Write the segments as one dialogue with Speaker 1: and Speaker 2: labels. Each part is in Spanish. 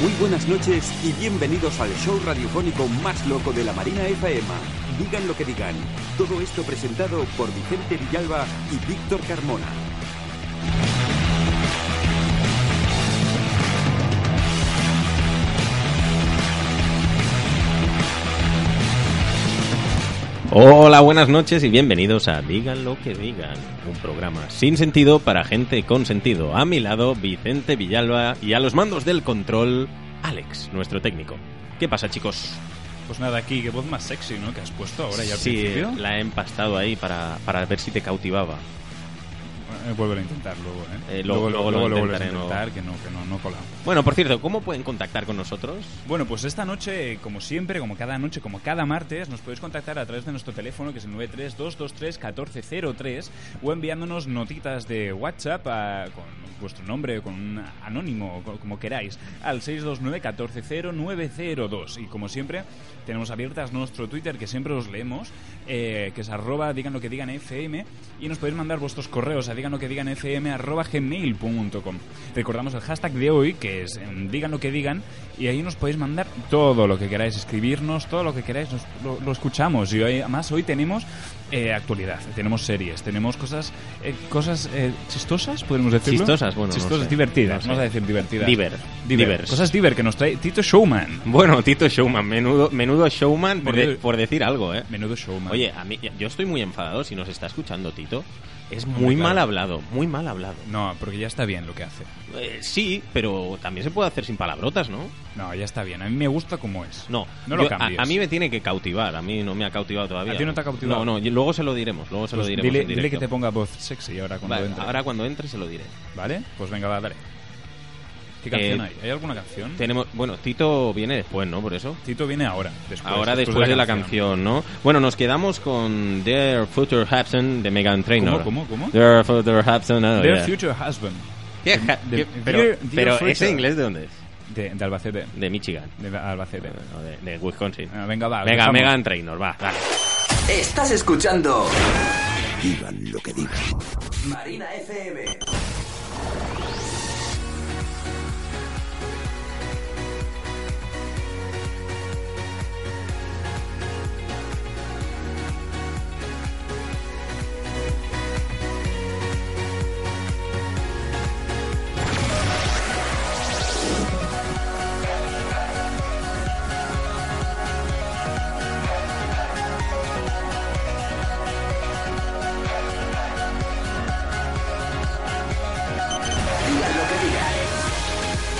Speaker 1: Muy buenas noches y bienvenidos al show radiofónico más loco de la Marina FM. Digan lo que digan. Todo esto presentado por Vicente Villalba y Víctor Carmona.
Speaker 2: Hola, buenas noches y bienvenidos a Digan lo que digan, un programa sin sentido para gente con sentido. A mi lado, Vicente Villalba y a los mandos del control, Alex, nuestro técnico. ¿Qué pasa, chicos?
Speaker 3: Pues nada, aquí, qué voz más sexy, ¿no? Que has puesto ahora ya al
Speaker 2: sí, eh,
Speaker 3: principio.
Speaker 2: la he empastado ahí para, para ver si te cautivaba.
Speaker 3: Eh, vuelvo a intentar luego, ¿eh?
Speaker 2: Eh, luego- luego lo
Speaker 3: vuelves a
Speaker 2: intentaré,
Speaker 3: intentar, que no, que no, no cola.
Speaker 2: Bueno, por cierto, ¿cómo pueden contactar con nosotros?
Speaker 3: Bueno, pues esta noche, como siempre, como cada noche, como cada martes, nos podéis contactar a través de nuestro teléfono, que es el 932231403, o enviándonos notitas de WhatsApp a- con vuestro nombre, con un anónimo, o co- como queráis, al 629-140902. Y como siempre, tenemos abiertas nuestro Twitter, que siempre os leemos, eh, que es arroba, digan lo que digan FM, y nos podéis mandar vuestros correos a digan lo que digan FM arroba gmail.com. Recordamos el hashtag de hoy, que es em, digan lo que digan, y ahí nos podéis mandar todo lo que queráis, escribirnos, todo lo que queráis, nos- lo, lo escuchamos. Y hoy, además hoy tenemos eh, actualidad, tenemos series, tenemos cosas eh, cosas eh, chistosas, podemos decirlo.
Speaker 2: Chistosas, bueno, no
Speaker 3: Chistosas,
Speaker 2: sé.
Speaker 3: divertidas,
Speaker 2: No sé.
Speaker 3: vamos a decir divertidas.
Speaker 2: Diver.
Speaker 3: Diver.
Speaker 2: Divers.
Speaker 3: Cosas diver que nos trae Tito Showman.
Speaker 2: Bueno, Tito Showman, menudo, menudo showman por, de-
Speaker 3: Menudo-
Speaker 2: por decir algo, ¿eh?
Speaker 3: Menudo Showman.
Speaker 2: Oye, a mí, yo estoy muy enfadado si nos está escuchando Tito. Es
Speaker 3: Hombre,
Speaker 2: muy
Speaker 3: claro.
Speaker 2: mal hablado, muy mal hablado.
Speaker 3: No, porque ya está bien lo que hace.
Speaker 2: Eh, sí, pero también se puede hacer sin palabrotas, ¿no?
Speaker 3: No, ya está bien. A mí me gusta como es.
Speaker 2: No,
Speaker 3: no lo
Speaker 2: yo- a,
Speaker 3: cambies.
Speaker 2: a mí me tiene que cautivar, a mí no me ha cautivado todavía.
Speaker 3: ¿A ti no te ha cautivado?
Speaker 2: No, no, y luego se lo diremos, luego se
Speaker 3: Pues
Speaker 2: lo diremos.
Speaker 3: dile,
Speaker 2: en
Speaker 3: dile que
Speaker 2: directo.
Speaker 3: te ponga voz sexy ahora cuando
Speaker 2: Vale,
Speaker 3: entre.
Speaker 2: ahora cuando entre se lo diré.
Speaker 3: ¿Vale? Pues venga, va, dale. ¿Qué canción
Speaker 2: Eh,
Speaker 3: hay? ¿Hay alguna canción?
Speaker 2: Tenemos, bueno, Tito viene después, ¿no? Por eso.
Speaker 3: Tito viene ahora. Pues Después,
Speaker 2: Ahora después de la canción, ¿no? Bueno, nos quedamos con Their Future Hudson de Megan Trainor.
Speaker 3: ¿Cómo, cómo, cómo?
Speaker 2: Their Future Hudson. oh,
Speaker 3: Their
Speaker 2: yeah.
Speaker 3: Future Husband.
Speaker 2: Qué ja- qué-
Speaker 3: de- Dear-
Speaker 2: pero
Speaker 3: Dear
Speaker 2: pero
Speaker 3: Future.
Speaker 2: ese inglés de dónde es?
Speaker 3: De, de Albacete.
Speaker 2: De Michigan.
Speaker 3: De Albacete.
Speaker 2: No, de, de Wisconsin.
Speaker 3: Ah, venga, va.
Speaker 2: Mega,
Speaker 3: empezamos.
Speaker 2: Megan Trainor, va, vale.
Speaker 1: Estás escuchando
Speaker 4: Digan lo que digan.
Speaker 1: Marina FM. Digan lo que digan.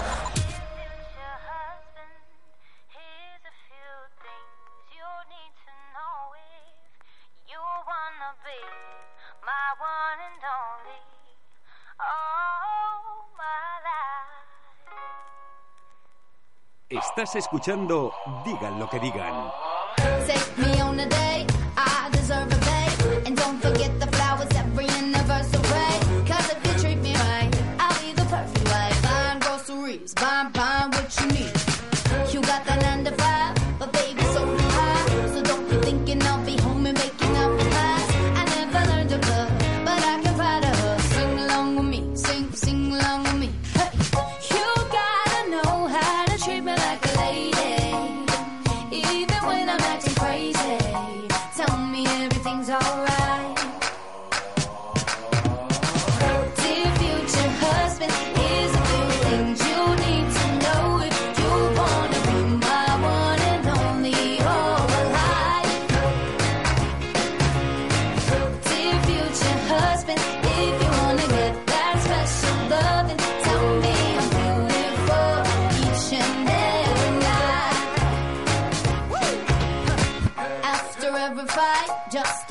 Speaker 5: your husband. Here's a few things you need to know if you wanna be my one and only. All my life.
Speaker 1: Estás escuchando Digan lo que digan.
Speaker 6: Take me on a date. I deserve a date. And don't forget the flowers every anniversary. Cause if you treat me right, I'll be the perfect wife. Buying groceries, buying, buying what you need. You got that nine to five, but baby, so do I. So don't be thinking I'll be home and making up for lies. I never learned to love, but I can find a hook. Sing along with me, sing, sing. Oh,
Speaker 5: just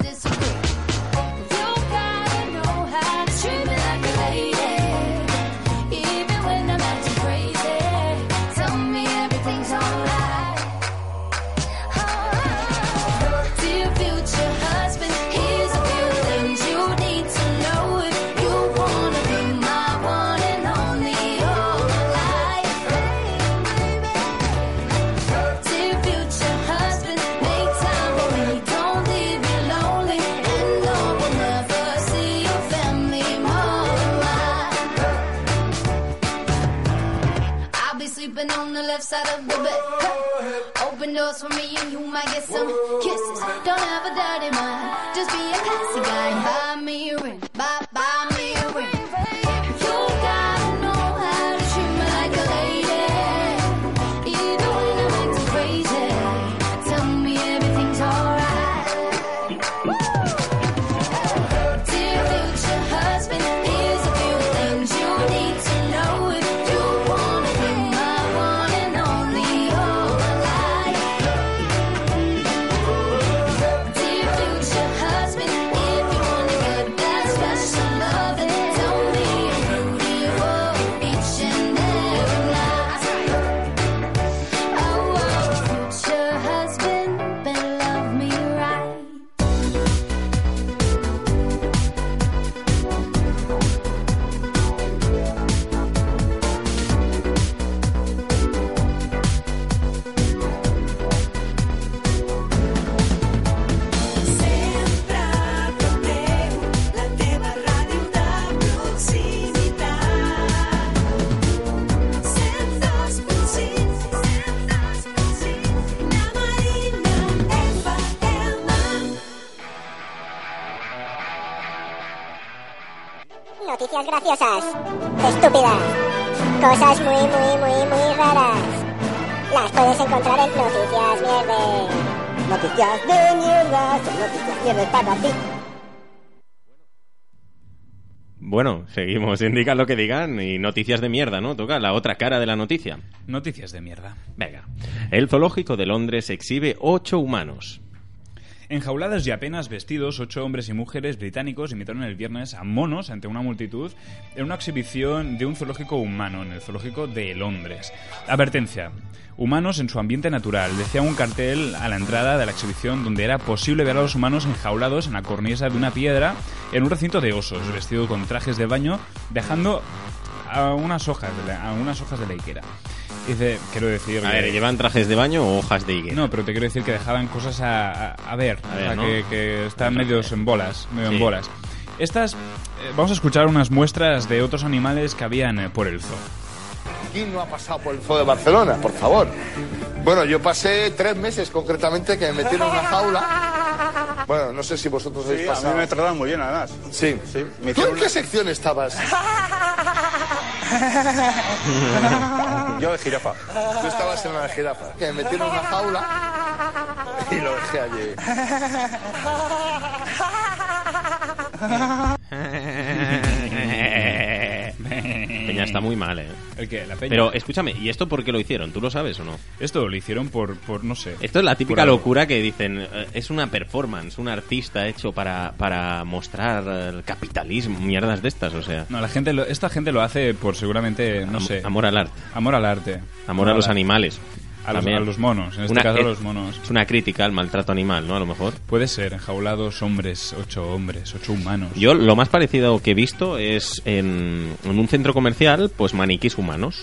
Speaker 5: disagree? You gotta know how to treat me like a lady. Even when I'm acting crazy, tell me everything's alright. Dear future husband, here's a few things you need to know if you wanna be my one and only all life. Dear future husband, make time for me. Don't leave me lonely, and no, we'll never see your family more. I'll be sleeping on the left side of the bed. Open doors for me and you might get some kisses. Don't have a dirty mind. Just be a classy guy and buy me a ring. Buy, buy me a ring. You gotta know how to treat me like a lady. Even when I'm acting crazy. Tell me everything's alright. Dear future husband, here's a few things you need to know if you wanna be my one and only all life. Dear future husband, if you wanna get that special love, tell me you're beautiful each and every night. Oh, future husband, better love me right.
Speaker 7: Sempre porteu la teva ràdio de proximitat. 102.6, 102.6, la Marina FM.
Speaker 8: Noticias graciosas, estúpidas, cosas muy, muy, muy, muy raras. Las puedes encontrar en Noticias Mierdes. Noticias de mierda, son noticias mierdes para ti.
Speaker 2: Bueno, seguimos. Indican lo que digan y noticias de mierda, ¿no? Toca la otra cara de la noticia.
Speaker 3: Noticias de mierda.
Speaker 2: Venga. El zoológico de Londres exhibe ocho humanos.
Speaker 3: Enjaulados y apenas vestidos, ocho hombres y mujeres británicos imitaron el viernes a monos ante una multitud en una exhibición de un zoológico humano, en el zoológico de Londres. Advertencia. Humanos en su ambiente natural, decía un cartel a la entrada de la exhibición donde era posible ver a los humanos enjaulados en la cornisa de una piedra en un recinto de osos, vestidos con trajes de baño, dejando a unas hojas de la, a unas hojas de la higuera. Dice, quiero decir...
Speaker 2: A
Speaker 3: que-
Speaker 2: ver, ¿llevan trajes de baño o hojas de higuera?
Speaker 3: no, pero te quiero decir que dejaban cosas a, a- a ver,
Speaker 2: A
Speaker 3: o
Speaker 2: ver,
Speaker 3: sea,
Speaker 2: ¿no?
Speaker 3: que, que están medios en bolas, medio
Speaker 2: Sí.
Speaker 3: en bolas. Estas, eh, vamos a escuchar unas muestras de otros animales que habían eh, por el zoo.
Speaker 9: ¿Quién no ha pasado por el zoo de Barcelona? Por favor. Bueno, yo pasé tres meses concretamente que me metieron en una jaula. Bueno, no sé si vosotros habéis pasado. A mí me trataban muy bien, además. Sí, sí. ¿Tú en qué sección estabas? yo de jirafa. Tú estabas en la de jirafa. Que me metieron en una jaula y lo dejé allí.
Speaker 2: Peña está muy mal, ¿eh?
Speaker 3: ¿El qué? La peña.
Speaker 2: Pero escúchame, ¿y esto por qué lo hicieron? ¿Tú lo sabes o no?
Speaker 3: Esto lo hicieron por, por no sé.
Speaker 2: Esto es la típica
Speaker 3: Por algo.
Speaker 2: locura que dicen, eh, es una performance, un artista hecho para, para mostrar el capitalismo, mierdas de estas, o sea.
Speaker 3: No, la gente lo- esta gente lo hace por seguramente, no
Speaker 2: am-
Speaker 3: sé, amor,
Speaker 2: Amor al arte,
Speaker 3: al arte.
Speaker 2: amor a los
Speaker 3: al-
Speaker 2: animales.
Speaker 3: A los,
Speaker 2: también.
Speaker 3: a los monos, en este
Speaker 2: Una-
Speaker 3: caso a
Speaker 2: es-
Speaker 3: los monos.
Speaker 2: Es una crítica al maltrato animal, ¿no? A lo mejor.
Speaker 3: Puede ser, enjaulados hombres, ocho hombres, ocho humanos.
Speaker 2: Yo lo más parecido que he visto es en, en un centro comercial, pues maniquís humanos.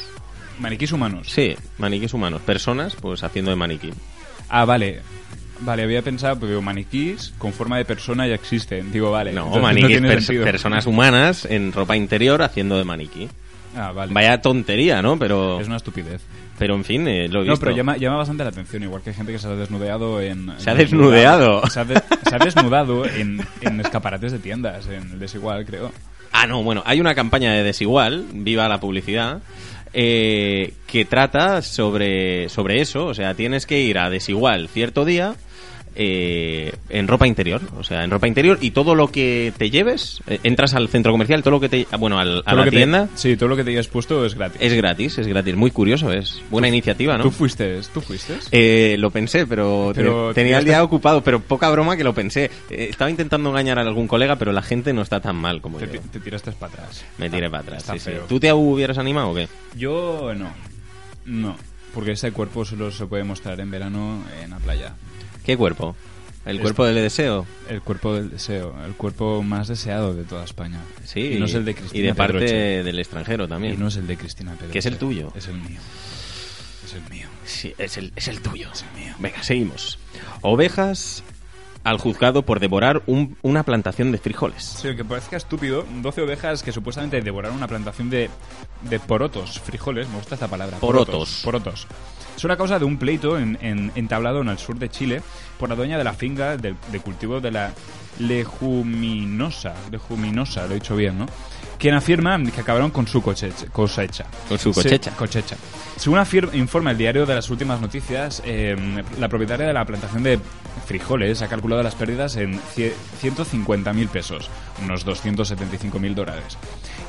Speaker 3: Maniquís humanos.
Speaker 2: Sí, maniquís humanos. Personas, pues haciendo de maniquí.
Speaker 3: Ah, vale. Vale, había pensado, pero digo, maniquís con forma de persona ya existen. Digo, vale.
Speaker 2: No,
Speaker 3: entonces
Speaker 2: maniquís,
Speaker 3: tiene
Speaker 2: pers-
Speaker 3: sentido.
Speaker 2: personas humanas en ropa interior haciendo de maniquí.
Speaker 3: Ah, vale.
Speaker 2: Vaya tontería, ¿no? Pero,
Speaker 3: Es una estupidez.
Speaker 2: pero en fin, eh, lo he
Speaker 3: No,
Speaker 2: visto.
Speaker 3: pero llama, llama bastante la atención, igual que hay gente que se ha desnudeado en...
Speaker 2: Se ha desnudeado.
Speaker 3: Se ha, de- se ha desnudado en, en escaparates de tiendas, en el desigual, creo.
Speaker 2: Ah, no, bueno, hay una campaña de Desigual, viva la publicidad, eh, que trata sobre, sobre eso. O sea, tienes que ir a Desigual cierto día. eh, en ropa interior. O sea, en ropa interior y todo lo que te lleves, eh, entras al centro comercial, todo lo que te. Bueno, al- a
Speaker 3: Todo lo
Speaker 2: la
Speaker 3: que te-
Speaker 2: tienda.
Speaker 3: sí, todo lo que te hayas puesto es gratis.
Speaker 2: Es gratis, es gratis. Muy curioso, es buena iniciativa, ¿no?
Speaker 3: ¿Tú fuiste? ¿Tú fuiste?
Speaker 2: Eh, lo pensé, pero, te-
Speaker 3: Pero
Speaker 2: tenía el
Speaker 3: tiraste-
Speaker 2: día ocupado, pero poca broma que lo pensé. Eh, estaba intentando engañar a algún colega, pero la gente no está tan mal como
Speaker 3: Te,
Speaker 2: yo.
Speaker 3: te tiraste para atrás.
Speaker 2: Me tiré para atrás,
Speaker 3: Está
Speaker 2: sí, sí.
Speaker 3: feo.
Speaker 2: ¿Tú te hubieras animado o qué?
Speaker 3: Yo no. No. Porque ese cuerpo solo se puede mostrar en verano en la playa.
Speaker 2: ¿Qué cuerpo? ¿El
Speaker 3: Es-
Speaker 2: cuerpo del deseo?
Speaker 3: El cuerpo del deseo. El cuerpo más deseado de toda España.
Speaker 2: Sí.
Speaker 3: Y no es el de
Speaker 2: Y
Speaker 3: Cristina
Speaker 2: de parte
Speaker 3: Pedroche.
Speaker 2: del extranjero también.
Speaker 3: Y no es el de Cristina Pedroche.
Speaker 2: Que es el tuyo.
Speaker 3: Es el mío. Es el mío.
Speaker 2: Sí, es el, es el tuyo. Venga, seguimos. Ovejas al juzgado por devorar un- una plantación de frijoles.
Speaker 3: Sí, que parezca estúpido, 12 ovejas que supuestamente devoraron una plantación de, de porotos, frijoles, me gusta esta palabra.
Speaker 2: Porotos.
Speaker 3: Porotos. Es una causa de un pleito en, en- entablado en el sur de Chile por la dueña de la finca del- de, cultivo de la leguminosa, leguminosa, lo he dicho bien, ¿no? Quien afirma que acabaron con su cochecha- cosecha.
Speaker 2: Con su
Speaker 3: Se-
Speaker 2: cochecha.
Speaker 3: cochecha. Según afir- informa el diario de las últimas noticias, eh, la propietaria de la plantación de frijoles ha calculado las pérdidas en cie- 150.000 pesos, unos 275.000 dólares.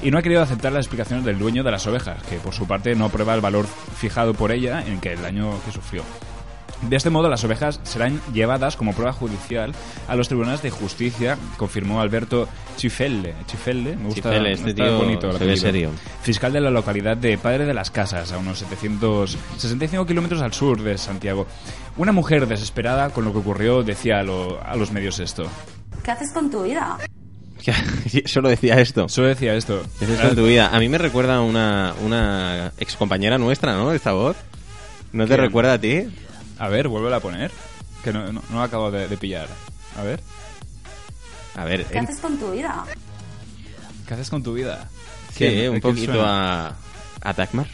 Speaker 3: Y no ha querido aceptar las explicaciones del dueño de las ovejas, que por su parte no aprueba el valor fijado por ella en que el daño que sufrió. De este modo, las ovejas serán llevadas como prueba judicial a los tribunales de justicia, confirmó Alberto Chifelle. Chifelle, me gusta,
Speaker 2: Chifelle, este
Speaker 3: está
Speaker 2: tío
Speaker 3: bonito el
Speaker 2: se ve
Speaker 3: apellido.
Speaker 2: serio.
Speaker 3: Fiscal de la localidad de Padre de las Casas, a unos 765 kilómetros al sur de Santiago. Una mujer desesperada con lo que ocurrió decía a, lo- a los medios esto.
Speaker 10: ¿Qué haces con tu vida?
Speaker 2: Solo decía esto.
Speaker 3: Solo decía esto.
Speaker 2: Ese es con tu vida. A mí me recuerda a una, una excompañera nuestra, ¿no? Esta voz. ¿No te
Speaker 3: ¿Quién?
Speaker 2: recuerda a ti?
Speaker 3: A ver, vuélvela a poner. Que no, no, no la acabo de, de pillar. A ver.
Speaker 2: A ver,
Speaker 10: ¿Qué haces con tu vida?
Speaker 3: ¿Qué haces con tu vida?
Speaker 2: sí,
Speaker 3: ¿Quién?
Speaker 2: un
Speaker 3: ¿Quién
Speaker 2: poquito
Speaker 3: suena?
Speaker 2: a, a Dagmar.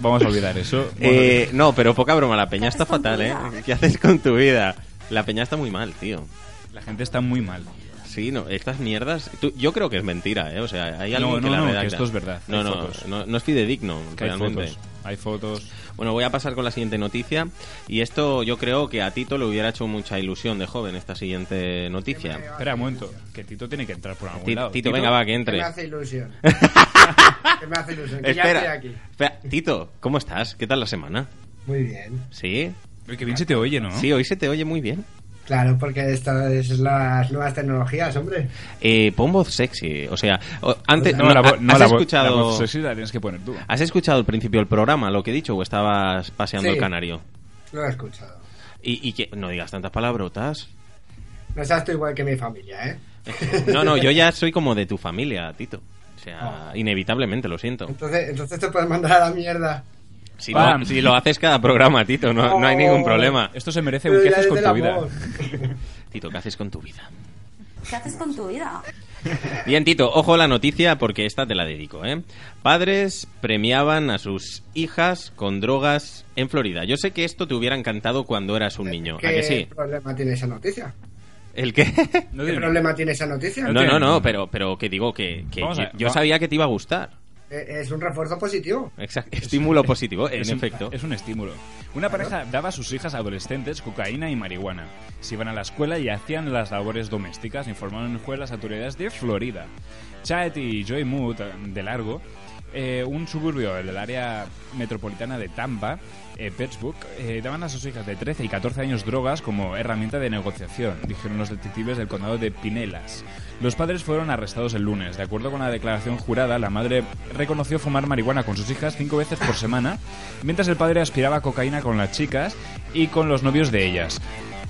Speaker 3: Vamos a olvidar eso. Vamos a
Speaker 2: Eh,
Speaker 3: olvidar.
Speaker 2: no, pero poca broma, la peña está
Speaker 10: haces con tu
Speaker 2: fatal, ¿eh?
Speaker 10: vida?
Speaker 2: ¿Qué haces con tu vida? La peña está muy mal, tío.
Speaker 3: La gente está muy mal.
Speaker 2: Sí, no, estas mierdas. tú- yo creo que es mentira, ¿eh? O sea, hay
Speaker 3: No,
Speaker 2: alguien que
Speaker 3: no,
Speaker 2: la
Speaker 3: no, que
Speaker 2: redacta.
Speaker 3: esto es verdad.
Speaker 2: No,
Speaker 3: Hay
Speaker 2: no,
Speaker 3: fotos.
Speaker 2: no, no es fidedigno,
Speaker 3: Que hay
Speaker 2: realmente.
Speaker 3: fotos. Hay fotos.
Speaker 2: Bueno, voy a pasar con la siguiente noticia. Y esto yo creo que a Tito le hubiera hecho mucha ilusión de joven, esta siguiente noticia.
Speaker 3: Espera un momento, que Tito tiene que entrar por algún
Speaker 2: Ti-
Speaker 3: lado.
Speaker 2: Tito, venga, va, que
Speaker 11: Que
Speaker 2: entre.
Speaker 11: me hace ilusión. que me hace ilusión. Que ya
Speaker 2: Espera,
Speaker 11: estoy aquí.
Speaker 2: espera, Tito, ¿cómo estás? ¿Qué tal la semana?
Speaker 11: Muy bien.
Speaker 2: ¿Sí?
Speaker 3: Uy, que bien se te oye, ¿no?
Speaker 2: Sí, hoy se te oye muy bien.
Speaker 11: Claro, porque estas es las nuevas tecnologías, hombre.
Speaker 2: Eh, pon voz sexy, o sea, o- antes...
Speaker 3: No, la vo-
Speaker 2: ¿has
Speaker 3: no, la vo-
Speaker 2: escuchado...
Speaker 3: La voz sexy la tienes que poner tú.
Speaker 2: ¿Has escuchado al principio del programa lo que he dicho o estabas paseando
Speaker 11: Sí.
Speaker 2: el canario?
Speaker 11: No lo he escuchado.
Speaker 2: Y, y que no digas tantas palabrotas.
Speaker 11: No seas tú igual que mi familia, ¿eh?
Speaker 2: No, no, yo ya soy como de tu familia, Tito. O sea, inevitablemente, lo siento.
Speaker 11: Entonces, entonces te puedes mandar a la mierda.
Speaker 2: Si
Speaker 3: Pam.
Speaker 2: lo, si lo haces cada programa, Tito, no, no hay ningún problema.
Speaker 3: Esto se merece
Speaker 11: Pero
Speaker 3: un ¿qué
Speaker 11: ya
Speaker 3: haces con
Speaker 11: desde
Speaker 3: tu
Speaker 11: el
Speaker 3: vida?
Speaker 11: amor.
Speaker 2: Tito, ¿qué haces con tu vida?
Speaker 10: ¿Qué haces con tu vida?
Speaker 2: Bien, Tito, ojo a la noticia porque esta te la dedico, ¿eh? Padres premiaban a sus hijas con drogas en Florida. Yo sé que esto te hubiera encantado cuando eras
Speaker 3: Eh,
Speaker 2: un niño, ¿a
Speaker 11: ¿Qué
Speaker 2: que sí?
Speaker 11: problema tiene esa noticia?
Speaker 2: ¿El qué?
Speaker 3: No
Speaker 11: ¿Qué
Speaker 3: tiene-
Speaker 11: problema tiene esa noticia? Eh,
Speaker 2: No, no,
Speaker 3: tiene-
Speaker 2: no, pero, pero que digo que, que
Speaker 3: Vamos
Speaker 2: yo,
Speaker 3: a-
Speaker 2: yo
Speaker 3: va-
Speaker 2: sabía que te iba a gustar.
Speaker 11: Eh, Es un refuerzo positivo.
Speaker 2: Exacto. Estímulo positivo, en
Speaker 3: es un-
Speaker 2: efecto.
Speaker 3: es un estímulo. Una pareja daba a sus hijas adolescentes cocaína y marihuana. Se iban a la escuela y hacían las labores domésticas, informaron el juez las autoridades de Florida. Chet y Joy Mood, de largo, eh, un suburbio del área metropolitana de Tampa, eh, Pittsburgh, eh, daban a sus hijas de 13 y 14 años drogas como herramienta de negociación, dijeron los detectives del condado de Pinelas. Los padres fueron arrestados el lunes. De acuerdo con la declaración jurada, la madre reconoció fumar marihuana con sus hijas cinco veces por semana, mientras el padre aspiraba cocaína con las chicas y con los novios de ellas.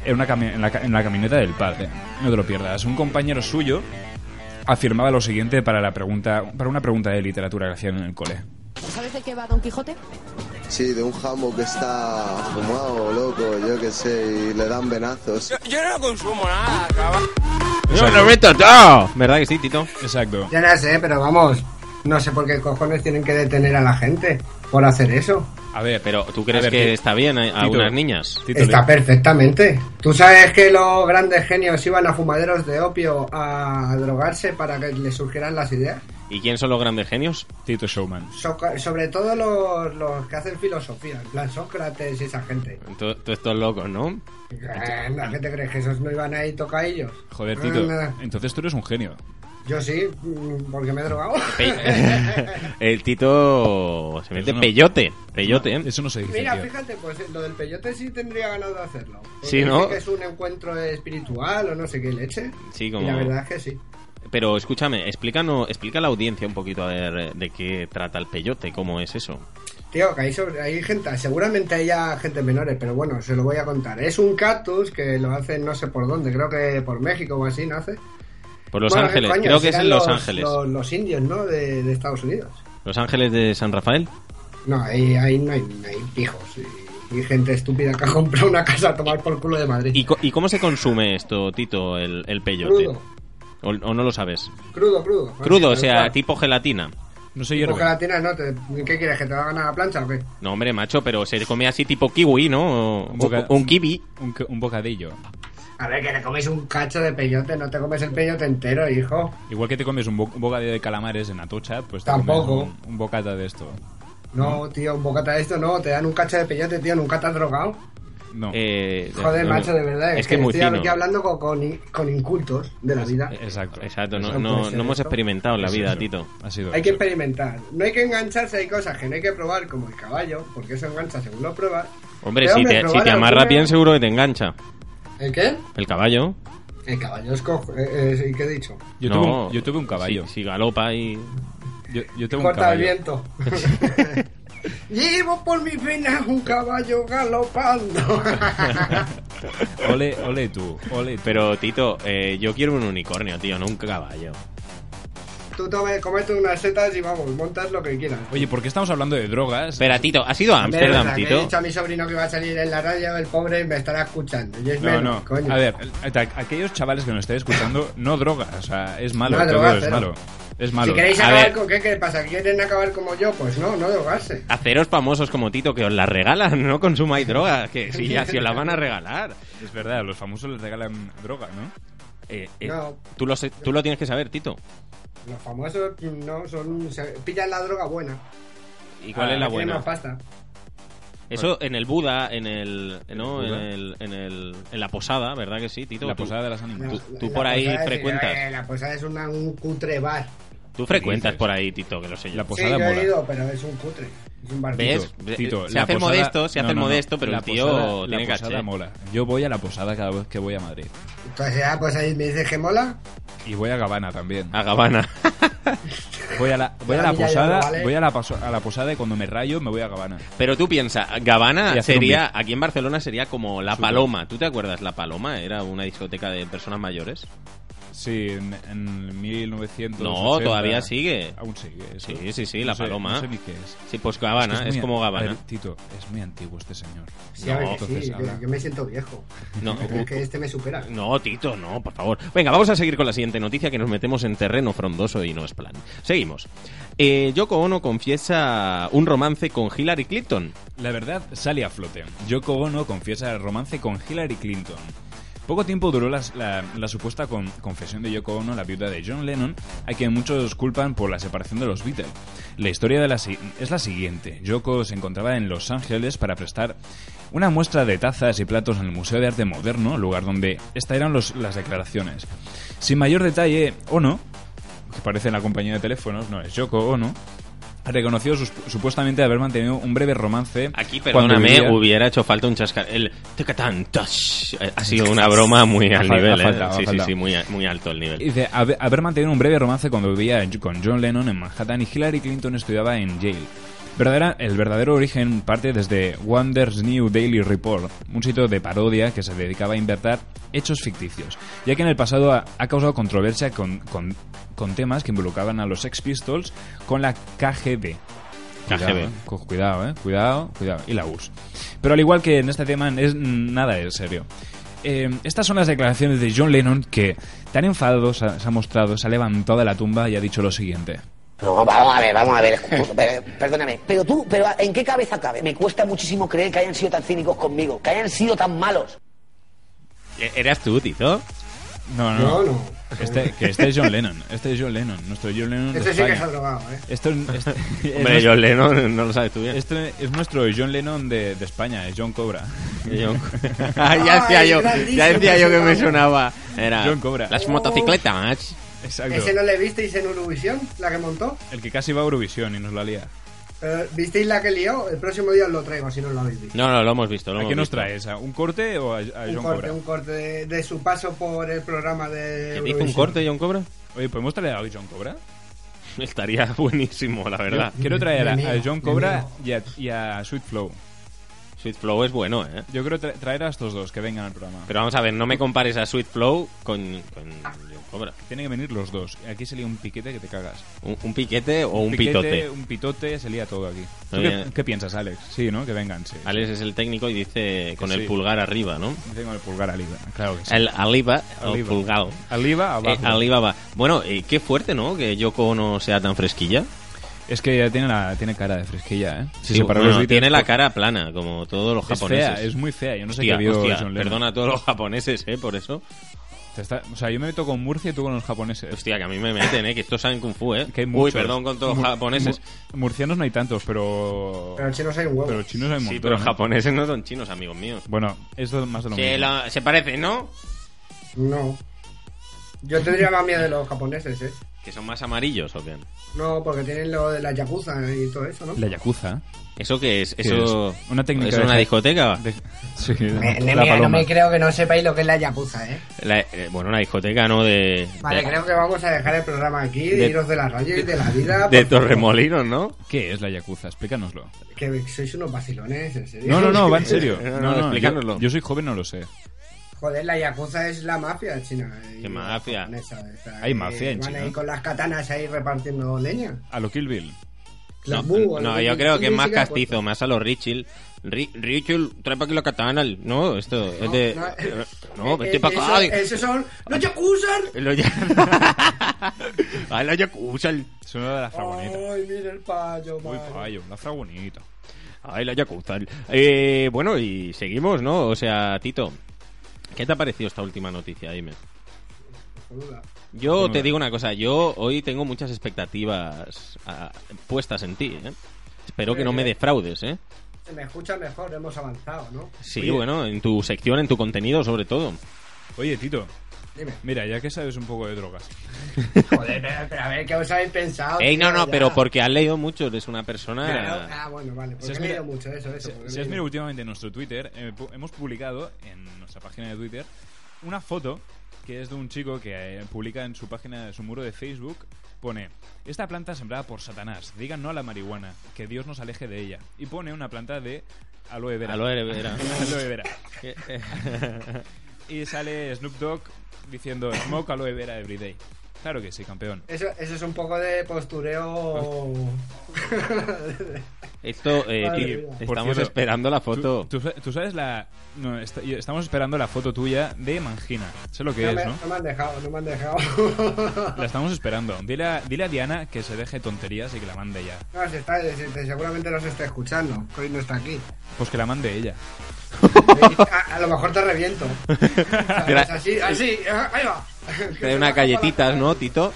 Speaker 3: En, una cami- en la, ca- en la camioneta del padre. No te lo pierdas. Un compañero suyo afirmaba lo siguiente para, la pregunta, para una pregunta de literatura que hacían en el cole.
Speaker 12: ¿Sabes de qué va Don Quijote?
Speaker 13: Sí, de un jambo que está fumado, loco, yo qué sé, y le dan venazos.
Speaker 2: ¡Yo lo meto todo! ¿Verdad que sí, Tito?
Speaker 3: Exacto.
Speaker 11: Ya no sé, pero vamos. No sé por qué cojones tienen que detener a la gente por hacer eso.
Speaker 3: A ver,
Speaker 2: Pero ¿tú crees
Speaker 3: ver,
Speaker 2: que
Speaker 3: Tito.
Speaker 2: está bien eh, a, a
Speaker 3: Tito.
Speaker 2: unas niñas?
Speaker 3: Tito,
Speaker 11: Está
Speaker 3: le-
Speaker 11: perfectamente. Tú sabes que los grandes genios iban a fumaderos de opio a drogarse para que les surgieran las ideas.
Speaker 2: ¿Y quién son los grandes genios?
Speaker 3: Tito Showman.
Speaker 11: Soca- sobre todo los, los que hacen filosofía, en plan Sócrates y esa gente.
Speaker 2: Todos estos locos, ¿no?
Speaker 11: Eh, ¿La gente cree que esos no iban ahí tocadillos?
Speaker 3: Joder, Tito.
Speaker 11: Eh,
Speaker 3: Entonces tú eres un genio.
Speaker 11: Yo sí, mm, porque me he drogado.
Speaker 2: El Tito se mete peyote. Peyote, ¿eh?
Speaker 3: Eso no se
Speaker 11: Mira, fíjate, pues eh, lo del peyote sí tendría ganado de hacerlo. Porque
Speaker 2: Sí, ¿no?
Speaker 11: dice que es un encuentro espiritual o no sé qué leche.
Speaker 2: Sí,
Speaker 11: Y
Speaker 2: como...
Speaker 11: la verdad es que sí.
Speaker 2: Pero escúchame, explícanos, explica a la audiencia un poquito a ver eh, de qué trata el peyote, cómo es eso.
Speaker 11: Tío, que hay, sobre- hay gente, seguramente haya gente menores, pero bueno, se lo voy a contar. Es un cactus que lo hacen no sé por dónde, creo que por México o así nace.
Speaker 2: Por Los
Speaker 11: Bueno,
Speaker 2: Ángeles,
Speaker 11: coño,
Speaker 2: creo que es
Speaker 11: serán
Speaker 2: en Los
Speaker 11: los-
Speaker 2: Ángeles.
Speaker 11: Los, los indios, ¿no? De, de Estados Unidos.
Speaker 2: Los Ángeles de San Rafael.
Speaker 11: No, ahí, ahí no hay, no hay pijos y, y gente estúpida que ha comprado una casa a tomar por culo de Madrid.
Speaker 2: ¿Y, co- y cómo se consume esto, Tito, el, el peyote?
Speaker 11: Crudo,
Speaker 2: ¿O, o no lo sabes?
Speaker 11: crudo, crudo.
Speaker 2: Crudo, o
Speaker 11: Así,
Speaker 2: sea,
Speaker 11: tal
Speaker 2: tipo gelatina.
Speaker 3: No se
Speaker 11: cual. Tipo gelatina, ¿no? Te- ¿Qué quieres? ¿Que te hagan a la plancha Pues, o qué?
Speaker 2: No, hombre, macho, pero se come así tipo kiwi, ¿no? O- o- Un,
Speaker 3: boca-
Speaker 2: kiwi.
Speaker 3: Un, bocadillo.
Speaker 11: A ver, que te comes un cacho de peyote, no te comes el peyote entero, hijo.
Speaker 3: Igual que te comes un, bo- un bocadillo de calamares en Atocha, pues te
Speaker 11: Tampoco.
Speaker 3: comes Un, un bocata de esto.
Speaker 2: Mm.
Speaker 11: No, tío, un bocata de esto no, te dan un cacho de peyote, tío, nunca te has drogado.
Speaker 3: No.
Speaker 2: Eh,
Speaker 11: Joder, macho, de verdad.
Speaker 2: Es, que es muy
Speaker 11: estoy
Speaker 2: fino.
Speaker 11: aquí hablando con, con, con incultos de la vida.
Speaker 3: Exacto.
Speaker 2: Exacto, no,
Speaker 11: Eso
Speaker 2: no-
Speaker 11: puede
Speaker 2: no
Speaker 11: ser
Speaker 2: hemos
Speaker 11: esto.
Speaker 2: experimentado la
Speaker 11: Es
Speaker 2: vida,
Speaker 11: eso.
Speaker 2: Tito.
Speaker 3: Ha sido
Speaker 11: Hay que experimentar. No hay que engancharse, hay cosas que no hay que probar, como el caballo, porque eso engancha según lo pruebas.
Speaker 2: Hombre,
Speaker 11: Pero,
Speaker 2: si te,
Speaker 11: probar
Speaker 2: si te amarras
Speaker 11: alguna-
Speaker 2: bien, seguro que te engancha.
Speaker 11: ¿El qué?
Speaker 2: El caballo.
Speaker 11: El caballo es cojo. eh, eh, sí, ¿Qué he dicho?
Speaker 3: Yo,
Speaker 2: No,
Speaker 3: tuve un, yo tuve un caballo.
Speaker 2: Si, si galopa y.
Speaker 3: Yo, yo tuve un
Speaker 11: Corta el
Speaker 3: caballo.
Speaker 11: viento. Llevo por mis venas un caballo galopando.
Speaker 3: Ole, ole tú, ole tú.
Speaker 2: Pero, Tito, eh, yo quiero un unicornio, tío, no un caballo.
Speaker 11: Tú tome, comete unas setas y vamos, montas lo que quieras.
Speaker 3: Oye, ¿por qué estamos hablando de drogas?
Speaker 2: Espera, Tito, ¿has ido a Ámsterdam,
Speaker 11: Menos, que He
Speaker 2: Tito?
Speaker 11: dicho a mi sobrino que va a salir en la radio, el pobre me estará escuchando. Y es
Speaker 3: No,
Speaker 11: menos,
Speaker 3: no.
Speaker 11: coño.
Speaker 3: A ver, el- a- aquellos chavales que nos estáis escuchando, no drogas. O sea, es malo,
Speaker 11: No,
Speaker 3: todo
Speaker 11: droga,
Speaker 3: es
Speaker 11: cero.
Speaker 3: malo. Es malo.
Speaker 11: Si queréis
Speaker 2: A
Speaker 11: acabar
Speaker 2: ver.
Speaker 11: con qué, ¿qué pasa? ¿Quieren acabar como yo? Pues no, no drogarse.
Speaker 2: Haceros famosos como Tito, que os la regalan, no consumáis drogas, que si ya si os la van a regalar.
Speaker 3: Es verdad, los famosos les regalan droga, ¿no?
Speaker 2: Eh, eh,
Speaker 11: No.
Speaker 2: tú, lo, sé- tú lo tienes que saber, Tito.
Speaker 11: Los famosos no son. se pillan la droga buena.
Speaker 2: ¿Y cuál
Speaker 11: Ah,
Speaker 2: es la
Speaker 11: tienen
Speaker 2: buena?
Speaker 11: más pasta.
Speaker 2: Eso en el Buda, en el. eh, ¿no? En,
Speaker 3: ¿El Buda?
Speaker 2: el, en, el, en la posada, ¿verdad que sí, Tito?
Speaker 3: La
Speaker 2: Tú-
Speaker 3: posada de las ánimas.
Speaker 2: Tú,
Speaker 11: La-
Speaker 2: tú
Speaker 11: la
Speaker 2: por ahí
Speaker 11: posada es-
Speaker 2: frecuentas.
Speaker 11: eh, la posada es una- un cutre bar.
Speaker 2: Tú frecuentas por ahí, Tito, que lo sé yo.
Speaker 3: La
Speaker 11: Sí,
Speaker 3: posada
Speaker 11: yo
Speaker 3: mola.
Speaker 11: he ido, pero es un cutre. Es un barquito.
Speaker 2: Pues ¿Ves?
Speaker 3: Tito,
Speaker 2: se
Speaker 3: la
Speaker 2: hace el
Speaker 3: posada-
Speaker 2: modesto, se hace
Speaker 3: no,
Speaker 2: el
Speaker 3: no, no.
Speaker 2: modesto, pero
Speaker 3: La
Speaker 2: el tío
Speaker 3: posada-
Speaker 2: tiene
Speaker 3: la posada
Speaker 2: caché.
Speaker 3: mola. Yo voy a la posada cada vez que voy a Madrid.
Speaker 11: Entonces, ah, pues ahí me dices que mola.
Speaker 3: Y voy a Gabana también.
Speaker 2: A Gabana.
Speaker 3: Voy a la, voy a
Speaker 11: Ya,
Speaker 3: la
Speaker 11: mira, ya
Speaker 3: posada,
Speaker 11: no vale.
Speaker 3: voy a la, paso- a la posada y cuando me rayo me voy a Gabana.
Speaker 2: Pero tú piensas,
Speaker 3: Y
Speaker 2: Gabana
Speaker 3: hacer un
Speaker 2: sería, aquí en Barcelona sería como La
Speaker 3: Súper.
Speaker 2: Paloma. ¿Tú te acuerdas? La Paloma era una discoteca de personas mayores.
Speaker 3: Sí, en, en 1900.
Speaker 2: No, todavía sigue.
Speaker 3: Aún sigue. eso.
Speaker 2: Sí, sí, sí, La
Speaker 3: No sé-
Speaker 2: Paloma.
Speaker 3: No sé ni qué es.
Speaker 2: Sí, pues
Speaker 3: que
Speaker 2: Gabana, es,
Speaker 3: muy
Speaker 2: como
Speaker 3: an-
Speaker 2: Gabana.
Speaker 3: A ver, Tito, es muy antiguo este señor.
Speaker 11: Sí, a ver, que
Speaker 3: entonces
Speaker 11: sí,
Speaker 3: habla.
Speaker 11: yo, yo me siento viejo.
Speaker 2: No, uh,
Speaker 11: Pero es que este me supera.
Speaker 2: No, Tito, no, por favor. Venga, vamos a seguir con la siguiente noticia que nos metemos en terreno frondoso y no es plan. Seguimos. Eh, Yoko Ono confiesa un romance con Hillary Clinton.
Speaker 3: La verdad sale a flote. Yoko Ono confiesa el romance con Hillary Clinton. Poco tiempo duró las- la, la supuesta con- confesión de Yoko Ono, la viuda de John Lennon, a quien muchos culpan por la separación de los Beatles. La historia de la si- es la siguiente. Yoko se encontraba en Los Ángeles para prestar una muestra de tazas y platos en el Museo de Arte Moderno, lugar donde estarán las declaraciones. Sin mayor detalle, Ono, que parece en la compañía de teléfonos, no es Yoko Ono, reconoció sus- supuestamente haber mantenido un breve romance.
Speaker 2: Aquí,
Speaker 3: cuando
Speaker 2: perdóname,
Speaker 3: vivía-
Speaker 2: hubiera hecho falta un chascar. El tecatán, tash. Eh, Ha sido una broma muy al
Speaker 3: Ha fal-
Speaker 2: nivel, ¿eh?
Speaker 3: ha faltado, ha
Speaker 2: Sí, sí,
Speaker 3: faltado.
Speaker 2: sí, muy, a- muy alto el nivel.
Speaker 3: Dice, haber, haber mantenido un breve romance cuando vivía en- con John Lennon en Manhattan y Hillary Clinton estudiaba en Yale. Verdadera- el verdadero origen parte desde Wonders New Daily Report, un sitio de parodia que se dedicaba a inventar hechos ficticios, ya que en el pasado ha, ha causado controversia con, con- con temas que involucraban a los Sex Pistols con la KGB. Cuidado,
Speaker 2: KGB.
Speaker 3: ¿eh? Cu- Cuidado, eh. Cuidado, cuidado. Y la URSS. Pero al igual que en este tema, es nada en serio. Eh, estas son las declaraciones de John Lennon que tan enfadado se ha, se ha mostrado, se ha levantado de la tumba y ha dicho lo siguiente.
Speaker 14: No, vamos a ver, vamos a ver. Pero, Perdóname. Pero tú, pero ¿en qué cabeza cabe? Me cuesta muchísimo creer que hayan sido tan cínicos conmigo, que hayan sido tan malos.
Speaker 2: E- ¿Eras tú, Tito?
Speaker 3: No, no.
Speaker 11: No, no.
Speaker 3: Este, que este es John Lennon. Este es John Lennon. Nuestro John Lennon. de
Speaker 11: Este sí que
Speaker 3: España.
Speaker 11: se ha drogado, ¿eh?
Speaker 3: Esto es, este- es
Speaker 2: Hombre,
Speaker 3: nuestro-
Speaker 2: John Lennon, no lo sabes tú bien.
Speaker 3: Este es nuestro John Lennon de, de España, es John Cobra.
Speaker 2: John- Ah, ya decía yo, ya decía yo que me sonaba. Era
Speaker 3: John Cobra.
Speaker 2: Las motocicletas.
Speaker 3: Exacto.
Speaker 11: ¿Ese no le visteis en Eurovisión, la que montó?
Speaker 3: El que casi va a Eurovisión y nos la lía.
Speaker 11: Eh, ¿Visteis la que lió? El próximo día os lo traigo si no lo habéis visto.
Speaker 2: No, no, lo hemos visto. Lo
Speaker 3: ¿A
Speaker 2: hemos
Speaker 3: qué nos
Speaker 2: visto.
Speaker 3: traes? ¿A ¿Un corte o a, a John
Speaker 11: un corte,
Speaker 3: Cobra?
Speaker 11: un corte de, de su paso por el programa de.
Speaker 2: ¿Que dijo
Speaker 11: Eurovisión.
Speaker 2: un corte, John Cobra?
Speaker 3: Oye, ¿podemos traer a John Cobra?
Speaker 2: Estaría buenísimo, la verdad.
Speaker 3: Yo Quiero traer a,
Speaker 2: Me
Speaker 3: a
Speaker 2: niego,
Speaker 3: John
Speaker 2: me
Speaker 3: Cobra
Speaker 2: niego.
Speaker 3: y a, y a Sweet Flow.
Speaker 2: Sweet Flow es bueno, ¿eh?
Speaker 3: Yo quiero tra- traer a estos dos que vengan al programa.
Speaker 2: Pero vamos a ver, no me compares a Sweet Flow con, con John Cobra.
Speaker 3: Tienen que venir los dos. Aquí se lía un piquete que te cagas.
Speaker 2: Un, un piquete o un,
Speaker 3: piquete,
Speaker 2: pitote.
Speaker 3: Un pitote, se lía todo aquí. ¿Tú
Speaker 2: Muy
Speaker 3: qué,
Speaker 2: bien.
Speaker 3: qué piensas, Alex? Sí, ¿no? Que vengan, sí.
Speaker 2: Alex es el técnico y dice con
Speaker 3: sí.
Speaker 2: el pulgar arriba, ¿no?
Speaker 3: Dice con el pulgar arriba, claro que sí.
Speaker 2: El aliva o
Speaker 3: Arriba.
Speaker 2: pulgar.
Speaker 3: Arriba, abajo.
Speaker 2: Eh, arriba va. Bueno, eh, qué fuerte, ¿no? Que Yoko no sea tan fresquilla.
Speaker 3: Es que ya tiene, la, tiene cara de fresquilla, ¿eh?
Speaker 2: Sí,
Speaker 3: Si se paró
Speaker 2: bueno,
Speaker 3: los Beatles,
Speaker 2: tiene la
Speaker 3: pues,
Speaker 2: cara plana, como todos los
Speaker 3: Es
Speaker 2: japoneses.
Speaker 3: fea, es muy fea. Yo no sé
Speaker 2: Hostia,
Speaker 3: qué vio
Speaker 2: hostia,
Speaker 3: John Lennon.
Speaker 2: Perdona a todos los japoneses, ¿eh? Por eso.
Speaker 3: te está- o sea, yo me meto con Murcia y tú con los japoneses.
Speaker 2: Hostia, que a mí me meten, ¿eh? Que estos saben Kung Fu, ¿eh?
Speaker 3: Que hay
Speaker 2: Uy,
Speaker 3: muchos.
Speaker 2: perdón con todos los
Speaker 3: Mu-
Speaker 2: japoneses.
Speaker 3: mu- murcianos no hay tantos, pero...
Speaker 11: Pero chinos hay un huevo.
Speaker 3: Pero chinos hay un
Speaker 2: Sí,
Speaker 3: montón,
Speaker 2: pero los
Speaker 3: ¿eh?
Speaker 2: japoneses no son chinos, amigos míos.
Speaker 3: Bueno, es lo- más de lo
Speaker 2: Se,
Speaker 3: mismo.
Speaker 2: la- se parecen, ¿no?
Speaker 11: No. Yo tendría más miedo de los japoneses, ¿eh?
Speaker 2: Que son más amarillos, ¿o qué?
Speaker 11: No, porque tienen lo de la yakuza y todo eso, ¿no?
Speaker 3: La yakuza.
Speaker 2: ¿Eso qué es?
Speaker 3: ¿Qué
Speaker 2: ¿Eso
Speaker 3: es? Una técnica
Speaker 2: ¿Es
Speaker 3: de-
Speaker 2: una discoteca?
Speaker 3: de- Sí,
Speaker 11: Me-
Speaker 3: la
Speaker 11: mira, no
Speaker 3: paloma.
Speaker 11: me creo que no sepáis lo que es la yakuza, ¿eh?
Speaker 2: La- eh, bueno, una discoteca, ¿no? De,
Speaker 11: Vale,
Speaker 2: de,
Speaker 11: creo que vamos a dejar el programa aquí,
Speaker 2: De-
Speaker 11: de iros de la radio y de la vida.
Speaker 2: de
Speaker 11: por favor.
Speaker 2: Torremolinos, ¿no?
Speaker 3: ¿Qué es la yakuza? Explícanoslo.
Speaker 11: Que sois unos vacilones, en serio.
Speaker 3: No, no, no, va en serio.
Speaker 2: No, no,
Speaker 3: yo-
Speaker 2: explícanoslo.
Speaker 3: Yo, soy joven, no lo sé.
Speaker 11: Joder, la yakuza es la mafia china. eh,
Speaker 2: ¿Qué mafia?
Speaker 11: japonesa, esa,
Speaker 3: Hay
Speaker 11: eh,
Speaker 3: mafia en
Speaker 11: van
Speaker 3: China.
Speaker 11: ahí con las katanas ahí repartiendo leña.
Speaker 3: A lo Kill Bill.
Speaker 11: Los
Speaker 2: no,
Speaker 11: búhos,
Speaker 2: no,
Speaker 11: los
Speaker 2: yo
Speaker 11: búhos,
Speaker 2: creo que es
Speaker 11: ni
Speaker 2: más
Speaker 11: siquiera
Speaker 2: castizo, más a los Richil. Ri- Richil, trae para aquí la katana. No, esto es de.
Speaker 11: no,
Speaker 2: eh, No,
Speaker 11: Eh,
Speaker 2: vete
Speaker 11: eh,
Speaker 2: para acá.
Speaker 11: eso- Esos son los yakuza.
Speaker 2: Los Ay, la yakuza.
Speaker 3: Suena de la fragoneta.
Speaker 11: Ay, mira el payo,
Speaker 2: Oh.
Speaker 3: Uy,
Speaker 11: madre.
Speaker 3: payo, la fragonita.
Speaker 2: Ay, la yakuza. Eh, bueno, y seguimos, ¿no? O sea, Tito, ¿qué te ha parecido esta última noticia? Dime.
Speaker 11: Joder.
Speaker 2: Yo te
Speaker 3: Bueno.
Speaker 2: digo una cosa, yo hoy tengo muchas expectativas ah, puestas en ti, ¿eh? Espero que no me defraudes, ¿eh?
Speaker 11: Se me escucha mejor, hemos avanzado, ¿no?
Speaker 2: Sí,
Speaker 3: Oye.
Speaker 2: bueno, en tu sección, en tu contenido sobre todo.
Speaker 3: Oye, Tito,
Speaker 11: Dime.
Speaker 3: mira, ya que sabes un poco de drogas.
Speaker 11: Joder, pero, pero a ver, ¿qué os habéis pensado?
Speaker 2: Ey, no,
Speaker 11: tío?
Speaker 2: no,
Speaker 11: Ya.
Speaker 2: pero porque has leído mucho, eres una
Speaker 11: Claro,
Speaker 2: persona...
Speaker 11: Ah, bueno, vale.
Speaker 3: Si
Speaker 11: Porque
Speaker 3: has
Speaker 11: he leído
Speaker 3: mirado-
Speaker 11: mucho eso, eso.
Speaker 3: Si
Speaker 11: porque he
Speaker 3: has
Speaker 11: leído.
Speaker 3: mirado últimamente en nuestro Twitter, eh, pu- hemos publicado en nuestra página de Twitter una foto que es de un chico que eh, publica en su página, en su muro de Facebook, pone, esta planta sembrada por Satanás, digan no a la marihuana, que Dios nos aleje de ella. Y pone una planta de aloe vera.
Speaker 2: Aloe vera.
Speaker 3: Aloe vera. y sale Snoop Dogg diciendo, smoke aloe vera everyday. Claro que sí, campeón.
Speaker 11: Eso, eso es un poco de postureo.
Speaker 2: Esto, eh,
Speaker 11: Madre
Speaker 2: tío,
Speaker 11: mía.
Speaker 3: Por
Speaker 2: estamos
Speaker 3: cierto,
Speaker 2: esperando la foto.
Speaker 3: Tú, tú- tú sabes la... no, esta- y estamos esperando la foto tuya de Mangina. Sé lo que
Speaker 11: no,
Speaker 3: es,
Speaker 11: me,
Speaker 3: ¿no?
Speaker 11: no me han dejado, no me han dejado.
Speaker 3: La estamos esperando. Dile a, dile a Diana que se deje tonterías y que la mande ya.
Speaker 11: no, se está, se- se- seguramente no se está escuchando. que Hoy no está aquí.
Speaker 3: Pues que la mande ella.
Speaker 11: A, a lo mejor te reviento. ¿Sabes? Así, así, ah, ahí va.
Speaker 2: Trae unas galletitas, ¿no, Tito?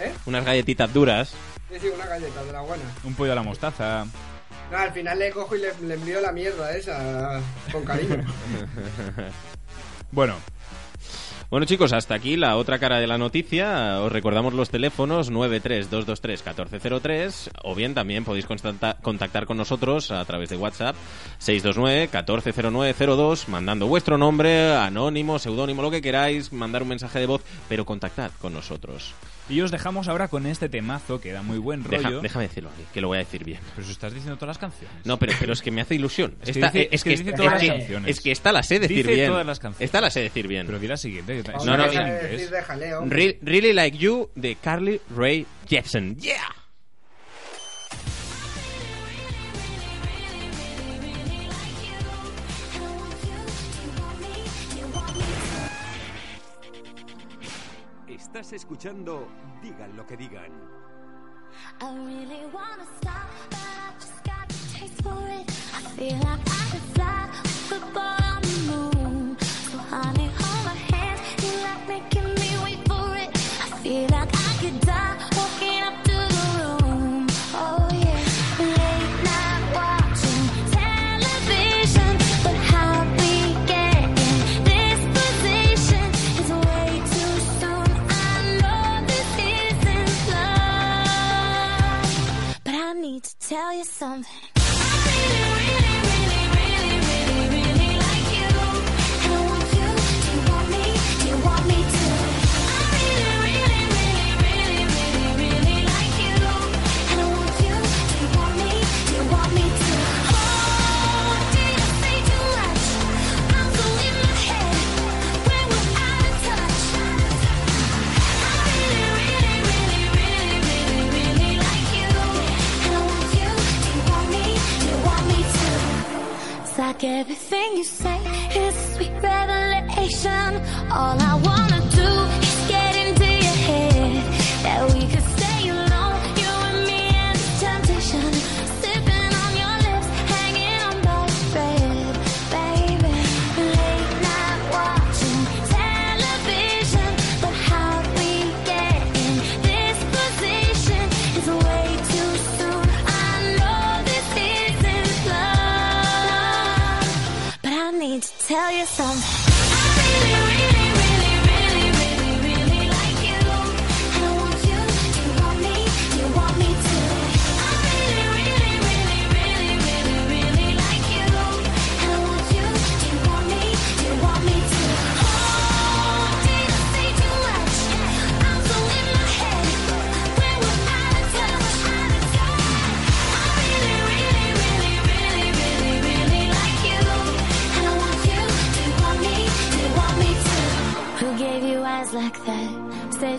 Speaker 11: ¿Eh?
Speaker 2: Unas galletitas duras.
Speaker 11: Sí, sí, una galleta de la buena.
Speaker 3: Un pollo a la mostaza.
Speaker 11: No, al final le cojo y le, le envío la mierda esa con cariño.
Speaker 3: Bueno,
Speaker 2: Bueno chicos, hasta aquí la otra cara de la noticia. Os recordamos los teléfonos 932231403 o bien también podéis constanta- contactar con nosotros a través de WhatsApp 629-140902 mandando vuestro nombre, anónimo, seudónimo, lo que queráis, mandar un mensaje de voz, pero contactad con nosotros.
Speaker 3: y os dejamos ahora con este temazo que da muy buen
Speaker 2: Deja-
Speaker 3: rollo.
Speaker 2: déjame decirlo aquí, que lo voy a decir bien.
Speaker 3: Pero si estás diciendo todas las canciones.
Speaker 2: No, pero, pero es que me hace ilusión.
Speaker 3: Es que
Speaker 2: Esta-
Speaker 3: dice-
Speaker 2: eh,
Speaker 3: es que dice
Speaker 2: es
Speaker 3: todas las
Speaker 2: que-
Speaker 3: canciones.
Speaker 2: es que esta la sé decir
Speaker 3: Dice
Speaker 2: bien.
Speaker 3: todas las canciones.
Speaker 2: Esta la sé decir bien.
Speaker 3: Pero di la siguiente. que-
Speaker 2: no,
Speaker 11: no,
Speaker 2: no.
Speaker 3: en inglés.
Speaker 11: decir de jaleo.
Speaker 2: Re- really Like You de Carly Ray Jepsen. ¡Yeah!
Speaker 4: Estás escuchando Digan lo que digan.
Speaker 1: I really wanna stop, but I just got the taste for it. I feel like I could fly with the boy on the moon. So honey, hold my hand, you like making me Oh
Speaker 5: Oh, It's like everything you say is a sweet revelation. All I wanna do is get into your head. That we could stay alone, you and me and the temptation. Sipping on your lips, hanging on my bed. Baby, late night watching television. But how we get in this position is way too soon. I know this isn't love. But I need to tell you something. I really, really, really, really, really, really like you. And I want you. Do you want me? Do you want me to? I really, really, really, really, really, really like you. And I want you. Do you want me? Do you want me to? Oh, did I say too much? I'm so in my head. When we're out of touch, out of touch. I really, really, really, really, really, really like you. And I want you, do you want me, do you want me to? Who gave you eyes like that? Said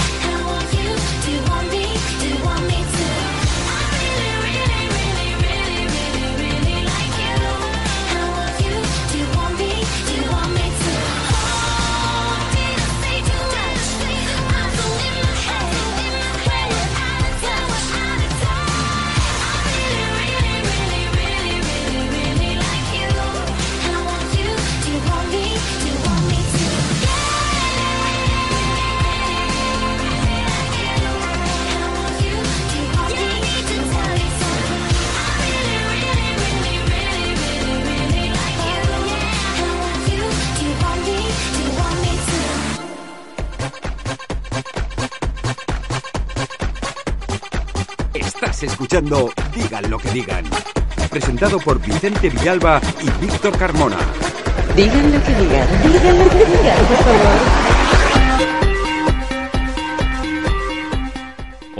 Speaker 5: Do you want me? Do you want me to? I really, really, really, really, really, really like you. And I want you. Do you want me? Do you want me to? Oh, did I say too much? I'm so in my head. When we're out of touch, out of touch. I really, really, really, really, really, really like you. And I want you. Do you want me? Do you want me to?
Speaker 4: Estás escuchando Digan lo que digan. Presentado por Vicente Villalba y Víctor Carmona.
Speaker 7: Digan lo que digan, digan lo que digan, por favor.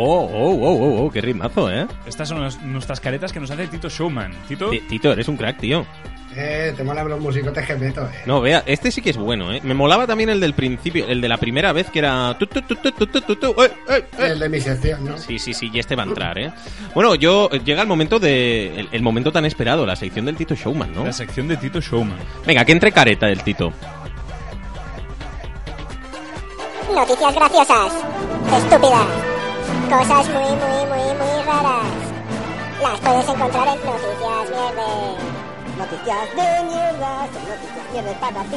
Speaker 2: Oh, oh, oh, oh, oh, qué ritmazo, ¿eh?
Speaker 3: Estas son las- nuestras caretas que nos hace Tito Showman. Tito,
Speaker 2: Ti- Tito, eres un crack, tío.
Speaker 11: Eh, te mola los musicotes que meto, eh.
Speaker 2: No, vea, este sí que es bueno, ¿eh? Me molaba también el del principio, el de la primera vez que era... tu, tu, tu, tu, tu, tu, tu, tu, eh, eh, eh.
Speaker 11: El de mi sección, ¿no?
Speaker 2: Sí, sí, sí, y este va a entrar, ¿eh? Bueno, yo... Llega el momento de... El, el momento tan esperado, la sección del Tito Showman, ¿no?
Speaker 3: la sección de Tito Showman.
Speaker 2: Venga, que entre careta el Tito.
Speaker 8: Noticias graciosas, estúpidas, cosas muy, muy, muy, muy raras. Las puedes encontrar en Noticias Mierda. Noticias de mierda, son noticias mierda para ti.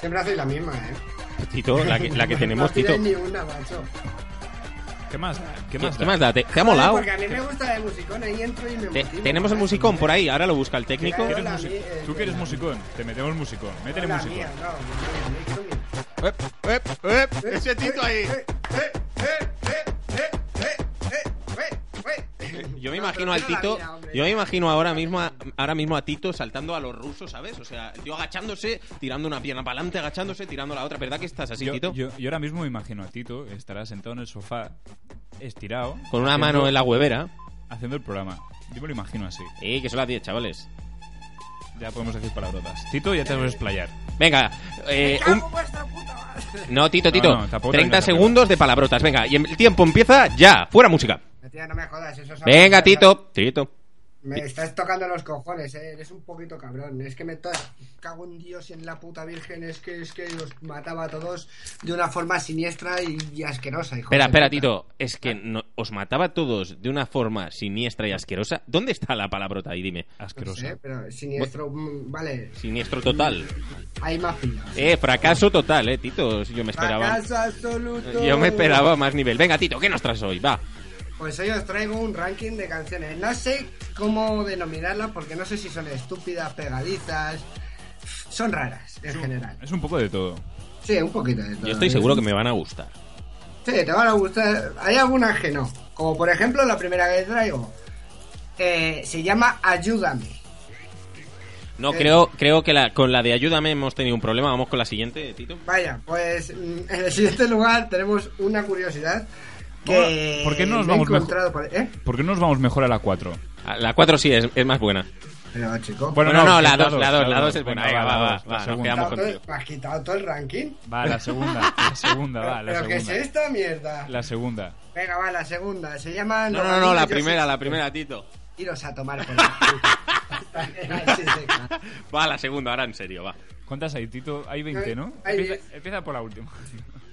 Speaker 11: Siempre hacéis la misma, eh.
Speaker 2: Tito, la que, la que tenemos,
Speaker 11: no
Speaker 2: Tito.
Speaker 11: tiráis ni una, macho.
Speaker 3: ¿Qué más?
Speaker 2: ¿Qué,
Speaker 3: ¿Qué más?
Speaker 2: qué
Speaker 3: da?
Speaker 2: más da? ¿Te, te ha molado?
Speaker 11: Porque a mí me gusta el musicón, ahí entro y me
Speaker 2: Te-
Speaker 11: motivo.
Speaker 2: tenemos el musicón por ahí, ahora lo busca el técnico.
Speaker 3: ¿Quieres
Speaker 11: Hola,
Speaker 3: musi-
Speaker 11: mi- eh,
Speaker 3: Tú que eres musicón, te metemos musicón. Métele
Speaker 11: Hola,
Speaker 3: musicón.
Speaker 11: mía, no, no, no, no, no.
Speaker 2: ese Tito ahí. Yo me
Speaker 11: No,
Speaker 2: imagino
Speaker 11: pero
Speaker 2: al
Speaker 11: quiero la
Speaker 2: Tito,
Speaker 11: mía, hombre.
Speaker 2: yo me imagino ahora mismo, a, ahora mismo a Tito saltando a los rusos, ¿sabes? O sea, el tío agachándose, tirando una pierna para adelante, agachándose, tirando la otra. ¿Verdad que estás así,
Speaker 3: Yo,
Speaker 2: Tito?
Speaker 3: yo- yo ahora mismo me imagino a Tito, estará sentado en el sofá, estirado.
Speaker 2: Con una
Speaker 3: haciendo-
Speaker 2: mano en la huevera.
Speaker 3: Haciendo el programa. Yo me lo imagino así.
Speaker 2: Eh, que son las 10, chavales.
Speaker 3: Ya podemos decir palabrotas. Tito, ya te vas a explayar.
Speaker 2: Venga, eh, un- No, Tito,
Speaker 3: No,
Speaker 2: Tito.
Speaker 3: no, tampoco
Speaker 2: 30
Speaker 3: tengas-
Speaker 2: segundos de palabrotas. Venga, y el tiempo empieza ya. Fuera música.
Speaker 11: Tía, no me jodas, eso es
Speaker 2: Venga,
Speaker 11: algo-
Speaker 2: Tito. Tito.
Speaker 11: Me estás tocando los cojones, eh. Eres un poquito cabrón. Es que me to- cago en Dios y en la puta virgen. Es que es que los mataba a todos de una forma siniestra y, y asquerosa, hijo.
Speaker 2: Espera,
Speaker 11: de
Speaker 2: espera,
Speaker 11: puta.
Speaker 2: Tito. Es que no- os mataba a todos de una forma siniestra y asquerosa. ¿Dónde está la palabrota ahí? Dime.
Speaker 11: No
Speaker 3: Asqueroso.
Speaker 11: sé, pero siniestro. mm, Vale,
Speaker 2: Siniestro total.
Speaker 11: hay más filas.
Speaker 2: Eh, fracaso total, eh, Tito. Yo me esperaba.
Speaker 11: Fracaso absoluto.
Speaker 2: Yo me esperaba más nivel. Venga, Tito, ¿qué nos traes hoy? Va.
Speaker 11: Pues hoy os traigo un ranking de canciones. No sé cómo denominarlas porque no sé si son estúpidas, pegadizas. Son raras en general.
Speaker 3: Es un poco de todo.
Speaker 11: Sí, un poquito de todo.
Speaker 2: Yo estoy seguro que me van a gustar.
Speaker 11: Sí, te van a gustar. Hay algunas que no. Como por ejemplo la primera que traigo. Eh, se llama Ayúdame.
Speaker 2: No,
Speaker 11: Eh.
Speaker 2: creo, creo que la, con la de ayúdame hemos tenido un problema. Vamos con la siguiente, Tito.
Speaker 11: Vaya, pues mm, en el siguiente lugar tenemos una curiosidad que
Speaker 3: ¿Por qué no nos
Speaker 11: me he
Speaker 3: vamos mejor?
Speaker 11: encontrado por- ¿eh?
Speaker 3: ¿Por qué no nos vamos mejor a la 4?
Speaker 2: Ah, La 4 sí es, es más buena.
Speaker 11: Pero, chico.
Speaker 2: Bueno, no, la 2, la 2, la 2 es buena.
Speaker 3: Venga,
Speaker 2: Venga,
Speaker 3: va,
Speaker 2: va,
Speaker 3: la
Speaker 2: va,
Speaker 3: dos, la
Speaker 2: va, nos
Speaker 3: segunda.
Speaker 2: quedamos
Speaker 11: Quitado todo-
Speaker 2: contigo.
Speaker 11: ¿Me has quitado todo el ranking?
Speaker 3: Va, la segunda, la segunda, va, Ah, la
Speaker 11: ¿Pero qué es
Speaker 3: segunda.
Speaker 11: esta mierda?
Speaker 3: La segunda.
Speaker 11: Venga, va, la segunda. Se llama...
Speaker 2: No, no, no, la primera, la primera, Tito.
Speaker 11: Iros a tomar por el culo.
Speaker 2: Va, la segunda, ahora en serio, va.
Speaker 3: ¿Cuántas hay, Tito? Hay 20, ¿no?
Speaker 11: Hay
Speaker 3: Empieza, empieza por la última.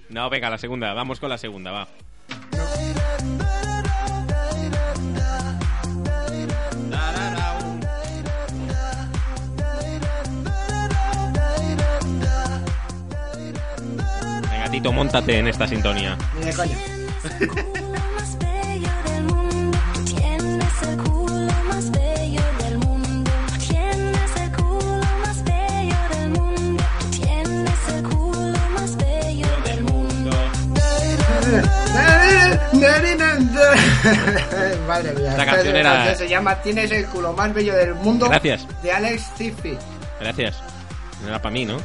Speaker 2: No, venga, la segunda, vamos con la segunda, va. Venga, Tito, montate en esta sintonía.
Speaker 11: Ni de coña.
Speaker 7: más bello del mundo. Tienes el culo más bello del mundo. Tienes el culo más bello del mundo. Tienes el culo más bello del mundo.
Speaker 11: Madre mía.
Speaker 2: La
Speaker 11: esta
Speaker 2: canción
Speaker 11: es-
Speaker 2: era-
Speaker 11: canción Se llama Tienes el culo más bello del mundo.
Speaker 2: Gracias.
Speaker 11: De Alex Tiffy.
Speaker 2: Gracias. No era para mí, ¿no?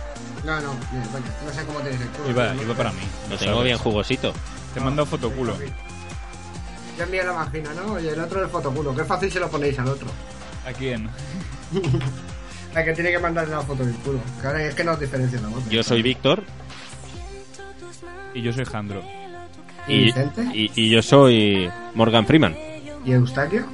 Speaker 11: No, no, ni de coña. No sé cómo tienes el culo.
Speaker 3: Iba,
Speaker 11: No,
Speaker 3: iba para mí.
Speaker 2: Lo tengo bien jugosito.
Speaker 3: Te mando fotoculo.
Speaker 11: Yo envío la vagina, ¿no? Y el otro el fotoculo. Qué fácil se lo ponéis al otro.
Speaker 3: ¿A quién?
Speaker 11: La que tiene que mandar la foto del culo. Que ahora es que nos diferencia la voz.
Speaker 2: Yo soy Víctor.
Speaker 3: Y yo soy Jandro.
Speaker 2: Y, y, y yo soy Morgan Freeman.
Speaker 11: ¿Y Eustaquio?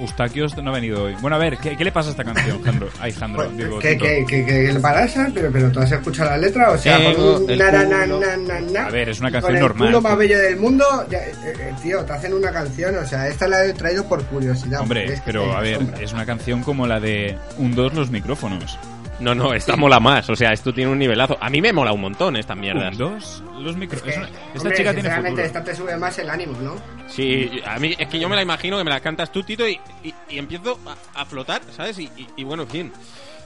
Speaker 3: Eustaquios no ha venido hoy. Bueno, a ver, ¿qué, qué le pasa a esta canción, Jandro? Ay, Jandro, digo,
Speaker 11: ¿Qué,
Speaker 3: Tito.
Speaker 11: qué, qué, qué le parasa? ¿Pero, pero tú has escuchado la letra? O sea,
Speaker 2: Eh,
Speaker 3: Tengo
Speaker 11: con un
Speaker 3: el
Speaker 11: na, na, na,
Speaker 3: culo.
Speaker 11: na, na, na,
Speaker 3: A ver, es una
Speaker 11: y
Speaker 3: canción
Speaker 11: con
Speaker 3: normal.
Speaker 11: el culo más bello del mundo, ya, eh, eh, tío, te hacen una canción, o sea, esta la he traído por curiosidad. porque
Speaker 3: Hombre,
Speaker 11: es que
Speaker 3: pero
Speaker 11: te
Speaker 3: a ver,
Speaker 11: asombra.
Speaker 3: es una canción como la de un dos los micrófonos.
Speaker 2: No, no, esta mola más. O sea, esto tiene un nivelazo. A mí me mola un montón esta mierda.
Speaker 3: Un dos los micrófonos. Esta
Speaker 11: Hombre,
Speaker 3: chica tiene
Speaker 11: sinceramente,
Speaker 3: futuro.
Speaker 11: esta te sube más el ánimo, ¿no?
Speaker 2: Sí, a mí es que yo me la imagino que me la cantas tú, Tito, y, y- y empiezo a, a flotar, ¿sabes? Y, y- y bueno, en fin.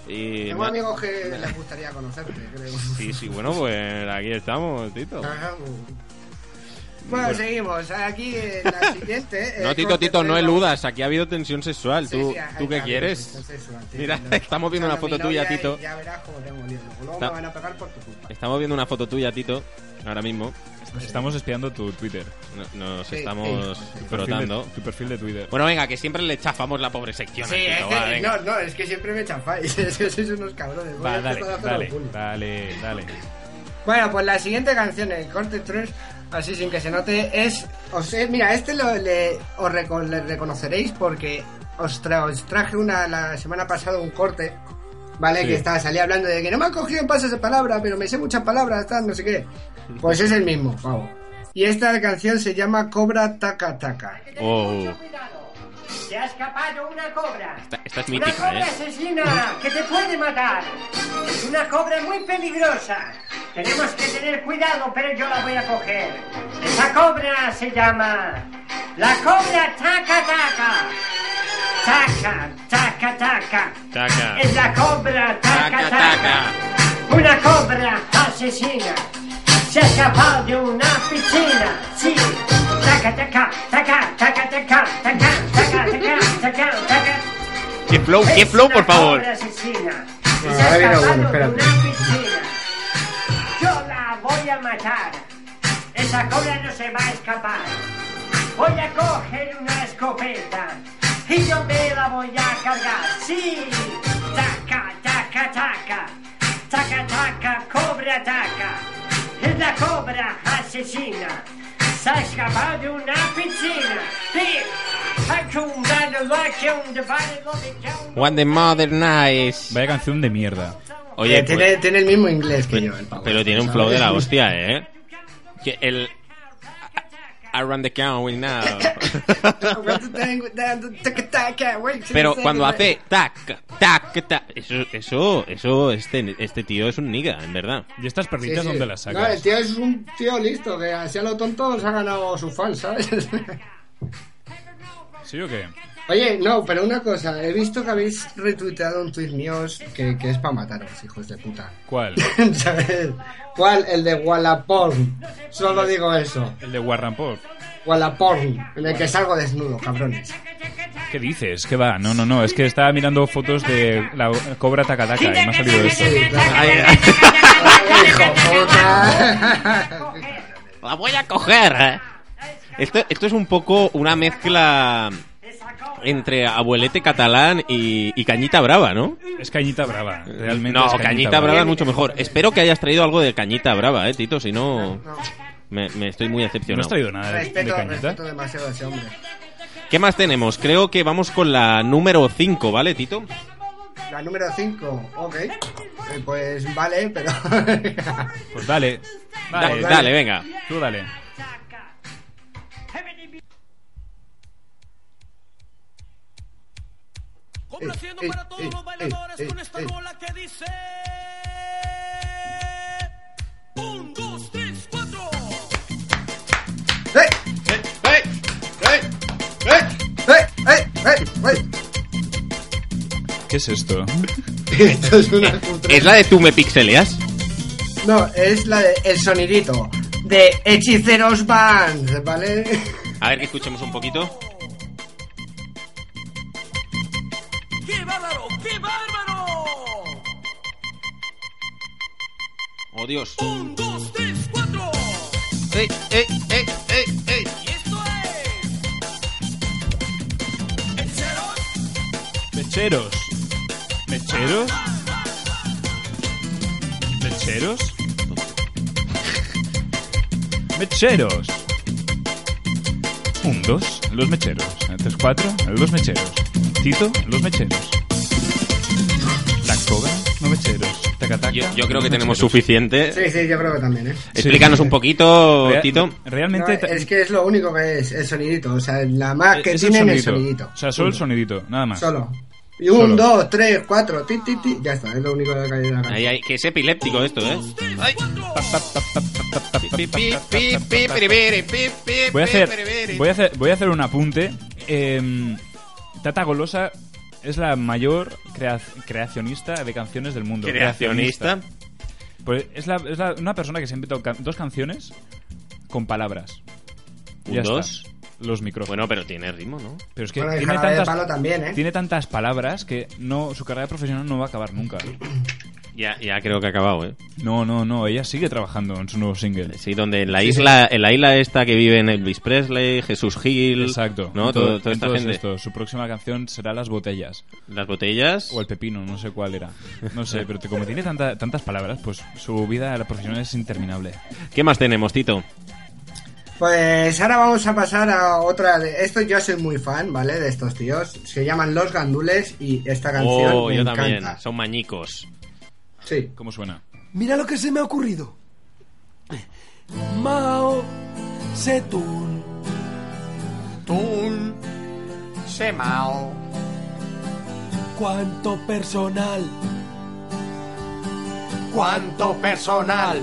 Speaker 2: Y
Speaker 11: Tengo
Speaker 2: me ha-
Speaker 11: amigos que les gustaría conocerte, creo.
Speaker 2: Sí, sí, bueno, pues aquí estamos, Tito.
Speaker 11: Ajá. Bueno, seguimos. Aquí en la siguiente. eh,
Speaker 2: No, Tito, Tito, no
Speaker 11: tenemos-
Speaker 2: eludas. Aquí ha habido tensión sexual.
Speaker 11: Sí,
Speaker 2: ¿Tú,
Speaker 11: sí, hay-
Speaker 2: ¿tú qué
Speaker 11: hay
Speaker 2: quieres?
Speaker 11: tensión sexual, tío,
Speaker 2: Mira,
Speaker 11: no.
Speaker 2: estamos viendo una
Speaker 11: Llama a mi
Speaker 2: foto tuya,
Speaker 11: novia y
Speaker 2: Tito.
Speaker 11: Ya verás cómo tengo lío. Luego
Speaker 2: Está-
Speaker 11: me van a pegar por tu culpa.
Speaker 2: Estamos viendo una foto tuya, Tito, ahora mismo.
Speaker 3: Estamos espiando tu Twitter.
Speaker 2: No- Nos
Speaker 3: Sí,
Speaker 2: estamos
Speaker 3: sí, sí.
Speaker 2: frotando.
Speaker 3: Tu perfil de- tu perfil de Twitter.
Speaker 2: Bueno, venga, que siempre le chafamos la pobre sección.
Speaker 11: Sí,
Speaker 2: al Tito,
Speaker 11: es
Speaker 2: va,
Speaker 11: que,
Speaker 2: venga.
Speaker 11: no, no, es que siempre me chafáis. Es que sois unos cabrones. Voy a
Speaker 3: Va,
Speaker 11: empezar
Speaker 3: dale,
Speaker 11: a hacer
Speaker 3: dale,
Speaker 11: algún.
Speaker 3: dale, dale.
Speaker 11: Bueno, pues la siguiente canción, el corte 3, así sin que se note, es. Os, eh, mira, este lo, le, os reco- le reconoceréis porque os, tra- os traje una la semana pasada un corte, ¿vale?
Speaker 15: Sí.
Speaker 11: Que estaba, salía hablando de que no me han cogido en pasos de palabra, pero me sé muchas palabras, tal, no sé qué. Pues es el mismo, pavo. Y esta canción se llama Cobra Taca Taca.
Speaker 2: Oh,
Speaker 15: Se ha escapado una cobra.
Speaker 2: esta, esta es
Speaker 15: Una
Speaker 2: mítica,
Speaker 15: cobra
Speaker 2: ¿eh?
Speaker 15: asesina que te puede matar. Es una cobra muy peligrosa. Tenemos que tener cuidado, pero yo la voy a coger. Esa cobra se llama la cobra taca taca. Taca, taca, taca.
Speaker 2: Taca.
Speaker 15: Es la cobra taca taca. Una cobra asesina. Se ha escapado de una piscina. Sí. Taca, taca, taca, taca, taca, taca, taca, taca, taca, taca.
Speaker 2: ¡Qué flow, qué flow, por favor!
Speaker 15: Cobra asesina.
Speaker 11: Bueno,
Speaker 15: Se ha
Speaker 11: ahora viene lo bueno,
Speaker 15: escapado de
Speaker 11: espérate.
Speaker 15: una piscina. Yo la voy a matar. Esa cobra no se va a escapar. Voy a coger una escopeta y yo me la voy a cargar. Sí. Taca, taca, taca. Taca, taca, cobra, taca. Es la cobra asesina. Se ha escapado de una piscina. Sí. Achum, dano, lachum, divide, love, chum.
Speaker 2: One the Mother Nice.
Speaker 3: Vaya canción de mierda.
Speaker 2: Oye,
Speaker 11: Eh, tiene,
Speaker 2: pues-
Speaker 11: tiene el mismo inglés que yo, el pavo.
Speaker 2: pero tiene un flow de la hostia, ¿eh? Que el... I run the country now. Pero cuando hace tac, tac, tac... Eso, eso, eso este, este tío es un niga, en verdad.
Speaker 3: ¿Y estas
Speaker 11: Sí, sí. No, el tío es un tío listo, que así a lo tonto se ha ganado su fan, ¿sabes?
Speaker 3: ¿Sí o qué?
Speaker 11: Oye, no, pero una cosa, he visto que habéis retuiteado un tweet mío que, que es para mataros, hijos de puta.
Speaker 3: ¿Cuál?
Speaker 11: ¿Sabes? ¿Cuál? El de Wallaporn. Solo digo eso.
Speaker 3: El de Warrampop.
Speaker 11: Wallaporn, en el que salgo desnudo, cabrones.
Speaker 3: ¿Qué dices? ¿Qué va? No, no, no. Es que estaba mirando fotos de la cobra tacataca y me ha salido eso.
Speaker 11: Hijo puta.
Speaker 2: La voy a coger, ¿eh? Esto, esto es un poco una mezcla entre abuelete catalán y, y cañita brava, ¿no?
Speaker 3: Es Cañita Brava, realmente.
Speaker 2: no,
Speaker 3: es
Speaker 2: cañita, brava. es mucho mejor. Espero que hayas traído algo de cañita brava, eh, Tito, si no... Me, me estoy muy decepcionado.
Speaker 3: No has traído nada
Speaker 11: Respeto, respeto demasiado a ese hombre.
Speaker 2: ¿Qué más tenemos? Creo que vamos con la número 5, ¿vale, Tito?
Speaker 11: La número 5, ok. Eh, Pues vale, pero.
Speaker 3: Pues dale.
Speaker 2: Dale,
Speaker 3: Dale,
Speaker 2: dale, venga.
Speaker 3: Tú dale.
Speaker 11: Complaciendo para todos los bailadores con esta bola que dice.
Speaker 16: Un, dos, tres, cuatro.
Speaker 3: ¿Qué es esto?
Speaker 11: Esto es una
Speaker 2: ¿Es la de tú me pixeleas?
Speaker 11: No, es la de, el sonidito de Hechiceros Band, ¿vale?
Speaker 2: A ver que escuchemos un poquito.
Speaker 16: ¡Qué bárbaro! ¡Qué bárbaro!
Speaker 2: Oh, Dios.
Speaker 16: Un, dos, tres, cuatro.
Speaker 2: ¡Ey, ey, ey, ey, ey!
Speaker 16: Y esto es. ¡Hecheros!
Speaker 3: Mecheros. ¿Mecheros? ¿Mecheros? Mecheros. Un, dos, los mecheros. Tres, cuatro, los mecheros. Tito, los mecheros. La cobra, no mecheros. Taca, taca,
Speaker 2: Yo, yo creo que
Speaker 3: los
Speaker 2: tenemos
Speaker 3: mecheros.
Speaker 2: suficiente.
Speaker 11: Sí, sí, yo creo que también, ¿eh?
Speaker 2: Explícanos un poquito,
Speaker 3: Rea-
Speaker 2: Tito.
Speaker 11: No,
Speaker 3: Realmente. ta-
Speaker 11: es que es lo único que es el sonidito, o sea, la más que
Speaker 3: es
Speaker 11: tienen es el sonidito.
Speaker 3: O sea, solo el
Speaker 11: Punto.
Speaker 3: sonidito, nada más.
Speaker 11: Solo. Y un,
Speaker 3: Solo.
Speaker 11: dos, tres, cuatro, ti, ti, ti, ya está, es lo único que hay en la canción.
Speaker 2: Ay, ay, que es epiléptico esto, ¿eh? Ay. Pi, pi, pi, pi, piribiri, pi, pi,
Speaker 3: Voy a
Speaker 2: pi,
Speaker 3: hacer,
Speaker 2: piribiri.
Speaker 3: voy a hacer, voy a hacer un apunte. Eh, Tata Golosa es la mayor crea- creacionista de canciones del mundo.
Speaker 2: Creacionista.
Speaker 3: Pues es, la, es la- una persona que se ha inventado ca- dos canciones con palabras.
Speaker 2: Un,
Speaker 3: Ya está.
Speaker 2: dos.
Speaker 3: Los micrófonos.
Speaker 2: Bueno, pero tiene ritmo, ¿no?
Speaker 3: Pero es que
Speaker 11: Bueno, y
Speaker 3: tiene,
Speaker 11: Jarabe de
Speaker 3: tantas,
Speaker 11: Palo también, ¿eh?
Speaker 3: tiene tantas palabras que no su carrera profesional no va a acabar nunca.
Speaker 2: Ya, ya creo que ha acabado, ¿eh?
Speaker 3: No, no, no. Ella sigue trabajando en su nuevo single.
Speaker 2: Sí, donde en la isla, en la isla esta que viven Elvis Presley, Jesús Gil,
Speaker 3: Exacto.
Speaker 2: ¿no?
Speaker 3: En
Speaker 2: Todo,
Speaker 3: todo-
Speaker 2: toda
Speaker 3: en
Speaker 2: esta
Speaker 3: todos
Speaker 2: gente.
Speaker 3: estos. Su próxima canción será Las Botellas.
Speaker 2: Las botellas.
Speaker 3: O el pepino, no sé cuál era. No sé, pero te- como tiene tanta- tantas palabras, pues su vida profesional es interminable.
Speaker 2: ¿Qué más tenemos, Tito?
Speaker 11: Pues ahora vamos a pasar a otra de... Esto yo soy muy fan, ¿vale? De estos tíos. Se llaman Los Gandules y esta canción
Speaker 2: oh,
Speaker 11: me
Speaker 2: yo
Speaker 11: encanta.
Speaker 2: también. Son mañicos.
Speaker 11: Sí.
Speaker 3: ¿Cómo suena?
Speaker 17: Mira lo que se me ha ocurrido. Mao Zedong. Tul. Se Mao. ¿Cuánto personal? ¿Cuánto personal?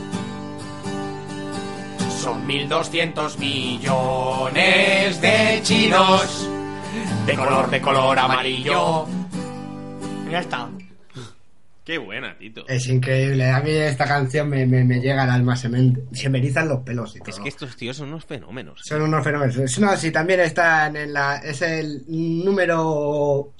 Speaker 18: Son 1.200 millones de chinos de color, de color amarillo. Ya está.
Speaker 2: Qué buena, Tito.
Speaker 11: Es increíble. A mí esta canción me, me, me llega al alma. Se me, se me erizan los pelos y todo.
Speaker 2: Es que estos tíos son unos fenómenos.
Speaker 11: Son unos fenómenos. No, sí, también están en la... Es el número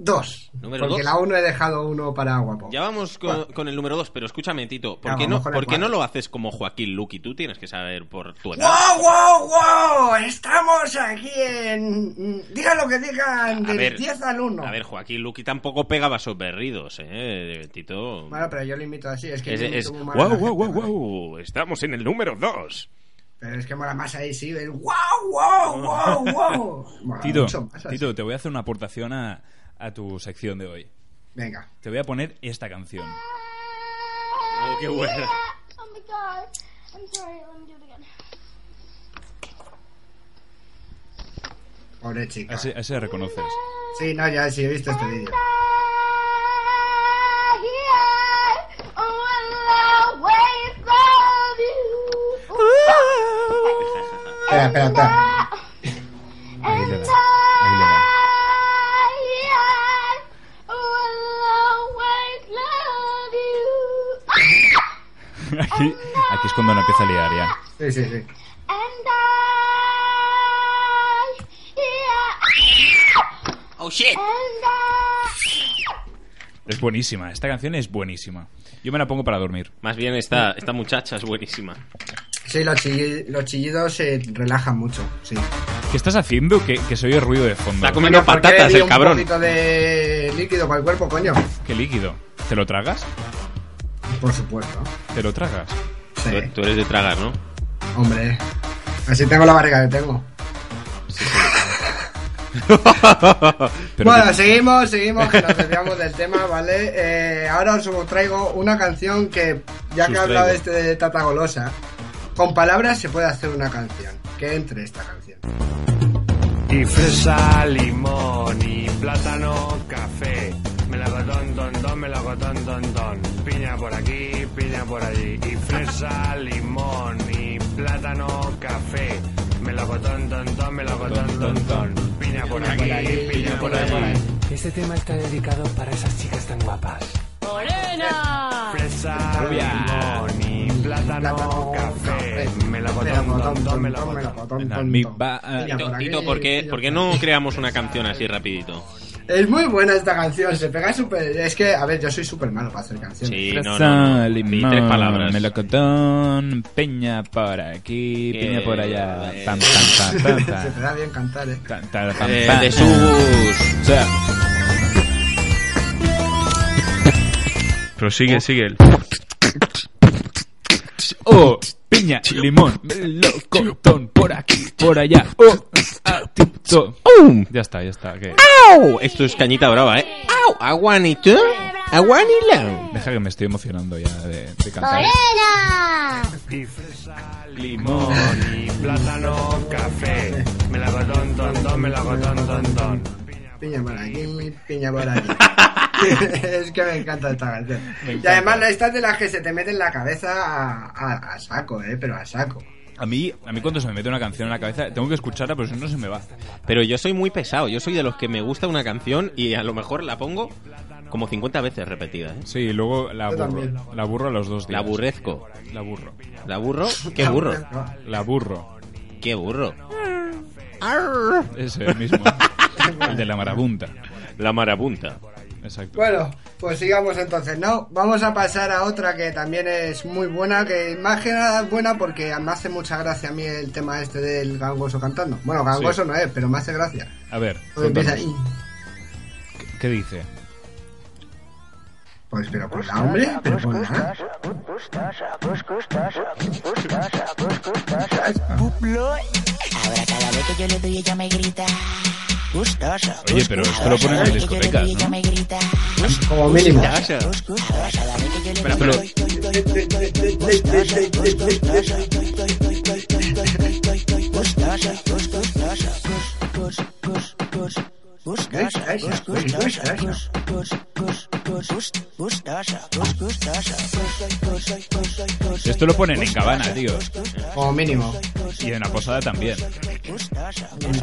Speaker 11: 2.
Speaker 2: Número
Speaker 11: Porque
Speaker 2: dos.
Speaker 11: la 1 he dejado uno para guapo.
Speaker 2: Ya vamos con, con el número 2, pero escúchame, Tito. ¿Por
Speaker 11: Ya,
Speaker 2: qué,
Speaker 11: vamos
Speaker 2: no,
Speaker 11: con el
Speaker 2: ¿por qué no
Speaker 11: cuatro.
Speaker 2: lo haces como Joaquín Luqui? Tú tienes que saber por tu edad.
Speaker 11: ¡Wow, wow, wow! Estamos aquí en... Digan lo que digan,
Speaker 2: A
Speaker 11: del
Speaker 2: ver,
Speaker 11: 10 al 1.
Speaker 2: A ver, Joaquín Luqui tampoco pega vasos berridos, ¿eh, Tito?
Speaker 11: Bueno, pero yo lo imito así, es que
Speaker 2: Es-
Speaker 11: yo
Speaker 2: es-
Speaker 11: imito muy mal a la
Speaker 2: ¡Guau,
Speaker 11: gente,
Speaker 2: guau, guau, guau! Estamos en el número 2.
Speaker 11: Pero es que mola más ahí, sí, el wow, wow, wow, wow. Mola
Speaker 3: Tito,
Speaker 11: Ah, mucho más así.
Speaker 3: Tito, te voy a hacer una aportación a, a tu sección de hoy.
Speaker 11: Venga.
Speaker 3: Te voy a poner esta canción.
Speaker 2: Oh, qué buena.
Speaker 19: Oh my god. I'm sorry, let me do it again.
Speaker 11: Pobre chica.
Speaker 3: Así, así la reconoces.
Speaker 11: Sí, no, ya sí, he visto este vídeo. Espera, espera, espera.
Speaker 3: Ahí le da. Ahí le da. Aquí, aquí es cuando no empieza a liar ya.
Speaker 11: Sí, sí, sí.
Speaker 18: Oh shit.
Speaker 3: Es buenísima, esta canción es buenísima. Yo me la pongo para dormir.
Speaker 2: Más bien, esta, esta muchacha es buenísima.
Speaker 11: Sí, los, chilli- los chillidos se relajan mucho, sí.
Speaker 3: ¿Qué estás haciendo? Que, que se oye ruido de fondo.
Speaker 2: Está comiendo
Speaker 11: ¿Por qué le
Speaker 2: patatas
Speaker 11: di
Speaker 2: el
Speaker 11: un
Speaker 2: cabrón.
Speaker 11: poquito de líquido para el cuerpo, coño?
Speaker 3: ¿Qué líquido? ¿Te lo tragas?
Speaker 11: Por supuesto.
Speaker 3: ¿Te lo tragas?
Speaker 2: Tú, tú eres de tragar, ¿no?
Speaker 11: Hombre, así tengo la barriga que tengo. bueno, seguimos, seguimos, que nos desviamos del tema, ¿vale? Eh, ahora os traigo una canción que, ya que he
Speaker 18: Sustraigo.
Speaker 11: hablado de este de Tata Golosa, con palabras se puede hacer una canción. Que entre esta canción.
Speaker 20: Y fresa, limón y plátano, café. Melocotón, don, don, melocotón, don, don. Piña por aquí, piña por allí. Y fresa, limón y plátano, café. Melocotón, don, don, melocotón, don, don. Piña por aquí, piña por allí.
Speaker 17: Este tema está dedicado para esas chicas tan guapas.
Speaker 20: ¡Morena! Fresa,
Speaker 3: Ah.
Speaker 20: limón y plátano, café. Melocotón, don, don, melocotón, don,
Speaker 2: Mi
Speaker 20: don.
Speaker 2: va- eh,
Speaker 20: Mira, por
Speaker 2: Tito,
Speaker 20: aquí,
Speaker 2: Tito, ¿por qué, por qué no creamos una canción así rapidito?
Speaker 11: Es muy buena esta canción, se pega súper... Es que, a ver, yo soy súper malo para hacer canciones.
Speaker 2: Sí, no, no,
Speaker 3: Fresa,
Speaker 2: no.
Speaker 3: limón,
Speaker 2: Sí, tres palabras.
Speaker 3: melocotón, peña por aquí, peña por allá, pam, pam, pam, pam,
Speaker 11: se
Speaker 3: pam.
Speaker 11: te da bien cantar, eh.
Speaker 3: Ta, pam,
Speaker 2: Eh,
Speaker 3: pam.
Speaker 2: de sus-
Speaker 3: O sea,
Speaker 21: Prosigue, sigue.
Speaker 3: oh, piña, limón, melocotón, por aquí, por allá, oh, ah, tito.
Speaker 2: Oh.
Speaker 3: Ya está, ya está. que-
Speaker 2: ¡Au! Esto es cañita brava, ¿eh? ¡Au! ¡Aguanito! ¡Aguanilo!
Speaker 3: Deja que me estoy emocionando ya de, de cantar.
Speaker 20: Limón y plátano, café. Melocotón, don, don, melocotón, don, don.
Speaker 11: Piña por aquí, piña por aquí. es que me encanta esta canción. Y
Speaker 3: encanta.
Speaker 11: además, esta es de las que se te mete en la cabeza a, a- a saco, ¿eh? Pero a saco.
Speaker 3: A mí, a mí cuando se me mete una canción en la cabeza, tengo que escucharla, pero si no se me va.
Speaker 2: Pero yo soy muy pesado. Yo soy de los que me gusta una canción y a lo mejor la pongo como 50 veces repetida, ¿eh?
Speaker 3: Sí, y luego la
Speaker 2: Yo
Speaker 3: aburro.
Speaker 2: también.
Speaker 3: La aburro a los dos días.
Speaker 2: La aburrezco.
Speaker 3: La burro.
Speaker 2: ¿La burro? ¿Qué burro?
Speaker 3: La burro.
Speaker 2: ¿Qué burro?
Speaker 3: Ese mismo. El de la marabunta.
Speaker 2: La marabunta.
Speaker 3: Exacto.
Speaker 11: Bueno, pues sigamos entonces, ¿no? Vamos a pasar a otra que también es muy buena, que más que nada es buena porque me hace mucha gracia a mí el tema este del gangoso cantando. Bueno, gangoso
Speaker 3: Sí.
Speaker 11: no es, pero me hace gracia.
Speaker 3: A ver,
Speaker 11: Pues empieza
Speaker 3: cuéntanos. ¿Qué- ¿qué dice?
Speaker 11: Pues pero por la hombre, pero por la...
Speaker 22: Ahora cada vez que yo le doy ella me grita. Gustosa.
Speaker 3: Oye, pero esto lo ponen en
Speaker 22: Cada vez
Speaker 3: discotecas,
Speaker 22: que yo le doy ella
Speaker 3: ¿no?
Speaker 22: me grita.
Speaker 11: Como mínimo.
Speaker 3: Pero, pero, esto lo ponen en cabana, tío.
Speaker 11: Como mínimo.
Speaker 3: Y en la posada también.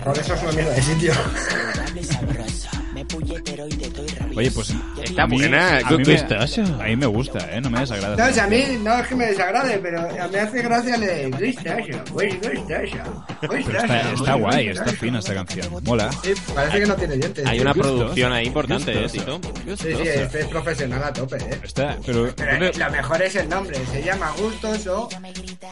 Speaker 11: Por eso es una mierda de sitio.
Speaker 3: Oye, pues.
Speaker 2: Está
Speaker 3: a mí-
Speaker 2: buena,
Speaker 3: a mí me-
Speaker 2: Gustosa.
Speaker 3: A mí me gusta, ¿eh? No me desagrada.
Speaker 11: No, si a mí no es que me desagrade, pero a mí hace gracia le gustosa, güey, gustosa,
Speaker 3: Pero
Speaker 11: gustosa.
Speaker 3: está, está guay, está fina esta canción. Mola.
Speaker 11: Sí, Eh, parece que no tiene dientes.
Speaker 2: Hay una
Speaker 11: Gustosa.
Speaker 2: producción ahí importante, ¿eh, Tito?
Speaker 11: Sí, sí, este es profesional a tope, eh.
Speaker 3: Está, pero.
Speaker 11: Pero eh, lo mejor es el nombre, se llama Gustoso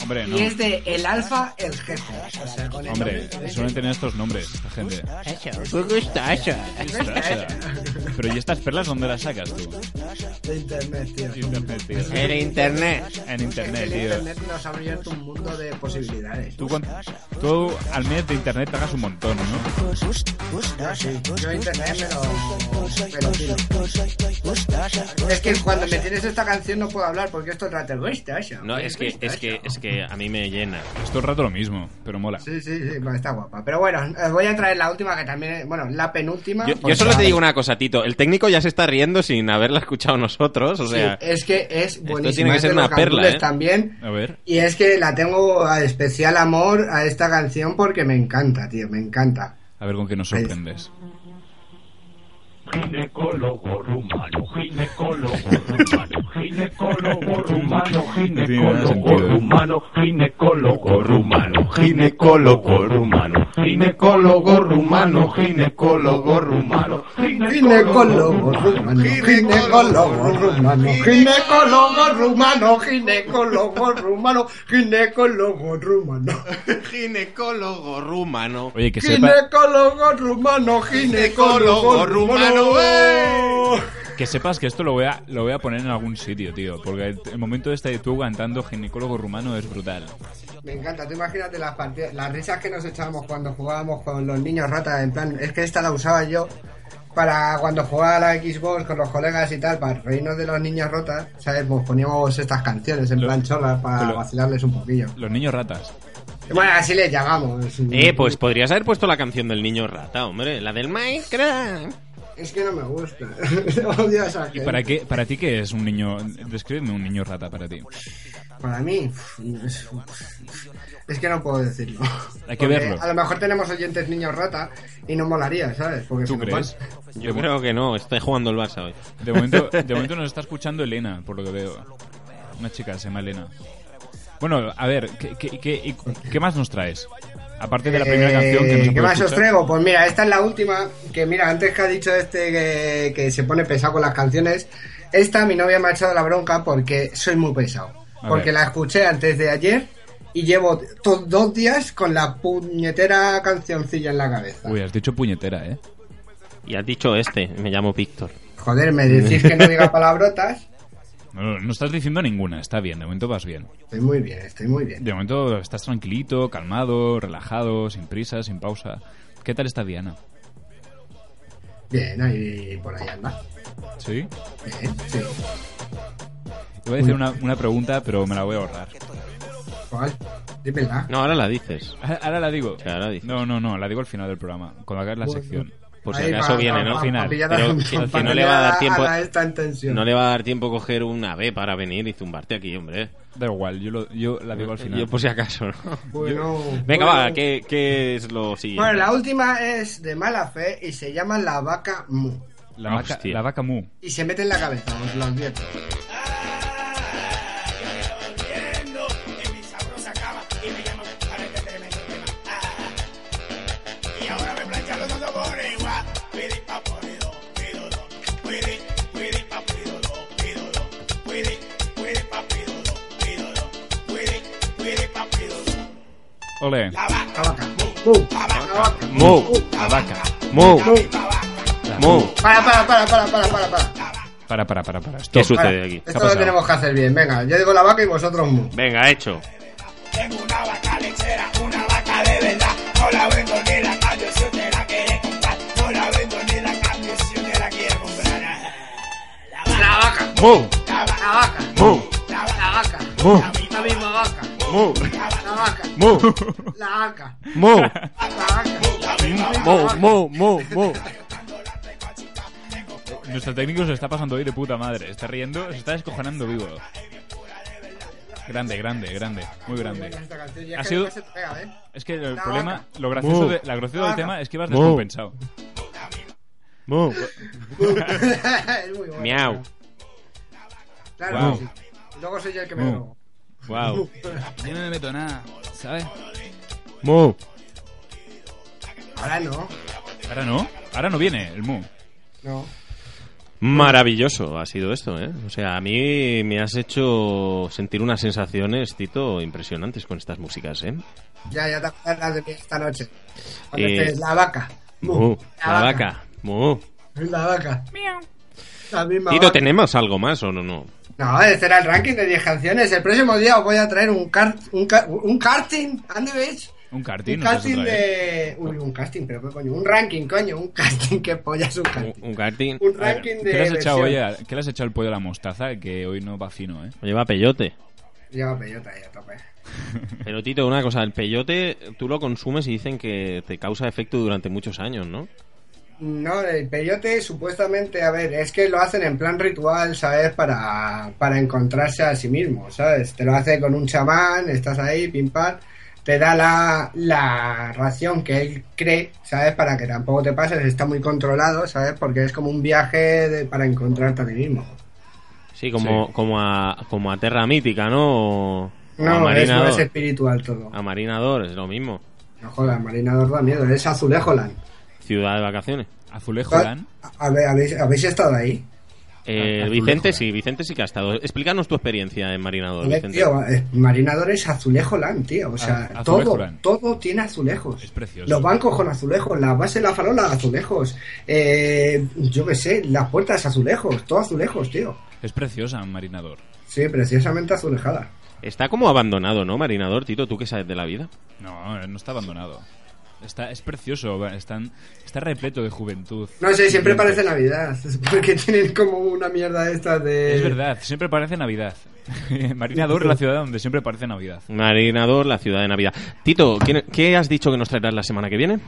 Speaker 3: Hombre, no.
Speaker 11: y es de El Alfa el Jefe. O sea, con el
Speaker 3: Hombre, suelen tener estos nombres, esta gente.
Speaker 11: Gustosa.
Speaker 3: Pero ¿y estas perlas dónde las sacas tú?
Speaker 11: De internet, tío.
Speaker 3: Internet, tío.
Speaker 11: En internet.
Speaker 3: En internet,
Speaker 11: El
Speaker 3: tío.
Speaker 11: internet nos ha abierto un mundo de posibilidades.
Speaker 3: Tú, cuan- tú al mes de internet te hagas un montón, ¿no?
Speaker 11: Yo internet me lo- me lo tiro. Es que cuando me tienes esta canción no puedo hablar porque esto trata de
Speaker 2: No, es que, es que, es que a mí me llena.
Speaker 3: Es todo el rato lo mismo, pero mola.
Speaker 11: Sí, sí, sí, no, está guapa. Pero bueno, os voy a traer la última que también es, bueno, la penúltima.
Speaker 2: Yo,
Speaker 11: porque-
Speaker 2: yo solo te digo una cosa, Tito. El técnico ya se está riendo sin haberla escuchado nosotros. O
Speaker 11: Sí,
Speaker 2: sea,
Speaker 23: Eh,
Speaker 11: es que es buenísima.
Speaker 2: tiene que
Speaker 11: es
Speaker 2: ser
Speaker 11: de los
Speaker 2: una perla,
Speaker 11: Gandules
Speaker 2: ¿eh?
Speaker 11: También.
Speaker 3: A ver.
Speaker 11: Y es que la tengo a especial amor a esta canción porque me encanta, tío, me encanta.
Speaker 3: A ver con qué nos sorprendes.
Speaker 23: ginecólogo rumano, ginecólogo rumano, ginecólogo rumano, ginecólogo rumano, ginecólogo rumano, ginecólogo rumano, ginecólogo rumano, ginecólogo rumano,
Speaker 11: Ginecólogo rumano, ginecólogo rumano, ginecólogo rumano, ginecólogo rumano, ginecólogo rumano,
Speaker 2: Ginecólogo rumano.
Speaker 3: Oye, que sepa,
Speaker 11: ginecólogo rumano, ginecólogo rumano. eh.
Speaker 2: ¡eh!
Speaker 3: que sepas que esto lo voy, a, lo voy a poner en algún sitio, tío. Porque el, el momento este de tú cantando ginecólogo rumano es brutal.
Speaker 11: Me encanta, tú imagínate las partidas, las risas que nos echábamos cuando jugábamos con los niños ratas, en plan, es que esta la usaba yo para cuando jugaba a la Xbox con los colegas y tal, para reírnos de los niños ratas, ¿sabes? Pues poníamos estas canciones en plan cholas para
Speaker 3: lo-
Speaker 11: vacilarles un poquillo.
Speaker 3: Los niños ratas.
Speaker 11: Bueno, así les llamamos.
Speaker 2: Eh, pues podrías haber puesto la canción del niño rata, hombre, la del Minecraft.
Speaker 11: Es que no me gusta. ¿eh? Odio esa
Speaker 3: ¿Y
Speaker 11: gente.
Speaker 3: para qué, para ti qué es un niño? Descríbeme un niño rata para ti.
Speaker 11: Para mí, es, es que no puedo decirlo.
Speaker 3: Hay que
Speaker 11: Porque
Speaker 3: verlo.
Speaker 11: A lo mejor tenemos oyentes niños rata y no molaría, ¿sabes? Porque
Speaker 3: ¿Tú
Speaker 11: se nos
Speaker 3: crees?
Speaker 11: van.
Speaker 2: Yo creo que no, está jugando el Barça hoy.
Speaker 3: De momento, de momento nos está escuchando Elena, por lo que veo. Una chica, se llama Elena. Bueno, a ver, ¿qué, qué, qué- y qué más nos traes? Aparte de la primera
Speaker 11: Eh,
Speaker 3: canción que nos
Speaker 11: ¿Qué
Speaker 3: puede
Speaker 11: más os
Speaker 3: escuchar.
Speaker 11: traigo? Pues mira, esta es la última. Que mira, antes que ha dicho este que, que se pone pesado con las canciones, esta mi novia me ha echado la bronca porque soy muy pesado.
Speaker 24: A
Speaker 11: porque
Speaker 24: ver.
Speaker 11: la escuché antes de ayer y llevo to- dos días con la puñetera cancioncilla en la cabeza.
Speaker 3: Uy, has dicho puñetera, ¿eh?
Speaker 2: Y has dicho este, me llamo Víctor.
Speaker 11: Joder, me decís que no diga palabrotas.
Speaker 3: No, no estás diciendo ninguna, está bien, de momento vas bien.
Speaker 11: Estoy muy bien, estoy muy bien.
Speaker 3: De momento estás tranquilito, calmado, relajado, sin prisa, sin pausa. ¿Qué tal está Diana?
Speaker 11: Bien, ahí por ahí anda.
Speaker 3: ¿Sí?
Speaker 11: Bien, sí.
Speaker 3: Iba a decir una, una pregunta, pero me la voy a ahorrar.
Speaker 11: ¿Cuál? Dímela.
Speaker 2: No, ahora la dices.
Speaker 3: Ah, Ahora la digo.
Speaker 2: Ahora dices.
Speaker 3: No, no, no, la digo al final del programa, cuando hagas la
Speaker 11: Bueno. pues
Speaker 3: sección.
Speaker 2: Por si acaso viene, ¿no?
Speaker 3: Final.
Speaker 2: Pero si,
Speaker 11: pa-
Speaker 2: si
Speaker 11: pa-
Speaker 2: no le va a
Speaker 11: a- a
Speaker 2: dar tiempo.
Speaker 11: la esta en tensión.
Speaker 2: No le va a dar tiempo coger un ave para venir y zumbarte aquí, hombre.
Speaker 3: Da igual, yo, lo- yo la digo al final.
Speaker 2: Yo por si acaso, ¿no?
Speaker 11: Bueno,
Speaker 2: Venga,
Speaker 11: bueno.
Speaker 2: va, ¿qué, qué es lo siguiente?
Speaker 11: Bueno, la última es de mala fe y se llama La Vaca Mu.
Speaker 3: La, vaca,
Speaker 2: Hostia.
Speaker 3: la vaca mu.
Speaker 11: Y se mete en la cabeza, os lo advierto.
Speaker 16: Y ahora me planchan los tambores, guau. Pidi, papo, pido, pido, do. Pidi, pidi, papo, pido, do, pido, do. Pidi, pidi, papo, pido, do, pido, do. Pidi, pidi, papo, pido, do.
Speaker 3: Ole.
Speaker 16: La vaca, la vaca,
Speaker 3: Mu. La vaca.
Speaker 2: Mu. Mu.
Speaker 11: Para, para, para, para, para, para. para.
Speaker 3: Para, para, para, para. Stop.
Speaker 2: ¿Qué sucede aquí?
Speaker 11: Esto lo tenemos que hacer bien. Venga, yo digo la vaca y vosotros Mu.
Speaker 2: Venga, hecho.
Speaker 16: Era una vaca de verdad. No la vendo ni la cambio si usted la quiere comprar. No la vendo ni la cambio si usted la quiere comprar. La vaca,
Speaker 2: Mu.
Speaker 16: la vaca, la vaca,
Speaker 2: Mu.
Speaker 11: La vaca.
Speaker 2: Mu.
Speaker 11: La misma vaca.
Speaker 2: Mu.
Speaker 11: La vaca.
Speaker 2: Mu.
Speaker 11: La vaca.
Speaker 2: Mu.
Speaker 11: La vaca.
Speaker 2: Mu. Mu. Mu. Mu.
Speaker 3: Nuestro técnico se está pasando hoy de puta madre. Está riendo, se está descojonando vivo. Grande, grande, grande. Muy grande.
Speaker 11: Y es
Speaker 3: Ha
Speaker 11: que
Speaker 3: sido...
Speaker 11: nunca se te pega, ¿eh?
Speaker 3: Es que el
Speaker 11: La
Speaker 3: problema,
Speaker 11: vaca.
Speaker 3: lo gracioso,
Speaker 11: Mu.
Speaker 3: de- la gracioso
Speaker 11: La
Speaker 3: del
Speaker 11: vaca.
Speaker 3: tema es que ibas
Speaker 2: Mu.
Speaker 3: descompensado.
Speaker 2: Mu.
Speaker 11: Es muy bueno.
Speaker 2: Miau.
Speaker 11: Claro,
Speaker 3: Wow.
Speaker 11: sí. Luego soy yo el que me
Speaker 3: Mu.
Speaker 11: drogo.
Speaker 2: Wow.
Speaker 3: Yo no me meto nada, ¿sabes?
Speaker 2: Mu.
Speaker 11: Ahora no.
Speaker 3: Ahora no, ahora no viene el mu.
Speaker 11: No.
Speaker 2: Maravilloso ha sido esto, ¿eh? O sea, a mí me has hecho sentir unas sensaciones, Tito, impresionantes con estas músicas, ¿eh?
Speaker 11: Ya, ya te acuerdas de mí esta noche. Cuando
Speaker 2: Eh,
Speaker 11: estés la vaca.
Speaker 2: Mu,
Speaker 11: La
Speaker 2: la
Speaker 11: vaca.
Speaker 2: vaca. Mu.
Speaker 11: La vaca. La misma
Speaker 2: Tito,
Speaker 11: vaca.
Speaker 2: ¿tenemos algo más o no? no?
Speaker 11: No, este era el ranking de 10 canciones. El próximo día os voy a traer un, car un, ca- un karting, Andy Beach.
Speaker 3: Un cartín.
Speaker 11: Un
Speaker 3: nos has
Speaker 11: casting
Speaker 3: otra vez.
Speaker 11: de. Uy, un casting, pero qué coño. Un ranking, coño. Un casting, qué pollas, un casting.
Speaker 2: Un karting.
Speaker 11: Un ranking de.
Speaker 3: ¿Qué le has echado, oye?
Speaker 11: versiones.
Speaker 3: ¿Qué le has echado el pollo a la mostaza? Que hoy no va fino, ¿eh?
Speaker 2: Lleva peyote.
Speaker 11: Lleva peyota ahí a tope.
Speaker 2: Pero Tito, una cosa, el peyote tú lo consumes y dicen que te causa efecto durante muchos años, ¿no?
Speaker 11: No, el peyote supuestamente, a ver, es que lo hacen en plan ritual, ¿sabes? Para, para encontrarse a sí mismo, ¿sabes? Te lo hace con un chamán, estás ahí, pim pam, te da la, la ración que él cree, ¿sabes? Para que tampoco te pases, está muy controlado, ¿sabes? Porque es como un viaje de- para encontrarte a ti mismo.
Speaker 2: Sí, como, Como, a, como a Terra Mítica, ¿no? O
Speaker 11: No,
Speaker 2: a
Speaker 11: es
Speaker 2: Ah, Marinador. Ah.
Speaker 11: más espiritual todo.
Speaker 2: A Marinador, es lo mismo.
Speaker 11: No jodas, Marinador da miedo, es Azulejoland.
Speaker 2: Ciudad de vacaciones.
Speaker 3: ¿Azulejoland?
Speaker 11: A ver, ¿habéis, habéis estado ahí?
Speaker 2: Eh,
Speaker 11: Azulejo,
Speaker 2: Vicente sí, Vicente sí que ha estado. Explícanos tu experiencia en Marinador,
Speaker 11: Joder,
Speaker 2: Vicente.
Speaker 11: tío, eh, Marinador es Azulejoland, tío. O sea,
Speaker 2: Ah,
Speaker 11: todo,
Speaker 2: Azulejoland.
Speaker 11: todo tiene azulejos.
Speaker 3: precioso.
Speaker 11: Los bancos con azulejos, la base de la farola, azulejos. Eh, yo qué sé, las puertas azulejos, todo azulejos, tío.
Speaker 3: Es preciosa, Marinador.
Speaker 11: Sí, preciosamente azulejada.
Speaker 2: Está como abandonado, ¿no, Marinador, Tito? ¿Tú qué sabes de la vida?
Speaker 3: No, no está abandonado. Está, es precioso, va, están, está repleto de juventud.
Speaker 11: No sé, siempre
Speaker 3: pues.
Speaker 11: parece Navidad. es Porque tienen como una mierda esta de.
Speaker 3: Es verdad, siempre parece Navidad. Marinador es la ciudad donde siempre parece Navidad.
Speaker 2: Marinador, la ciudad de Navidad. Tito, ¿qué, qué has dicho que nos traerás la semana que viene?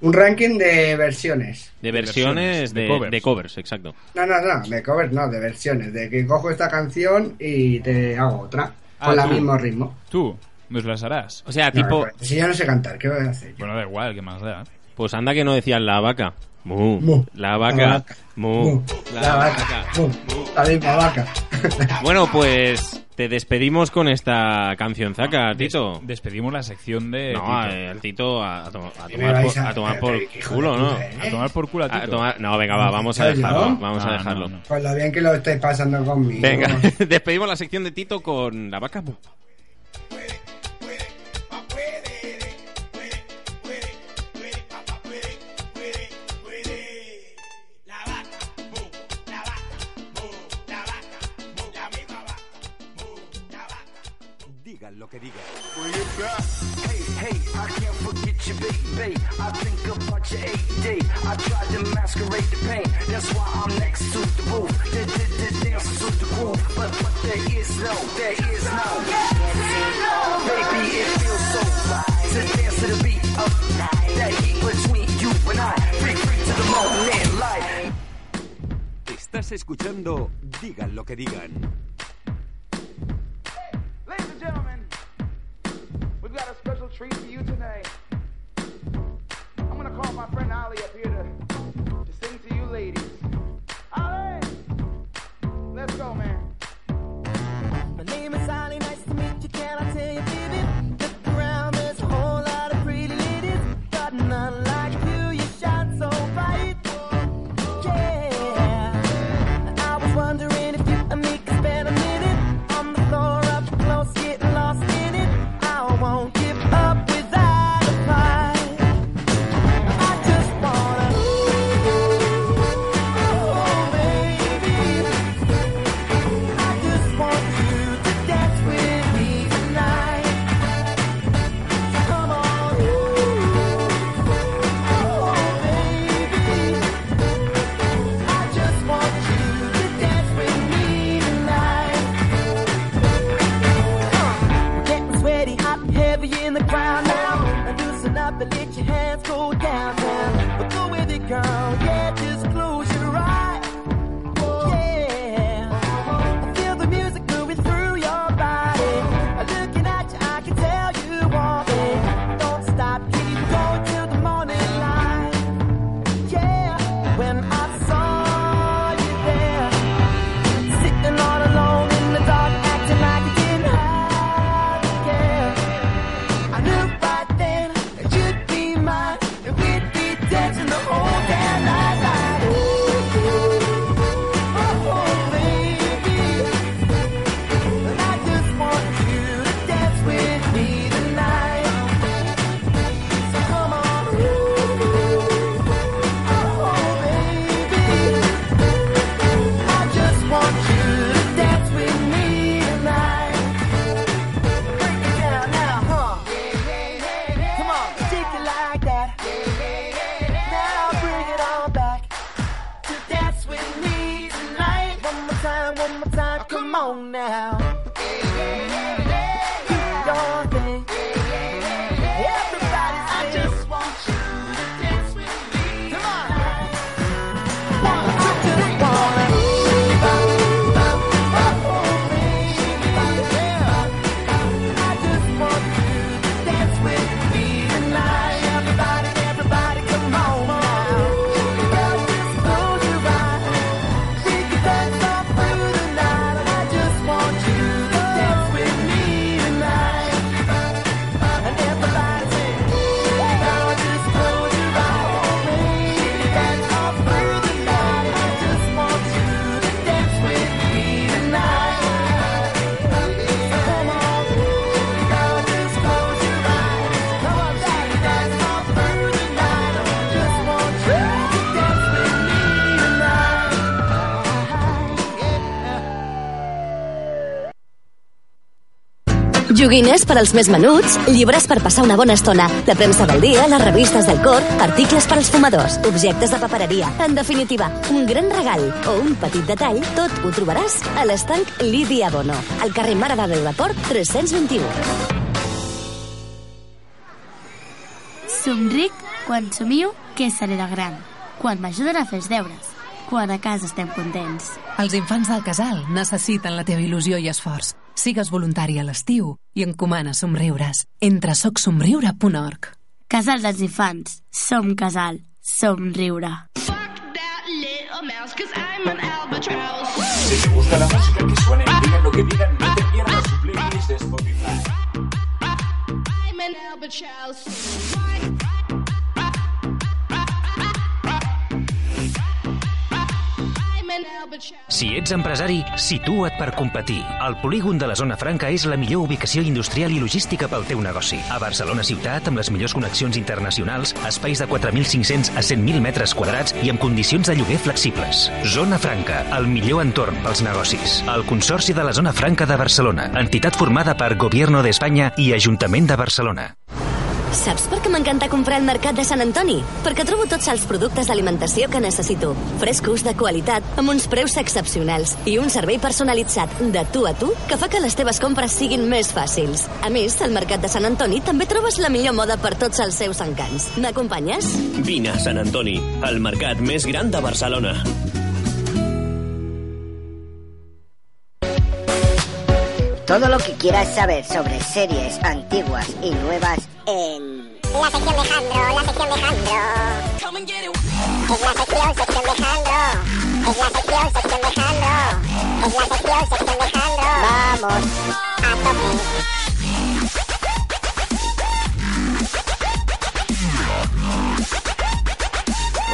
Speaker 11: Un ranking de versiones.
Speaker 2: De versiones,
Speaker 3: versiones,
Speaker 2: de,
Speaker 3: de
Speaker 2: de covers.
Speaker 3: covers.
Speaker 2: exacto.
Speaker 11: No, no, no, de covers no, de versiones. De que cojo esta canción y te hago otra.
Speaker 3: Ah,
Speaker 11: con el
Speaker 3: tú.
Speaker 11: mismo ritmo.
Speaker 3: Tú, nos las harás.
Speaker 2: O sea,
Speaker 11: No,
Speaker 2: Ah, tipo...
Speaker 11: pues, si yo no sé cantar, ¿qué voy a hacer?
Speaker 3: Bueno, da igual, que más da.
Speaker 2: Pues anda que no decías la vaca. Mu. La
Speaker 11: La
Speaker 2: vaca.
Speaker 11: vaca.
Speaker 2: Mu.
Speaker 11: Mu.
Speaker 2: La
Speaker 11: La
Speaker 2: vaca.
Speaker 11: vaca. Mu. La misma vaca.
Speaker 2: Bueno, pues te despedimos con esta canción zaca, Tito.
Speaker 3: Despedimos la sección de.
Speaker 2: No, eh, el Tito a, a to- a tomar
Speaker 3: vais
Speaker 2: por,
Speaker 3: a-
Speaker 2: a tomar por
Speaker 3: eh, hijo de
Speaker 2: culo, ¿no?
Speaker 3: puta, ¿eh? A tomar por culo
Speaker 2: Ah,
Speaker 3: a Tito.
Speaker 2: tomar- No, venga, va, vamos a
Speaker 11: ¿Soy yo?
Speaker 2: dejarlo. Vamos a
Speaker 11: No,
Speaker 2: dejarlo.
Speaker 11: Con lo bien que lo estáis pasando conmigo.
Speaker 2: Venga, despedimos la sección de Tito con la vaca. Mu.
Speaker 4: Digan lo que digan.
Speaker 24: Hey, hey, I can't forget you, baby. I think about your eight day. I tried to masquerade the pain. That's why I'm next to the roof. The, the, the dance to the groove. But, but there is no, there is no. Baby, it feels so right to dance to the beat of night. That heat between you and I. Free, free to the moment, light.
Speaker 4: Estás escuchando Digan lo que digan.
Speaker 9: Ladies and gentlemen, we've got a special treat for you tonight. I'm gonna call my friend Ollie up here to, to sing to you ladies. Ollie! Let's go, man.
Speaker 24: My name is Ollie, nice to meet you. Can I tell you, baby? Look around, there's a whole lot of pretty ladies, but none like you. You shine so bright, yeah. I was wondering if you and me could spend a minute on the floor up close, getting lost in it. I won't give up without a fight. I just wanna, oh baby. I just want you to dance with me tonight. So come on, oh baby. I just want you to dance with me tonight. We're getting sweaty, hot, and heavy in the crowd now. Now loosen up and let your hands go down, down. But go with it, girl. Yeah, just close your eyes. Yeah. I feel the music moving through your body. Looking at you, I can tell you want it. Don't stop, keep going till the morning light. Yeah. When I saw you there, sitting all alone in the dark, acting like you didn't have to care. I knew right then that you'd be mine, and we'd be dancing the whole damn night. Like, ooh, ooh. Oh, baby, I just want you to dance with me tonight. So come on, oh, baby, I just want you to dance with me tonight. Break it down now, huh? Come on, shake it like that. Now bring it on back to dance with me tonight. One more time, one more time, come on now. Do your thing. Everybody, I just want you to dance with me. Come on. One, two, three, four. I just want you to dance
Speaker 10: Joguines per als més menuts, llibres per passar una bona estona, la premsa del dia, les revistes del cor, articles per als fumadors, objectes de papereria... En definitiva, un gran regal o un petit detall, tot ho trobaràs a l'estanc Lídia Bono, al carrer Mare de Déu de Port 321.
Speaker 12: Somric quan somio que seré de gran, quan m'ajuden a fer els deures, quan a casa estem contents.
Speaker 21: Els infants del casal necessiten la teva il·lusió i esforç. Sigues voluntari a l'estiu i encomana somriures. Entra a socsomriure.org.
Speaker 12: Casal dels infants. Som casal. Som riure.
Speaker 16: Si te gusta la música que suene, digan lo que digan, no te pierdas su playlist de Spotify.
Speaker 6: I'm an albatross. I'm an albatross.
Speaker 25: Si ets empresari, situa't per competir. El polígon de la Zona Franca és la millor ubicació industrial i logística pel teu negoci. A Barcelona ciutat, amb les millors connexions internacionals, espais de 4.500 a 100.000 metres quadrats i amb condicions de lloguer flexibles. Zona Franca, el millor entorn pels negocis. El Consorci de la Zona Franca de Barcelona, entitat formada per Gobierno d'Espanya i Ajuntament de Barcelona.
Speaker 10: Saps per què m'encanta comprar al Mercat de Sant Antoni? Perquè trobo tots els productes d'alimentació que necessito. Frescos, de qualitat, amb uns preus excepcionals i un servei personalitzat de tu a tu que fa que les teves compres siguin més fàcils. A més, al Mercat de Sant Antoni també trobes la millor moda per tots els seus encants. M'acompanyes?
Speaker 26: Vine a Sant Antoni, el mercat més gran de Barcelona.
Speaker 8: Todo lo que quieras saber sobre series antiguas y nuevas en... La sección de Jandro, la sección de Jandro.
Speaker 6: Come and get it.
Speaker 8: Es la sección, sección de Jandro. Es la sección, sección de Jandro. Es la sección, sección de Jandro. Vamos, a tope.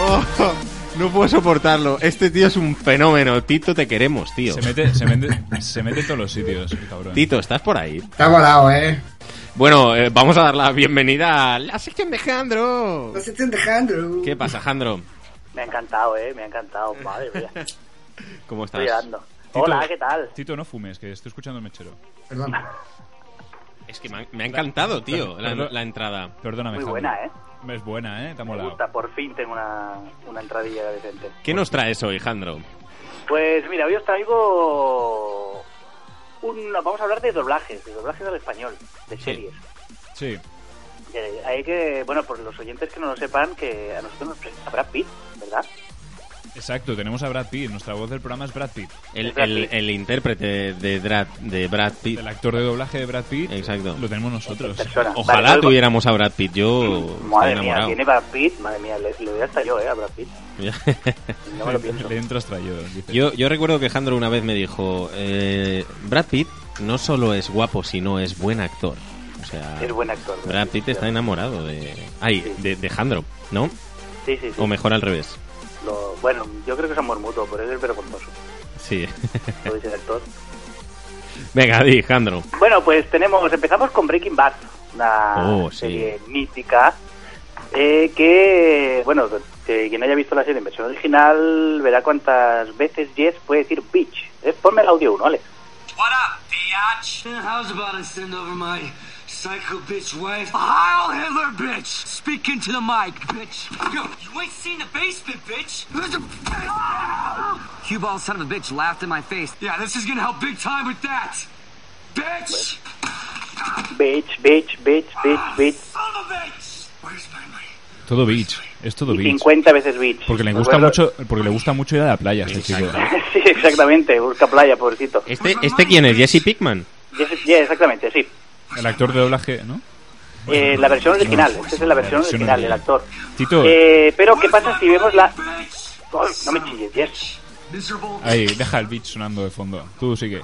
Speaker 2: Oh, no puedo soportarlo. Este tío es un fenómeno. Tito, te queremos, tío.
Speaker 3: Se mete, se mete, se mete en todos los sitios, cabrón.
Speaker 2: Tito, ¿estás por ahí?
Speaker 11: Está volado, eh.
Speaker 2: Bueno, eh, vamos a dar la bienvenida a la sección de Jandro.
Speaker 11: La sección de Jandro.
Speaker 2: ¿Qué pasa, Jandro?
Speaker 27: Me ha encantado, eh, me ha encantado. Madre mía, estoy
Speaker 2: ¿Cómo estás?
Speaker 27: llorando.
Speaker 3: Tito,
Speaker 27: Hola, ¿qué tal?
Speaker 3: Tito, no fumes, que estoy escuchando el mechero.
Speaker 11: Perdón.
Speaker 2: Es que me ha, me ha encantado, tío, la,
Speaker 3: Perdón.
Speaker 2: la entrada.
Speaker 3: Perdóname,
Speaker 27: Muy
Speaker 3: Jandro.
Speaker 27: buena, ¿eh?
Speaker 3: Es buena, ¿eh? Te ha
Speaker 27: Me
Speaker 3: molado.
Speaker 27: gusta, por fin tengo una, una entradilla decente.
Speaker 2: ¿Qué nos traes hoy, Jandro?
Speaker 27: Pues mira, hoy os traigo... Un, vamos a hablar de doblajes, de doblajes al español, de series.
Speaker 3: Sí.
Speaker 27: Eh, hay que, bueno, por los oyentes que no lo sepan, que a nosotros nos presenta Brad Pitt, ¿verdad?
Speaker 3: Exacto, tenemos a Brad Pitt. Nuestra voz del programa es Brad Pitt.
Speaker 2: El, el- el intérprete de, Brad, de Brad Pitt.
Speaker 3: El actor de doblaje de Brad Pitt.
Speaker 2: Exacto.
Speaker 3: Lo tenemos nosotros.
Speaker 2: Ojalá
Speaker 27: Vale,
Speaker 2: tuviéramos a Brad Pitt. Yo
Speaker 27: Madre
Speaker 2: estoy
Speaker 27: mía,
Speaker 2: enamorado.
Speaker 27: tiene Brad Pitt, madre mía, le, le doy hasta yo, ¿eh? A Brad Pitt. No me lo pienso.
Speaker 3: Le entras traído. dice.
Speaker 2: Yo, yo recuerdo que Jandro una vez me dijo, eh, Brad Pitt no solo es guapo, sino es buen actor. O sea,
Speaker 27: Es buen actor, Brad
Speaker 2: Brad Pitt está enamorado de... Ay, de, de Jandro, ¿no?
Speaker 27: Sí, sí, sí.
Speaker 2: O mejor al revés.
Speaker 27: Lo- bueno, yo creo que es amor mutuo, por eso es vergonzoso.
Speaker 2: Sí.
Speaker 27: Lo dice el actor.
Speaker 2: Venga, di, Jandro.
Speaker 27: Bueno, pues tenemos, empezamos con Breaking Bad, una
Speaker 2: Oh, sí.
Speaker 27: serie mítica eh, que, bueno, que quien haya visto la serie en versión original verá cuántas veces Jess puede decir bitch. Eh, ponme el audio 1, Alex.
Speaker 28: What up, biatch? How's about I send over my psycho bitch wife? Heil Hitler, bitch! Speaking to the mic, bitch. Yo, you ain't seen the basement, bitch. There's a- Cue ball son of a bitch laughed in my face. Yeah, this is gonna help big time with that. Bitch!
Speaker 27: Bitch, bitch, bitch, bitch, bitch.
Speaker 3: Todo beach. Es todo beach.
Speaker 27: 50 veces bitch.
Speaker 3: Porque le gusta
Speaker 27: Bueno,
Speaker 3: mucho, porque le gusta mucho ir a la playa, este chico.
Speaker 27: sí, exactamente, busca playa, pobrecito.
Speaker 2: Este, ¿Este quién es? ¿Jesse Pickman?
Speaker 27: Jess- Jess, exactamente, sí.
Speaker 3: El actor de doblaje, ¿no?
Speaker 27: Eh, la versión original, esta es la versión original, el actor.
Speaker 3: Tito,
Speaker 27: Eh, pero, ¿qué pasa si vemos la...? Ay, no me chilles, Jess.
Speaker 3: ahí, deja el beat sonando de fondo. Tú sigue.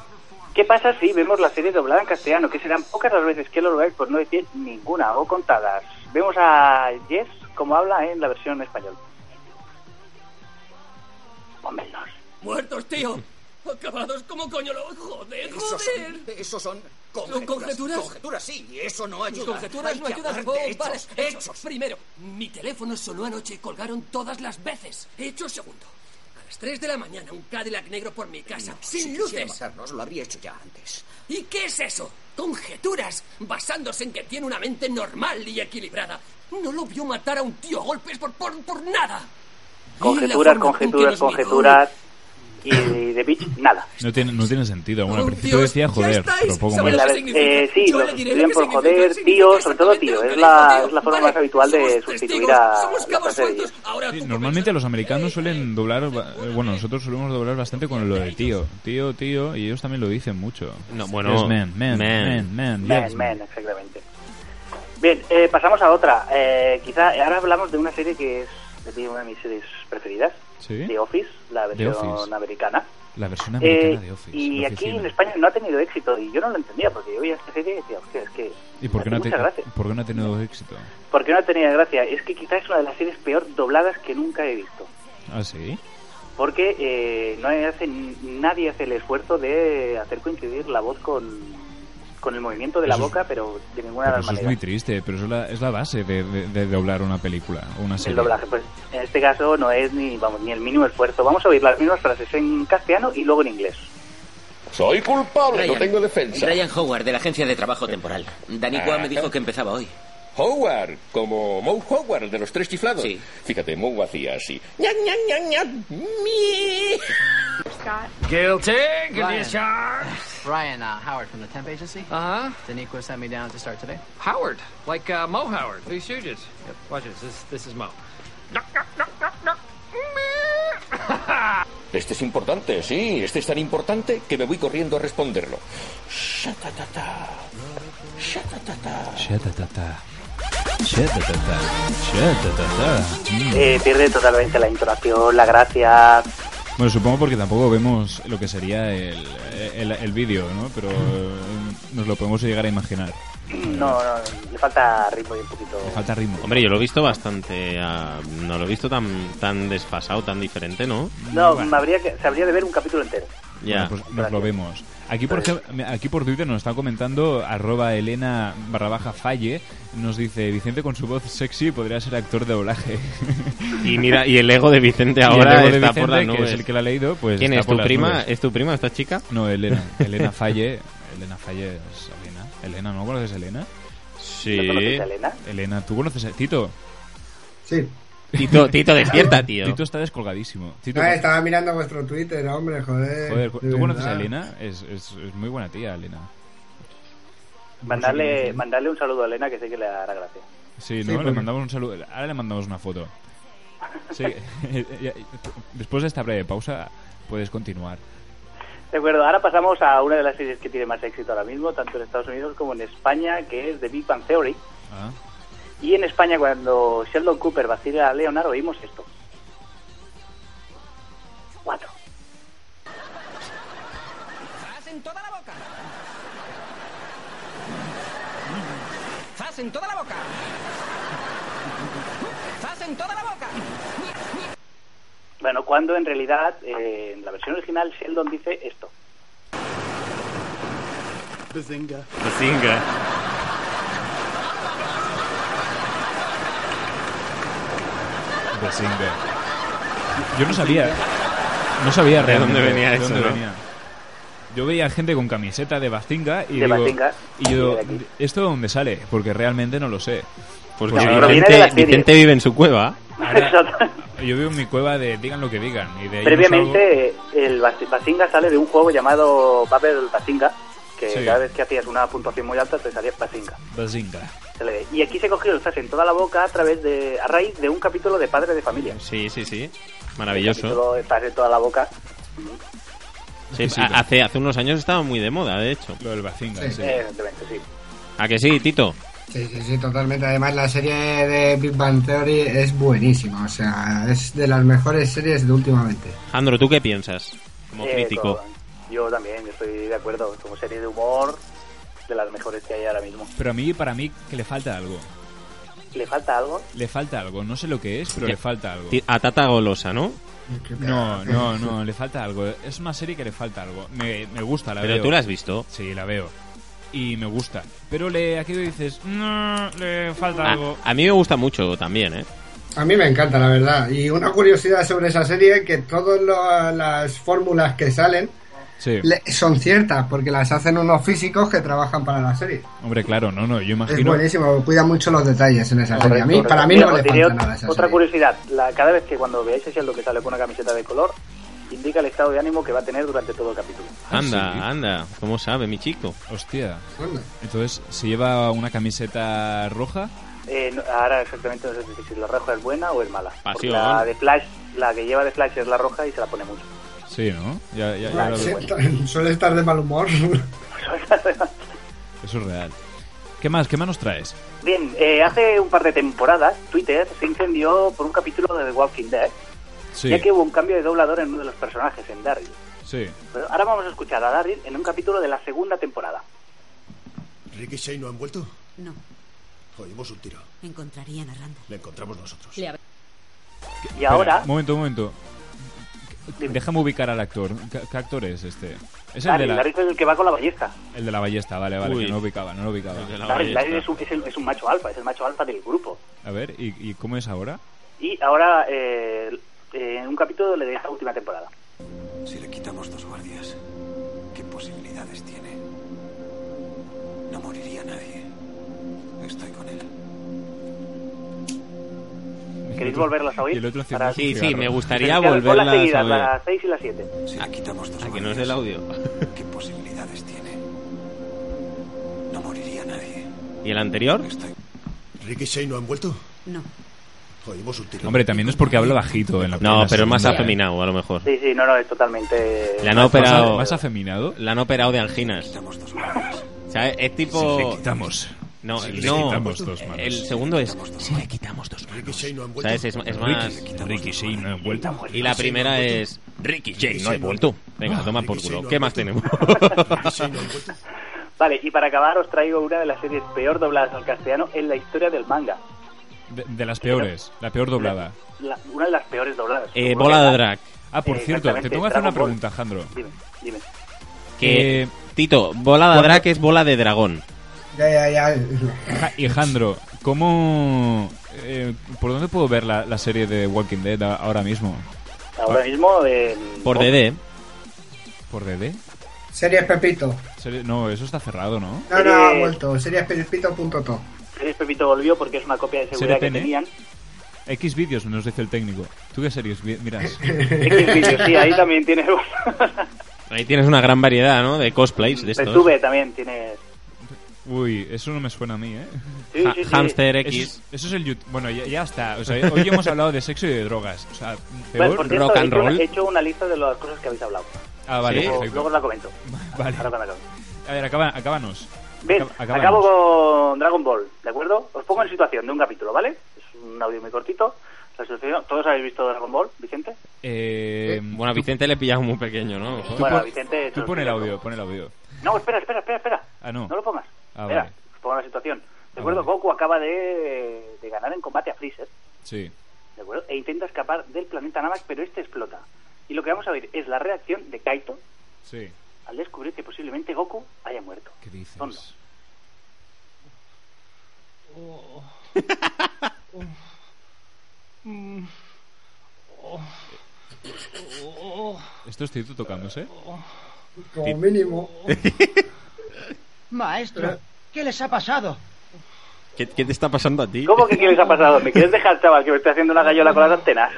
Speaker 27: ¿Qué pasa si vemos la serie doblada en castellano? Que serán pocas las veces que lo veáis, por no decir ninguna, o contadas. Vemos a Jess como habla en la versión en español. Pónmelos.
Speaker 18: Muertos, tío. Acabados como coño lo... Joder,
Speaker 29: Esos
Speaker 18: joder.
Speaker 29: son, esos son
Speaker 18: Son
Speaker 29: conjeturas.
Speaker 18: conjeturas.
Speaker 29: Conjeturas, sí, y eso no
Speaker 18: Tus
Speaker 29: ayuda.
Speaker 18: conjeturas
Speaker 29: Hay
Speaker 18: no
Speaker 29: que
Speaker 18: ayudan.
Speaker 29: hablar
Speaker 18: Vos,
Speaker 29: de
Speaker 18: vale,
Speaker 29: hechos,
Speaker 18: hechos. Primero, mi teléfono sonó anoche y colgaron todas las veces. Hecho segundo. las 3 de la mañana un Cadillac negro por mi casa, sin
Speaker 28: si
Speaker 18: luces.
Speaker 28: quisiera matarnos, lo habría hecho ya antes.
Speaker 18: ¿Y qué es eso? Conjeturas, basándose en que tiene una mente normal y equilibrada. No lo vio matar a un tío a golpes por, por, por nada.
Speaker 27: Conjeturas, conjeturas, conjeturas. Y de de Beach, nada.
Speaker 3: No tiene, no tiene sentido. Bueno, al principio decía joder, pero poco
Speaker 27: En la-
Speaker 3: más.
Speaker 27: eh, sí, los sustituyen por joder, tío, sobre todo tío. Es la, es la forma más habitual de sustituir a la frase de Dios.
Speaker 3: Sí, normalmente los americanos suelen doblar, ba- eh, bueno, nosotros solemos doblar bastante con lo de tío, tío, tío, y ellos también lo dicen mucho.
Speaker 2: No, bueno,
Speaker 3: Yes, man,
Speaker 2: man.
Speaker 3: man, man, man,
Speaker 27: Man,
Speaker 3: yes,
Speaker 27: man, exactamente. Bien, eh, pasamos a otra. Eh, quizá ahora hablamos de una serie que es de mí una de mis series preferidas,
Speaker 3: ¿Sí?
Speaker 27: The Office, la
Speaker 3: The
Speaker 27: versión
Speaker 3: Office.
Speaker 27: americana.
Speaker 3: La versión americana
Speaker 27: Eh,
Speaker 3: de Office.
Speaker 27: y
Speaker 3: la
Speaker 27: aquí en
Speaker 3: oficina.
Speaker 27: España no ha tenido éxito y yo no lo entendía porque yo veía esta serie y decía, hostia, es que...
Speaker 3: ¿Y por qué, no ha
Speaker 27: hace
Speaker 3: te-
Speaker 27: mucha gracia.
Speaker 3: por qué no ha tenido éxito?
Speaker 27: ¿Por qué no tenía gracia? Es que quizás es una de las series peor dobladas que nunca he visto.
Speaker 3: Ah, sí.
Speaker 27: Porque eh, no hace, nadie hace el esfuerzo de hacer coincidir la voz con, con el movimiento de la
Speaker 3: Eso es-
Speaker 27: boca, pero de ninguna de
Speaker 3: Pero
Speaker 27: las
Speaker 3: eso es
Speaker 27: maneras.
Speaker 3: muy triste, pero eso es la, es la base de, de- de doblar una película o una serie.
Speaker 27: El doblaje, pues en este caso no es ni, vamos, ni el mínimo esfuerzo. Vamos a oír las mismas frases en castellano y luego en inglés.
Speaker 1: Soy culpable,
Speaker 27: no tengo
Speaker 1: defensa.
Speaker 28: Ryan Howard, de la Agencia de Trabajo Temporal. Danny Guam me
Speaker 1: Ajá.
Speaker 28: dijo que empezaba hoy.
Speaker 1: Howard, como Moe Howard, el de los tres chiflados. Fíjate, Moe hacía así.
Speaker 16: Ña, ña, ña, ña, me. Scott.
Speaker 1: Guilty,
Speaker 16: Ryan.
Speaker 5: Ryan uh, Howard from the temp agency. Uh huh. Daniqua sent me down to start today.
Speaker 7: Howard, like uh, Mo Howard, Three Stooges. Yep. Watch this. This, this is Mo.
Speaker 1: Este es importante, sí, este es tan importante que me voy corriendo a responderlo.
Speaker 3: Shatatata. Shatatata. Shatatata. Mm.
Speaker 27: Eh, pierde totalmente la entonación, la gracia.
Speaker 3: Bueno, supongo porque tampoco vemos lo que sería el, el, el vídeo, ¿no? Pero eh, nos lo podemos llegar a imaginar.
Speaker 27: No, no, le falta ritmo y un poquito.
Speaker 3: Falta ritmo.
Speaker 2: Hombre, yo lo he visto bastante. ah, no lo he visto tan, tan desfasado, tan diferente, ¿no?
Speaker 27: No, habría que, se habría de ver un capítulo entero.
Speaker 2: Ya.
Speaker 3: Bueno, pues nos lo vemos. Aquí por,
Speaker 27: Pues-
Speaker 3: ejemplo, aquí por Twitter nos están comentando arroba Elena barra baja falle. Nos dice, Vicente con su voz sexy podría ser actor de doblaje.
Speaker 2: Y mira, y el ego de Vicente
Speaker 3: pues, Y el
Speaker 2: ahora
Speaker 3: ego de
Speaker 2: está por
Speaker 3: Vicente,
Speaker 2: las
Speaker 3: que
Speaker 2: nubes.
Speaker 3: es el que la ha leído, pues
Speaker 2: ¿Quién
Speaker 3: está
Speaker 2: es
Speaker 3: por
Speaker 2: tu
Speaker 3: las
Speaker 2: prima?
Speaker 3: nubes.
Speaker 2: ¿Es tu prima esta chica?
Speaker 3: No, Elena. Elena Falle. Elena Falle es Elena. Elena, ¿no conoces a Elena?
Speaker 2: Sí. ¿No conoces a Elena?
Speaker 3: Elena, ¿tú conoces a Tito?
Speaker 11: Sí.
Speaker 2: Tito, Tito, despierta, tío.
Speaker 3: Tito está descolgadísimo. Tito,
Speaker 11: No, Ah, estaba mirando vuestro Twitter, hombre, joder.
Speaker 3: joder,
Speaker 11: de
Speaker 3: ¿tú conoces a
Speaker 11: verdad.
Speaker 3: Elena? Es, es, es muy buena tía, Elena.
Speaker 27: Mandarle, mandarle un saludo a Elena que sé que le hará gracia.
Speaker 3: Sí,
Speaker 27: Sí,
Speaker 3: ¿no? Le
Speaker 27: porque-
Speaker 3: mandamos un saludo. Ahora le mandamos una foto. Sí. ya- Después de esta breve pausa, puedes continuar.
Speaker 27: De acuerdo, ahora pasamos a una de las series que tiene más éxito ahora mismo, tanto en Estados Unidos como en España, que es The Big Bang Theory.
Speaker 3: Ah.
Speaker 27: Y en España, cuando Sheldon Cooper vacila a Leonard, oímos esto. Cuatro.
Speaker 28: ¡Zas en toda la boca! ¡Zas en toda la boca! ¡Zas en toda la boca!
Speaker 27: Bueno, cuando en realidad, eh, en la versión original, Sheldon dice esto.
Speaker 13: Bazinga.
Speaker 3: Pues The Singer. Yo no sabía. No sabía
Speaker 2: ¿De
Speaker 3: realmente
Speaker 2: dónde venía
Speaker 3: de
Speaker 2: eso,
Speaker 3: dónde
Speaker 2: no?
Speaker 3: venía. Yo veía gente con camiseta de Bazinga y
Speaker 27: De
Speaker 3: digo,
Speaker 27: Bazinga.
Speaker 3: y yo, ¿esto de dónde sale? Porque realmente no lo sé.
Speaker 2: Porque
Speaker 3: Pues ahora-
Speaker 2: Vicente, Vicente vive en su cueva.
Speaker 3: Ahora- yo vivo en mi cueva de digan lo que digan. Y de ahí no
Speaker 27: Previamente, el Bas- Bazinga sale de un juego llamado Babel Bazinga, que
Speaker 3: Sí.
Speaker 27: cada vez que hacías una puntuación muy alta te salía Bazinga.
Speaker 3: salgo- Bazinga.
Speaker 27: Se le ve. Y aquí se cogió el zas en toda la boca a través de a raíz de un capítulo de Padre de Familia.
Speaker 2: Sí, sí, sí.
Speaker 27: El
Speaker 2: Maravilloso.
Speaker 27: capítulo de Zas en toda la boca.
Speaker 2: Sí,
Speaker 27: Sí,
Speaker 2: ha-
Speaker 27: sí.
Speaker 2: hace, hace unos años estaba muy de moda, de hecho.
Speaker 3: Lo del Bazinga,
Speaker 11: Sí. sí.
Speaker 27: Eh, Evidentemente, sí.
Speaker 2: ¿A que sí, Tito?
Speaker 11: Sí, sí, sí, totalmente. Además, la serie de Big Bang Theory es buenísima. O sea, es de las mejores series de últimamente.
Speaker 2: Andro, ¿tú qué piensas? Como
Speaker 27: Eh,
Speaker 2: crítico.
Speaker 27: con- yo también estoy de acuerdo. Como serie de humor, de las mejores que hay ahora mismo.
Speaker 3: Pero a mí, para mí, que le falta algo.
Speaker 27: ¿Le falta algo?
Speaker 3: Le falta algo. No sé lo que es, pero
Speaker 2: Ya.
Speaker 3: le falta algo.
Speaker 2: Ti- A Tata Golosa, ¿no?
Speaker 3: No, no, no, le falta algo. Es una serie que le falta algo. Me, me gusta, la
Speaker 2: Pero
Speaker 3: veo.
Speaker 2: tú la has visto.
Speaker 3: Sí, la veo. Y me gusta. Pero le, aquí dices, no, le falta
Speaker 2: A,
Speaker 27: Ah.
Speaker 3: algo.
Speaker 2: a mí me gusta mucho también, ¿eh?
Speaker 11: A mí me encanta, la verdad. Y una curiosidad sobre esa serie, que todas lo- las fórmulas que salen
Speaker 3: Sí.
Speaker 11: le- son ciertas, porque las hacen unos físicos que trabajan para la serie.
Speaker 3: Hombre, claro, no, Pues no, yo
Speaker 11: Es
Speaker 3: imagino.
Speaker 11: buenísimo, cuida mucho los detalles en esa serie. A mí,
Speaker 27: Correcto.
Speaker 11: para mí
Speaker 27: Mira,
Speaker 11: no
Speaker 27: os
Speaker 11: le
Speaker 27: diré
Speaker 11: falta
Speaker 27: ot-
Speaker 11: nada a esa
Speaker 27: Otra
Speaker 11: serie.
Speaker 27: curiosidad, la, cada vez que cuando veáis ese es lo que sale con una camiseta de color, indica el estado de ánimo que va a tener durante todo el capítulo.
Speaker 3: Ah,
Speaker 2: Anda, anda, ¿cómo sabe mi chico?
Speaker 3: Hostia. Entonces, si lleva una camiseta roja,
Speaker 27: Eh, no- ahora exactamente no sé si la roja es buena o es mala. Porque
Speaker 3: Pasión.
Speaker 27: La de Flash, la que lleva de Flash es la roja y se la pone mucho.
Speaker 3: sí, ¿no? Ya, ya, ya
Speaker 11: Claro,
Speaker 3: lo
Speaker 11: sí,
Speaker 3: veo.
Speaker 11: está- Suele estar de mal humor.
Speaker 3: Eso es real. ¿Qué más? ¿Qué más nos traes?
Speaker 27: Bien, eh, hace un par de temporadas Twitter se incendió por un capítulo de The Walking Dead,
Speaker 3: Sí,
Speaker 27: ya que hubo un cambio de doblador en uno de los personajes, en Daryl.
Speaker 3: sí.
Speaker 27: Pero ahora vamos a escuchar a Daryl en un capítulo de la segunda temporada.
Speaker 23: ¿Rick y Shane no han vuelto?
Speaker 13: No.
Speaker 23: Oímos un tiro.
Speaker 13: Encontrarían a Randall.
Speaker 23: Le encontramos nosotros.
Speaker 13: Le habrá-
Speaker 27: Y ahora,
Speaker 3: Espera, momento, momento. Déjame ubicar al actor. ¿Qué, qué actor es este? Es el de,
Speaker 27: Daryl,
Speaker 3: la,
Speaker 27: Daryl es el que va con la ballesta.
Speaker 3: el de la ballesta, vale, vale,
Speaker 2: Uy.
Speaker 3: que no lo ubicaba, no lo ubicaba.
Speaker 27: Daryl, Daryl es, un, es el- es un macho alfa, es el macho alfa del grupo.
Speaker 3: A ver, ¿y, y cómo es ahora?
Speaker 27: Y ahora, eh, eh, en un capítulo de esta última temporada.
Speaker 14: Si le quitamos dos guardias, ¿qué posibilidades tiene? No moriría nadie. Estoy con él.
Speaker 27: ¿Queréis volverlas a oír? Para-
Speaker 2: Sí, sí, me
Speaker 27: Sí,
Speaker 2: gustaría
Speaker 27: claro, pon
Speaker 2: volverlas
Speaker 27: las seguidas,
Speaker 2: a
Speaker 27: las 6 y las 7.
Speaker 14: Si le quitamos dos
Speaker 2: ver. A que
Speaker 14: guardias,
Speaker 2: no es el audio.
Speaker 14: ¿qué posibilidades tiene? No moriría nadie.
Speaker 2: ¿Y el anterior?
Speaker 23: ¿Rick y Shane no han vuelto?
Speaker 13: No.
Speaker 23: Oímos un tiro.
Speaker 3: Hombre, también es porque habla bajito en la en
Speaker 2: No,
Speaker 3: la
Speaker 2: pero es más
Speaker 3: segunda, ¿eh?
Speaker 2: afeminado, a lo mejor.
Speaker 27: Sí, sí, no, no, es totalmente...
Speaker 2: La han operado.
Speaker 3: ¿Más afeminado?
Speaker 2: La han operado de anginas. O sea, es tipo.
Speaker 3: Si le quitamos-
Speaker 2: No,
Speaker 3: si
Speaker 2: no.
Speaker 3: le quitamos dos manos.
Speaker 2: El segundo es. Si le quitamos dos manos. ¿Sabes? Es, es más.
Speaker 3: Ricky Shane no ha vuelto.
Speaker 2: Y la primera es. Ricky Jane, no he vuelto. Venga, toma por culo. ¿Qué más tenemos?
Speaker 27: Vale, y para acabar os traigo una de las series peor dobladas al castellano en la historia del manga.
Speaker 3: De, de las peores, la peor doblada.
Speaker 27: La- una de las peores dobladas.
Speaker 2: Eh, bola de drag.
Speaker 3: Ah, por
Speaker 27: Eh,
Speaker 3: cierto, te
Speaker 27: exactamente,
Speaker 3: tengo que hacer una
Speaker 27: Dragon Ball.
Speaker 3: pregunta, Jandro.
Speaker 27: Dime, dime.
Speaker 2: Que. Tito, bola de drag es bola de dragón.
Speaker 11: Ya, ya, ya.
Speaker 3: Ja- Y Jandro, ¿cómo... eh, ¿Por dónde puedo ver la, la serie de Walking Dead a- ahora mismo?
Speaker 27: Ahora mismo... en-
Speaker 2: Oh.
Speaker 3: Por DD. ¿Por DD?
Speaker 11: Series Pepito.
Speaker 3: Serie- No, eso está cerrado, ¿no?
Speaker 11: No, no,
Speaker 3: Eh.
Speaker 11: ha vuelto. Series Pepito.to.
Speaker 27: Series Pepito volvió porque es una copia de seguridad que
Speaker 2: E?
Speaker 3: CDPN.
Speaker 27: tenían.
Speaker 3: X vídeos nos dice el técnico. ¿Tú qué series vi- miras?
Speaker 27: Xvideos, sí, ahí también tienes...
Speaker 2: Ahí tienes una gran variedad, ¿no? De cosplays de estos.
Speaker 27: Tuve también tienes...
Speaker 3: Uy, eso no me suena a mí, ¿eh?
Speaker 27: Sí, sí, sí. Hamster
Speaker 3: Eso
Speaker 2: X.
Speaker 3: es- Eso, es el YouTube. Bueno, ya, ya está. O sea, hoy hemos hablado de sexo y de drogas. O sea,
Speaker 27: Bueno,
Speaker 3: peor
Speaker 27: por cierto, he, hecho, he hecho una lista de las cosas que habéis hablado.
Speaker 3: Ah, vale,
Speaker 27: Luego,
Speaker 3: perfecto.
Speaker 27: luego os la comento.
Speaker 3: Vale.
Speaker 27: Ahora cuando acabe.
Speaker 3: A ver, acaba, acábanos.
Speaker 27: Bien,
Speaker 3: Acab- acabamos.
Speaker 27: acabo con Dragon Ball, ¿de acuerdo? Os pongo en situación de un capítulo, ¿vale? Es un audio muy cortito. La situación- ¿Todos habéis visto Dragon Ball, Vicente?
Speaker 3: Eh,
Speaker 2: bueno, a Vicente le pillamos muy pequeño, ¿no?
Speaker 3: Tú,
Speaker 27: Bueno,
Speaker 3: pon-
Speaker 27: Vicente,
Speaker 3: tú
Speaker 27: no,
Speaker 3: pon el
Speaker 27: no.
Speaker 3: audio, pon el audio.
Speaker 27: No, espera, espera, espera, espera.
Speaker 3: Ah, no.
Speaker 27: No lo pongas.
Speaker 3: Ah,
Speaker 27: espera,
Speaker 3: vale. Ah,
Speaker 27: os pongo la situación. ¿De acuerdo? Goku acaba de, de ganar en combate a Freezer,
Speaker 3: Sí.
Speaker 27: ¿de acuerdo? E intenta escapar del planeta Namek, pero este explota. Y lo que vamos a ver es la reacción de Kaito
Speaker 3: Sí.
Speaker 27: al descubrir que posiblemente Goku haya muerto.
Speaker 3: ¿Qué dices?
Speaker 27: Tonto.
Speaker 3: Esto es Tito tocándose.
Speaker 11: Como mínimo.
Speaker 15: Maestro, ¿qué les ha pasado?
Speaker 2: ¿Qué, qué te está pasando a ti?
Speaker 27: ¿Cómo que qué les ha pasado? ¿Me quieres dejar, chaval, que me estoy haciendo una gallola con las antenas?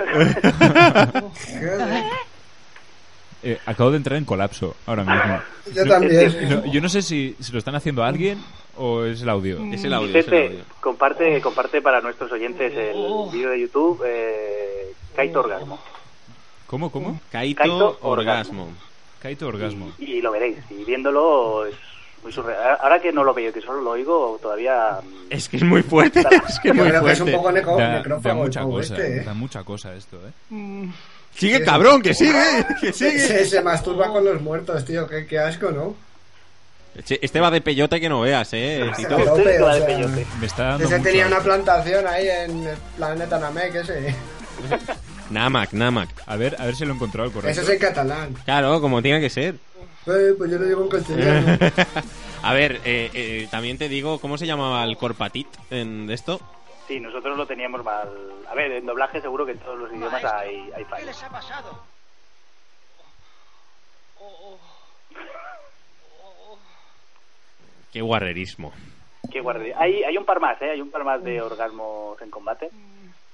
Speaker 3: Eh, acabo de entrar en colapso ahora
Speaker 27: Ah,
Speaker 3: mismo.
Speaker 11: Yo
Speaker 3: No,
Speaker 11: también.
Speaker 3: no, yo no sé si, si lo están haciendo a alguien o es el audio.
Speaker 2: Es
Speaker 27: Vicente, comparte, comparte para nuestros oyentes el
Speaker 11: Oh.
Speaker 27: vídeo de YouTube eh, Kaito Orgasmo.
Speaker 3: ¿Cómo, cómo?
Speaker 2: Kaito,
Speaker 27: Kaito
Speaker 2: orgasmo.
Speaker 3: Kaito Orgasmo.
Speaker 27: Y lo veréis. Y viéndolo es muy surreal. Ahora que no lo veo, que solo lo oigo, todavía...
Speaker 2: Es que es muy fuerte. es que
Speaker 27: Yo
Speaker 2: es muy
Speaker 27: creo que
Speaker 2: fuerte.
Speaker 27: es un poco neco-
Speaker 3: Da,
Speaker 27: necrófago
Speaker 3: da
Speaker 27: el
Speaker 3: mucha
Speaker 27: pavo
Speaker 3: cosa,
Speaker 27: este, eh.
Speaker 3: da mucha cosa esto, eh.
Speaker 2: Sigue, cabrón, que sigue. Que
Speaker 11: Se,
Speaker 2: sigue.
Speaker 11: se- se masturba con los muertos, tío. Qué, qué asco, ¿no?
Speaker 2: Che, Este va de peyote que no veas, eh. Tito.
Speaker 11: a tope, Este va de o sea, peyote.
Speaker 3: Me está dando
Speaker 11: Ese
Speaker 3: mucho-
Speaker 11: tenía una plantación ahí en el planeta Namek, ese.
Speaker 2: Namak, Namak.
Speaker 3: A ver, a ver si lo he encontrado
Speaker 11: Eso es en catalán.
Speaker 2: Claro, como tiene que ser.
Speaker 11: Eh, pues yo lo digo en castellano.
Speaker 2: A ver, eh, eh, también te digo, ¿cómo se llamaba el corpatit en de esto?
Speaker 27: Sí, nosotros lo teníamos mal. A ver, en doblaje seguro que en todos los idiomas
Speaker 15: Maestro,
Speaker 27: hay,
Speaker 15: ¿Qué
Speaker 27: hay fallos.
Speaker 15: les ha pasado?
Speaker 2: Qué guarrerismo.
Speaker 27: Qué guardería. Hay, hay un par más, ¿eh? Hay un par más de orgasmos en combate.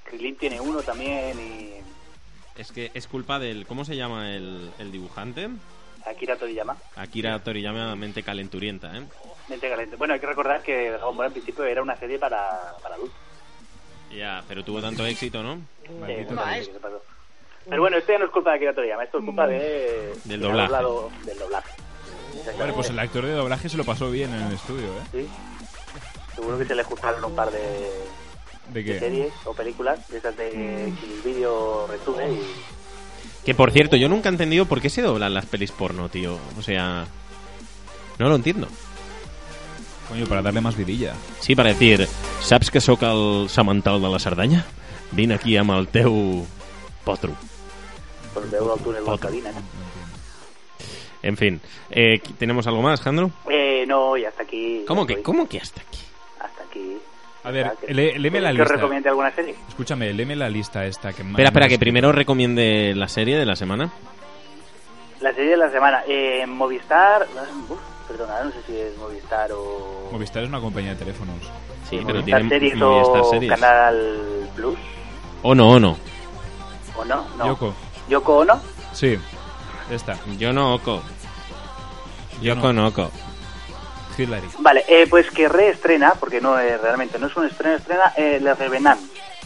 Speaker 27: Krilin tiene uno también y
Speaker 2: Es que es culpa del... ¿Cómo se llama el, el dibujante?
Speaker 27: Akira Toriyama.
Speaker 2: Akira Toriyama, mente calenturienta, ¿eh?
Speaker 27: Mente caliente. Bueno, hay que recordar que Dragon Ball en principio era una serie para, para adultos.
Speaker 2: Ya, pero tuvo tanto éxito, ¿no? Maldito
Speaker 27: no,
Speaker 2: Toriyama.
Speaker 27: sí, se pasó. Pero bueno, esto ya no es culpa de Akira Toriyama, esto es culpa de...
Speaker 2: Del
Speaker 27: del
Speaker 2: doblaje.
Speaker 27: doblado- del doblaje.
Speaker 3: Hombre, pues el actor de doblaje se lo pasó bien en el estudio, ¿eh?
Speaker 27: Sí. Seguro que se le juntaron un par de,
Speaker 3: ¿De
Speaker 27: de
Speaker 3: qué?
Speaker 27: series o películas, de esas de
Speaker 3: Mm.
Speaker 27: Kill Video Resume y...
Speaker 2: Que por cierto, yo nunca he entendido por qué se doblan las pelis porno, tío. O sea... No lo entiendo.
Speaker 3: Coño, para darle más vidilla.
Speaker 2: Sí, para decir, saps que sóc el semental de la Cerdanya? Vine aquí amb el teu potro.
Speaker 27: Por veo al túnel de la cabina, ¿no?
Speaker 2: En fin, eh, ¿tenemos algo más, Jandro?
Speaker 27: Eh, no, y hasta aquí.
Speaker 2: ¿Cómo que, ¿Cómo que hasta aquí?
Speaker 27: Hasta aquí.
Speaker 3: A ver,
Speaker 27: Hasta Ah, que-
Speaker 3: lé- léeme la
Speaker 27: ¿Que os
Speaker 3: lista.
Speaker 27: recomiende alguna serie?
Speaker 3: Escúchame, léeme la lista esta que
Speaker 2: Espera, espera, que primero recomiende la serie de la semana.
Speaker 27: La serie de la semana. Eh, en Movistar. ah, Uf, perdona, no sé si es Movistar o.
Speaker 3: Movistar es una compañía de teléfonos.
Speaker 2: Sí, pero
Speaker 27: Movistar
Speaker 2: tiene
Speaker 27: Series
Speaker 2: Movistar
Speaker 27: o
Speaker 2: Series.
Speaker 27: Canal Plus.
Speaker 2: ¿O no, o no?
Speaker 27: ¿O no? No.
Speaker 3: Yoko.
Speaker 27: Yoko Ono.
Speaker 3: Sí, esta.
Speaker 2: Yo no, Oco. Yo
Speaker 3: no.
Speaker 2: conozco.
Speaker 3: Hillary.
Speaker 27: Vale, eh, pues que reestrena, porque no eh, realmente no es un estreno, estrena eh, La Revenant.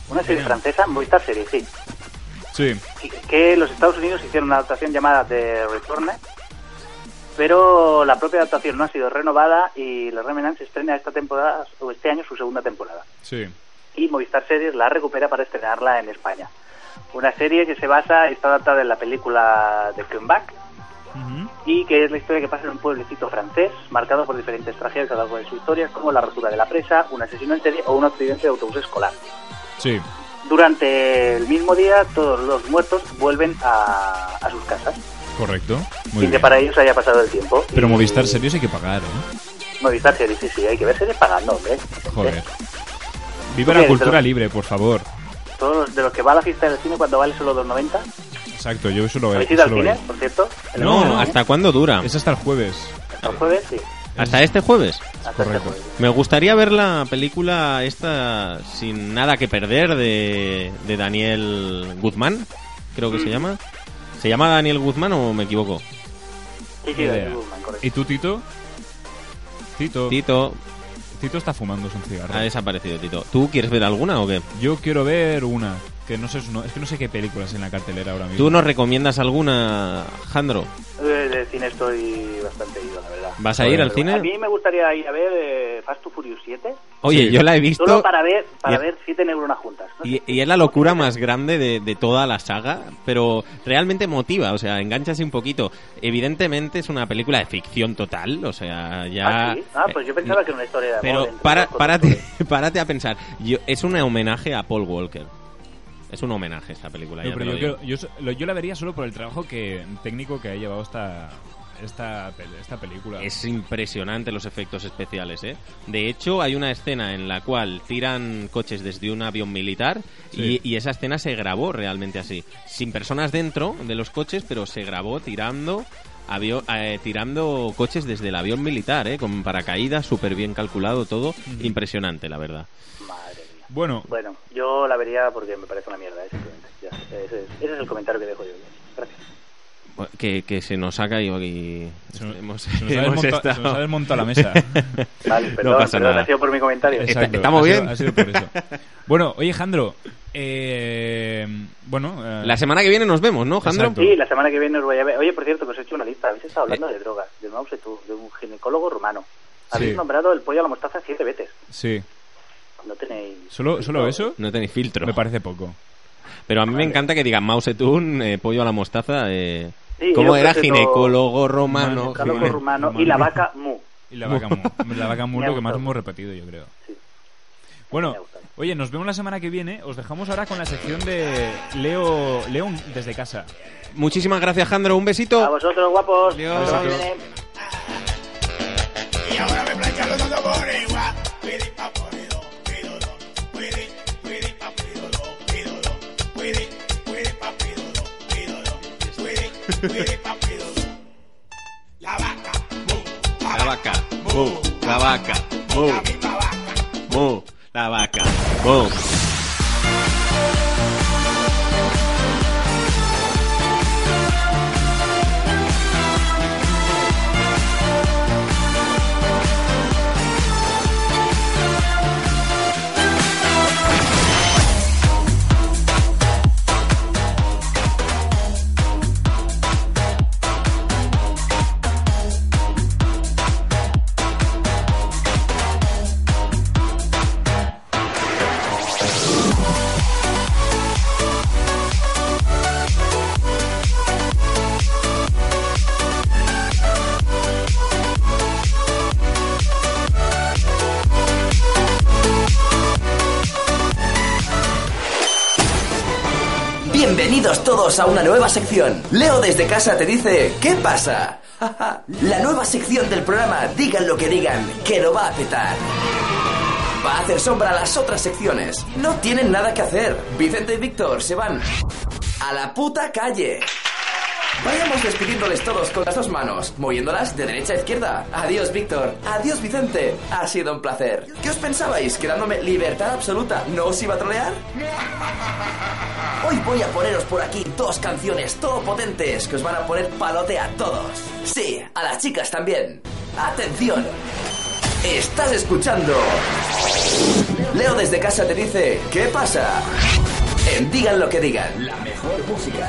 Speaker 27: Una serie francesa, Movistar Series, sí.
Speaker 3: Sí.
Speaker 27: que los Estados Unidos hicieron una adaptación llamada The Return, pero la propia adaptación no ha sido renovada y la Remnant se estrena esta temporada o este año su segunda temporada.
Speaker 3: Sí.
Speaker 27: Y Movistar Series la recupera para estrenarla en España. Una serie que se basa, está adaptada en la película de Comeback y que es la historia que pasa en un pueblecito francés marcado por diferentes tragedias a lo largo de su historia, como la rotura de la presa, un asesino en serie o un accidente de autobús escolar.
Speaker 3: Sí.
Speaker 27: Durante el mismo día, todos los muertos vuelven a, a sus casas.
Speaker 3: Correcto.
Speaker 27: y
Speaker 3: Muy
Speaker 27: que
Speaker 3: bien.
Speaker 27: para ellos haya pasado el tiempo.
Speaker 3: Pero
Speaker 27: Y-
Speaker 3: Movistar Series hay que pagar, ¿eh?
Speaker 27: Movistar Series, sí, sí, hay que ver series pagando, hombre. ¿Eh?
Speaker 3: Joder. Viva la
Speaker 27: Bien,
Speaker 3: cultura
Speaker 27: pero-
Speaker 3: libre, por favor.
Speaker 27: Todos los, de los que va a la fiesta del cine cuando vale solo 2.90.
Speaker 3: Exacto, yo eso lo veo.
Speaker 27: ¿Habéis ido al
Speaker 3: eso lo
Speaker 27: cine,
Speaker 3: veo.
Speaker 27: por cierto? ¿El
Speaker 2: Pues, No,
Speaker 27: cine?
Speaker 2: ¿hasta cuándo dura?
Speaker 3: Es hasta el jueves.
Speaker 27: ¿El jueves? Sí.
Speaker 2: ¿Hasta este jueves?
Speaker 3: Correcto.
Speaker 2: Me gustaría ver la película esta sin nada que perder de, de Daniel Guzmán, creo que
Speaker 27: Mm.
Speaker 2: se llama. ¿Se llama Daniel Guzmán o me equivoco?
Speaker 27: Sí, sí,
Speaker 3: Idea.
Speaker 27: Daniel Goodman, correcto.
Speaker 3: ¿Y tú, Tito? Tito.
Speaker 2: Tito.
Speaker 3: Tito está fumándose un cigarro.
Speaker 2: Ha desaparecido Tito. ¿Tú quieres ver alguna o qué?
Speaker 3: Yo quiero ver una. Que no sé, su no- es que no sé qué películas en la cartelera ahora mismo.
Speaker 2: ¿Tú nos recomiendas alguna, Jandro?
Speaker 27: Eh, del cine estoy bastante ido, la verdad.
Speaker 2: ¿Vas a ir al
Speaker 27: Pero
Speaker 2: cine?
Speaker 27: A mí me gustaría ir a ver eh, Fast to Furious 7.
Speaker 2: Oye, yo la he visto.
Speaker 27: Solo para ver, para
Speaker 2: y-
Speaker 27: ver 7 neuronas juntas. ¿no?
Speaker 2: Y, y es la locura más grande de, de toda la saga, pero realmente motiva, o sea, enganchas un poquito. Evidentemente es una película de ficción total, o sea, ya...
Speaker 27: ¿Ah, sí? Ah, pues yo pensaba que era una historia de amor
Speaker 2: eh, Pero
Speaker 27: entre
Speaker 2: para,
Speaker 27: dos
Speaker 2: párate, párate a pensar, yo, es un homenaje a Paul Walker. Es un homenaje esta película,
Speaker 3: No,
Speaker 2: ya te
Speaker 3: pero
Speaker 2: lo
Speaker 3: yo,
Speaker 2: digo.
Speaker 3: creo- yo so- lo- yo la vería solo por el trabajo que técnico que ha llevado esta esta, pel- esta película.
Speaker 2: Es impresionante los efectos especiales, ¿eh? De hecho, hay una escena en la cual tiran coches desde un avión militar
Speaker 3: Sí.
Speaker 2: y, y esa escena se grabó realmente así. Sin personas dentro de los coches, pero se grabó tirando avio- eh, tirando coches desde el avión militar, ¿eh? Con paracaídas, súper bien calculado todo. Impresionante, la verdad.
Speaker 3: Bueno,
Speaker 27: Bueno, yo la vería porque me parece una mierda, eh, simplemente. Ya, ese, es, ese es el comentario que dejo yo. Gracias.
Speaker 2: Que, que se nos ha caído aquí. Hemos,
Speaker 3: se nos ha
Speaker 2: hemos
Speaker 3: desmonta- se
Speaker 2: estado-
Speaker 3: nos ha desmontado la mesa.
Speaker 27: Vale, perdón,
Speaker 2: no pasa
Speaker 27: perdón,
Speaker 2: nada.
Speaker 27: ha sido por mi comentario.
Speaker 2: Está-
Speaker 3: Exacto,
Speaker 2: ¿Estamos
Speaker 3: ha sido-
Speaker 2: bien?
Speaker 3: ha sido por eso. bueno, oye, Jandro. eh, bueno. eh,
Speaker 2: La semana que viene nos vemos, ¿no, Jandro?
Speaker 3: Exacto. Eh.
Speaker 27: Sí, la semana que viene os voy a ver. Oye, por cierto, que os he hecho una lista. Habéis estado hablando de drogas, de un obsetu- de un ginecólogo rumano. Habéis
Speaker 3: Sí.
Speaker 27: nombrado el pollo a la mostaza siete veces.
Speaker 3: Sí.
Speaker 27: No tenéis...
Speaker 3: ¿Solo, ¿Solo eso?
Speaker 2: No tenéis filtro.
Speaker 3: Me parece poco.
Speaker 2: Pero a mí me encanta que digan Mausetun, pollo a la mostaza. Eh,
Speaker 27: Sí,
Speaker 2: ¿Cómo
Speaker 27: yo
Speaker 2: era?
Speaker 27: creo que
Speaker 2: Ginecólogo
Speaker 27: no-
Speaker 2: romano.
Speaker 27: Ginecólogo
Speaker 2: gine-
Speaker 27: rumano y la vaca mu.
Speaker 3: Y la vaca mu. La vaca mu
Speaker 27: Me ha
Speaker 3: lo que más
Speaker 27: gustado.
Speaker 3: hemos repetido, yo creo. Bueno, oye, nos vemos la semana que viene. Os dejamos ahora con la sección de Leo León desde casa.
Speaker 2: Muchísimas gracias, Jandro. Un besito.
Speaker 27: A vosotros, guapos.
Speaker 2: Adiós.
Speaker 27: Hasta la semana que viene.
Speaker 16: Y ahora me planchan los tambores, guau, pidi pa' ponido, pido, pidi,
Speaker 2: La vaca, mu, la vaca, mu, mu, la vaca, mu.
Speaker 4: Bienvenidos todos a una nueva sección. Leo desde casa te dice, ¿qué pasa? La nueva sección del programa, digan lo que digan, que lo va a petar. Va a hacer sombra a las otras secciones. No tienen nada que hacer. Vicente y Víctor se van a la puta calle. Vayamos despidiéndoles todos con las dos manos, moviéndolas de derecha a izquierda. Adiós, Víctor. Adiós, Vicente. Ha sido un placer. ¿Qué os pensabais? ¿Que dándome libertad absoluta no os iba a trolear? Hoy voy a poneros por aquí dos canciones todopotentes que os van a poner palote a todos. Sí, a las chicas también. ¡Atención! Estás escuchando. Leo desde casa te dice, ¿qué pasa? En digan lo que digan. La mejor música.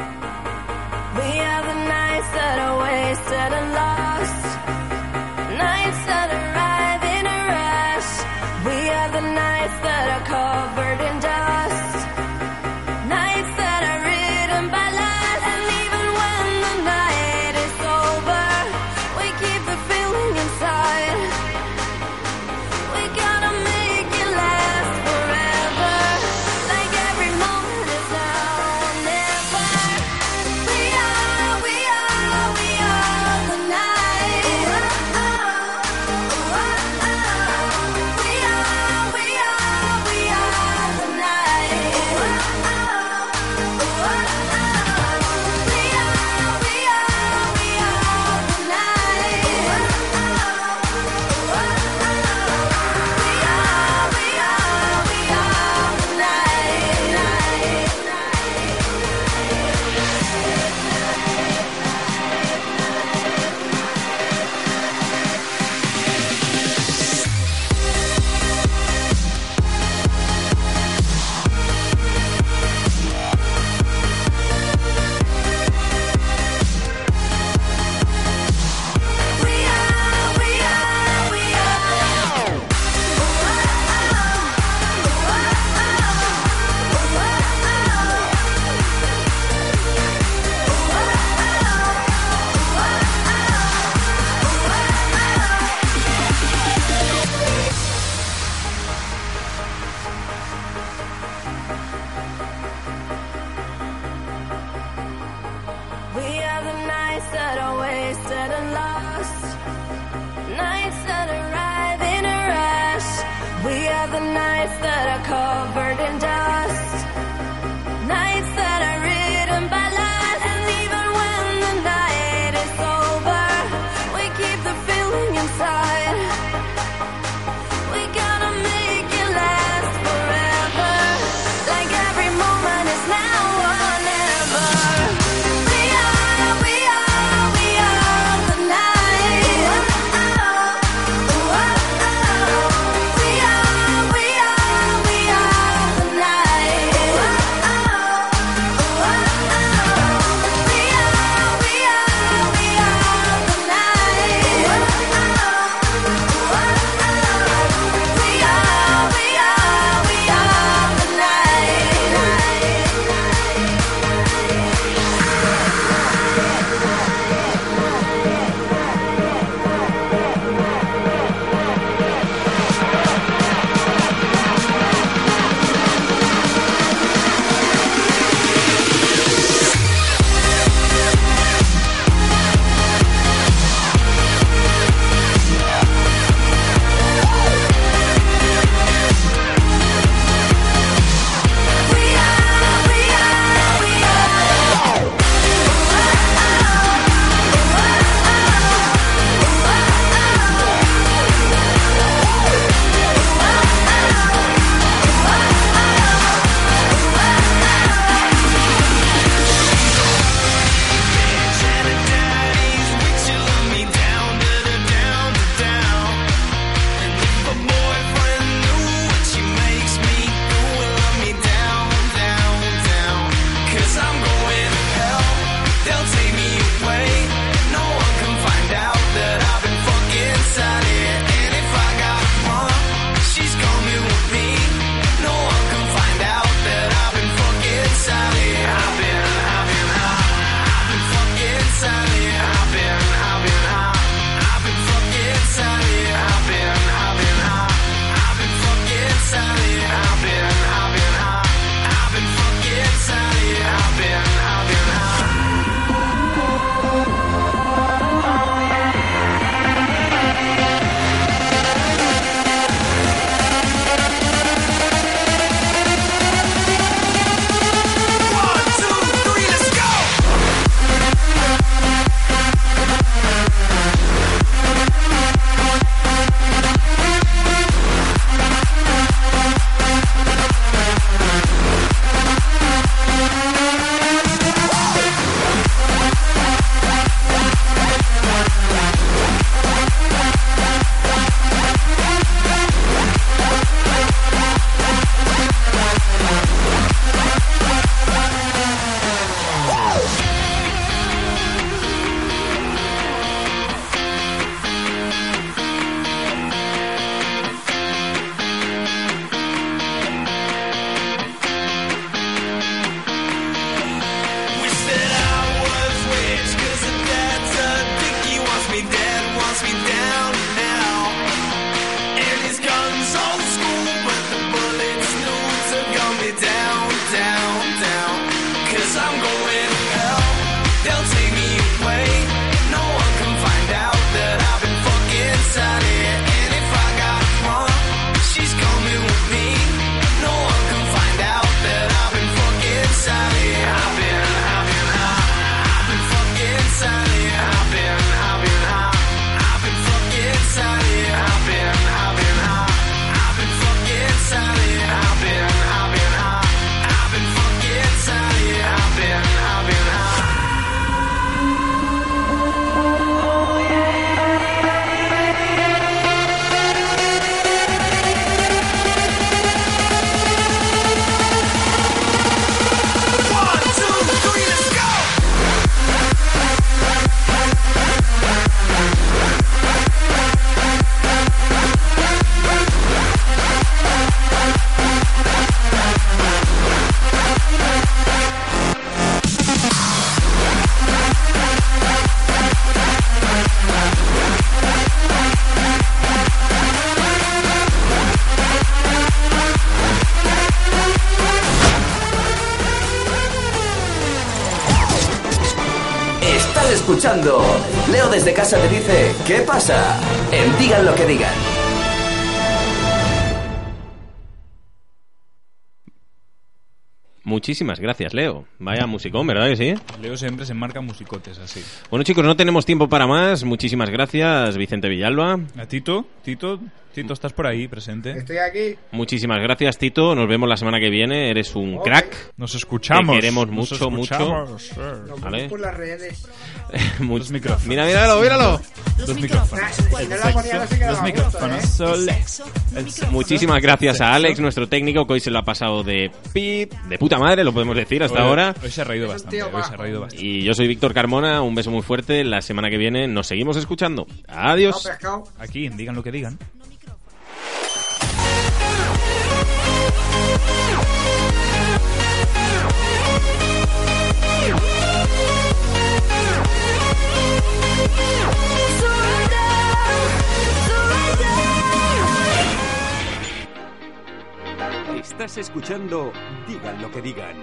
Speaker 16: We are the nights that are wasted and lost. Nights that arrive in a rush. We are the nights that are covered in dust. Nights that are written by lies. And even when the night is over, we keep the feeling inside.
Speaker 4: escuchando. Leo desde casa te dice, ¿qué pasa? En Digan lo que digan.
Speaker 2: Muchísimas gracias, Leo. Vaya musicón, ¿verdad que sí?
Speaker 3: Leo siempre se marca musicotes así.
Speaker 2: Bueno, chicos, no tenemos tiempo para más. Muchísimas gracias, Vicente Villalba.
Speaker 3: A Tito, Tito, Tito, estás por ahí presente.
Speaker 11: Estoy aquí.
Speaker 2: Muchísimas gracias, Tito. Nos vemos la semana que viene. Eres un crack.
Speaker 3: Nos escuchamos.
Speaker 2: Te queremos
Speaker 3: Nos
Speaker 2: mucho, mucho.
Speaker 3: escuchamos, sí.
Speaker 11: Nos
Speaker 2: Vale.
Speaker 11: vemos por las redes.
Speaker 2: Much- Mira, míralo, míralo.
Speaker 3: Los micrófonos.
Speaker 11: Si no la ponía, no se quedaba
Speaker 3: pues Los
Speaker 11: a gusto,
Speaker 3: micrófonos.
Speaker 11: ¿eh?
Speaker 2: Muchísimas gracias a Alex, nuestro técnico, que hoy se lo ha pasado de pip, de puta madre, lo podemos decir hasta
Speaker 3: Hoy-
Speaker 2: ahora.
Speaker 3: Hoy se ha reído bastante. Hoy se ha reído bastante.
Speaker 2: Y yo soy Víctor Carmona, un beso muy fuerte. La semana que viene nos seguimos escuchando. Adiós.
Speaker 3: Aquí, digan lo que digan.
Speaker 9: Estás escuchando Digan lo que digan.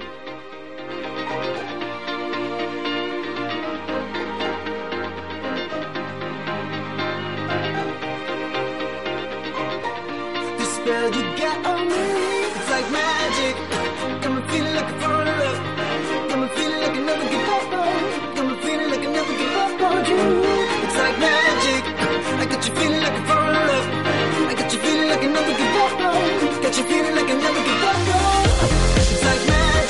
Speaker 16: The spell you got on me, it's like magic. Got me feeling like a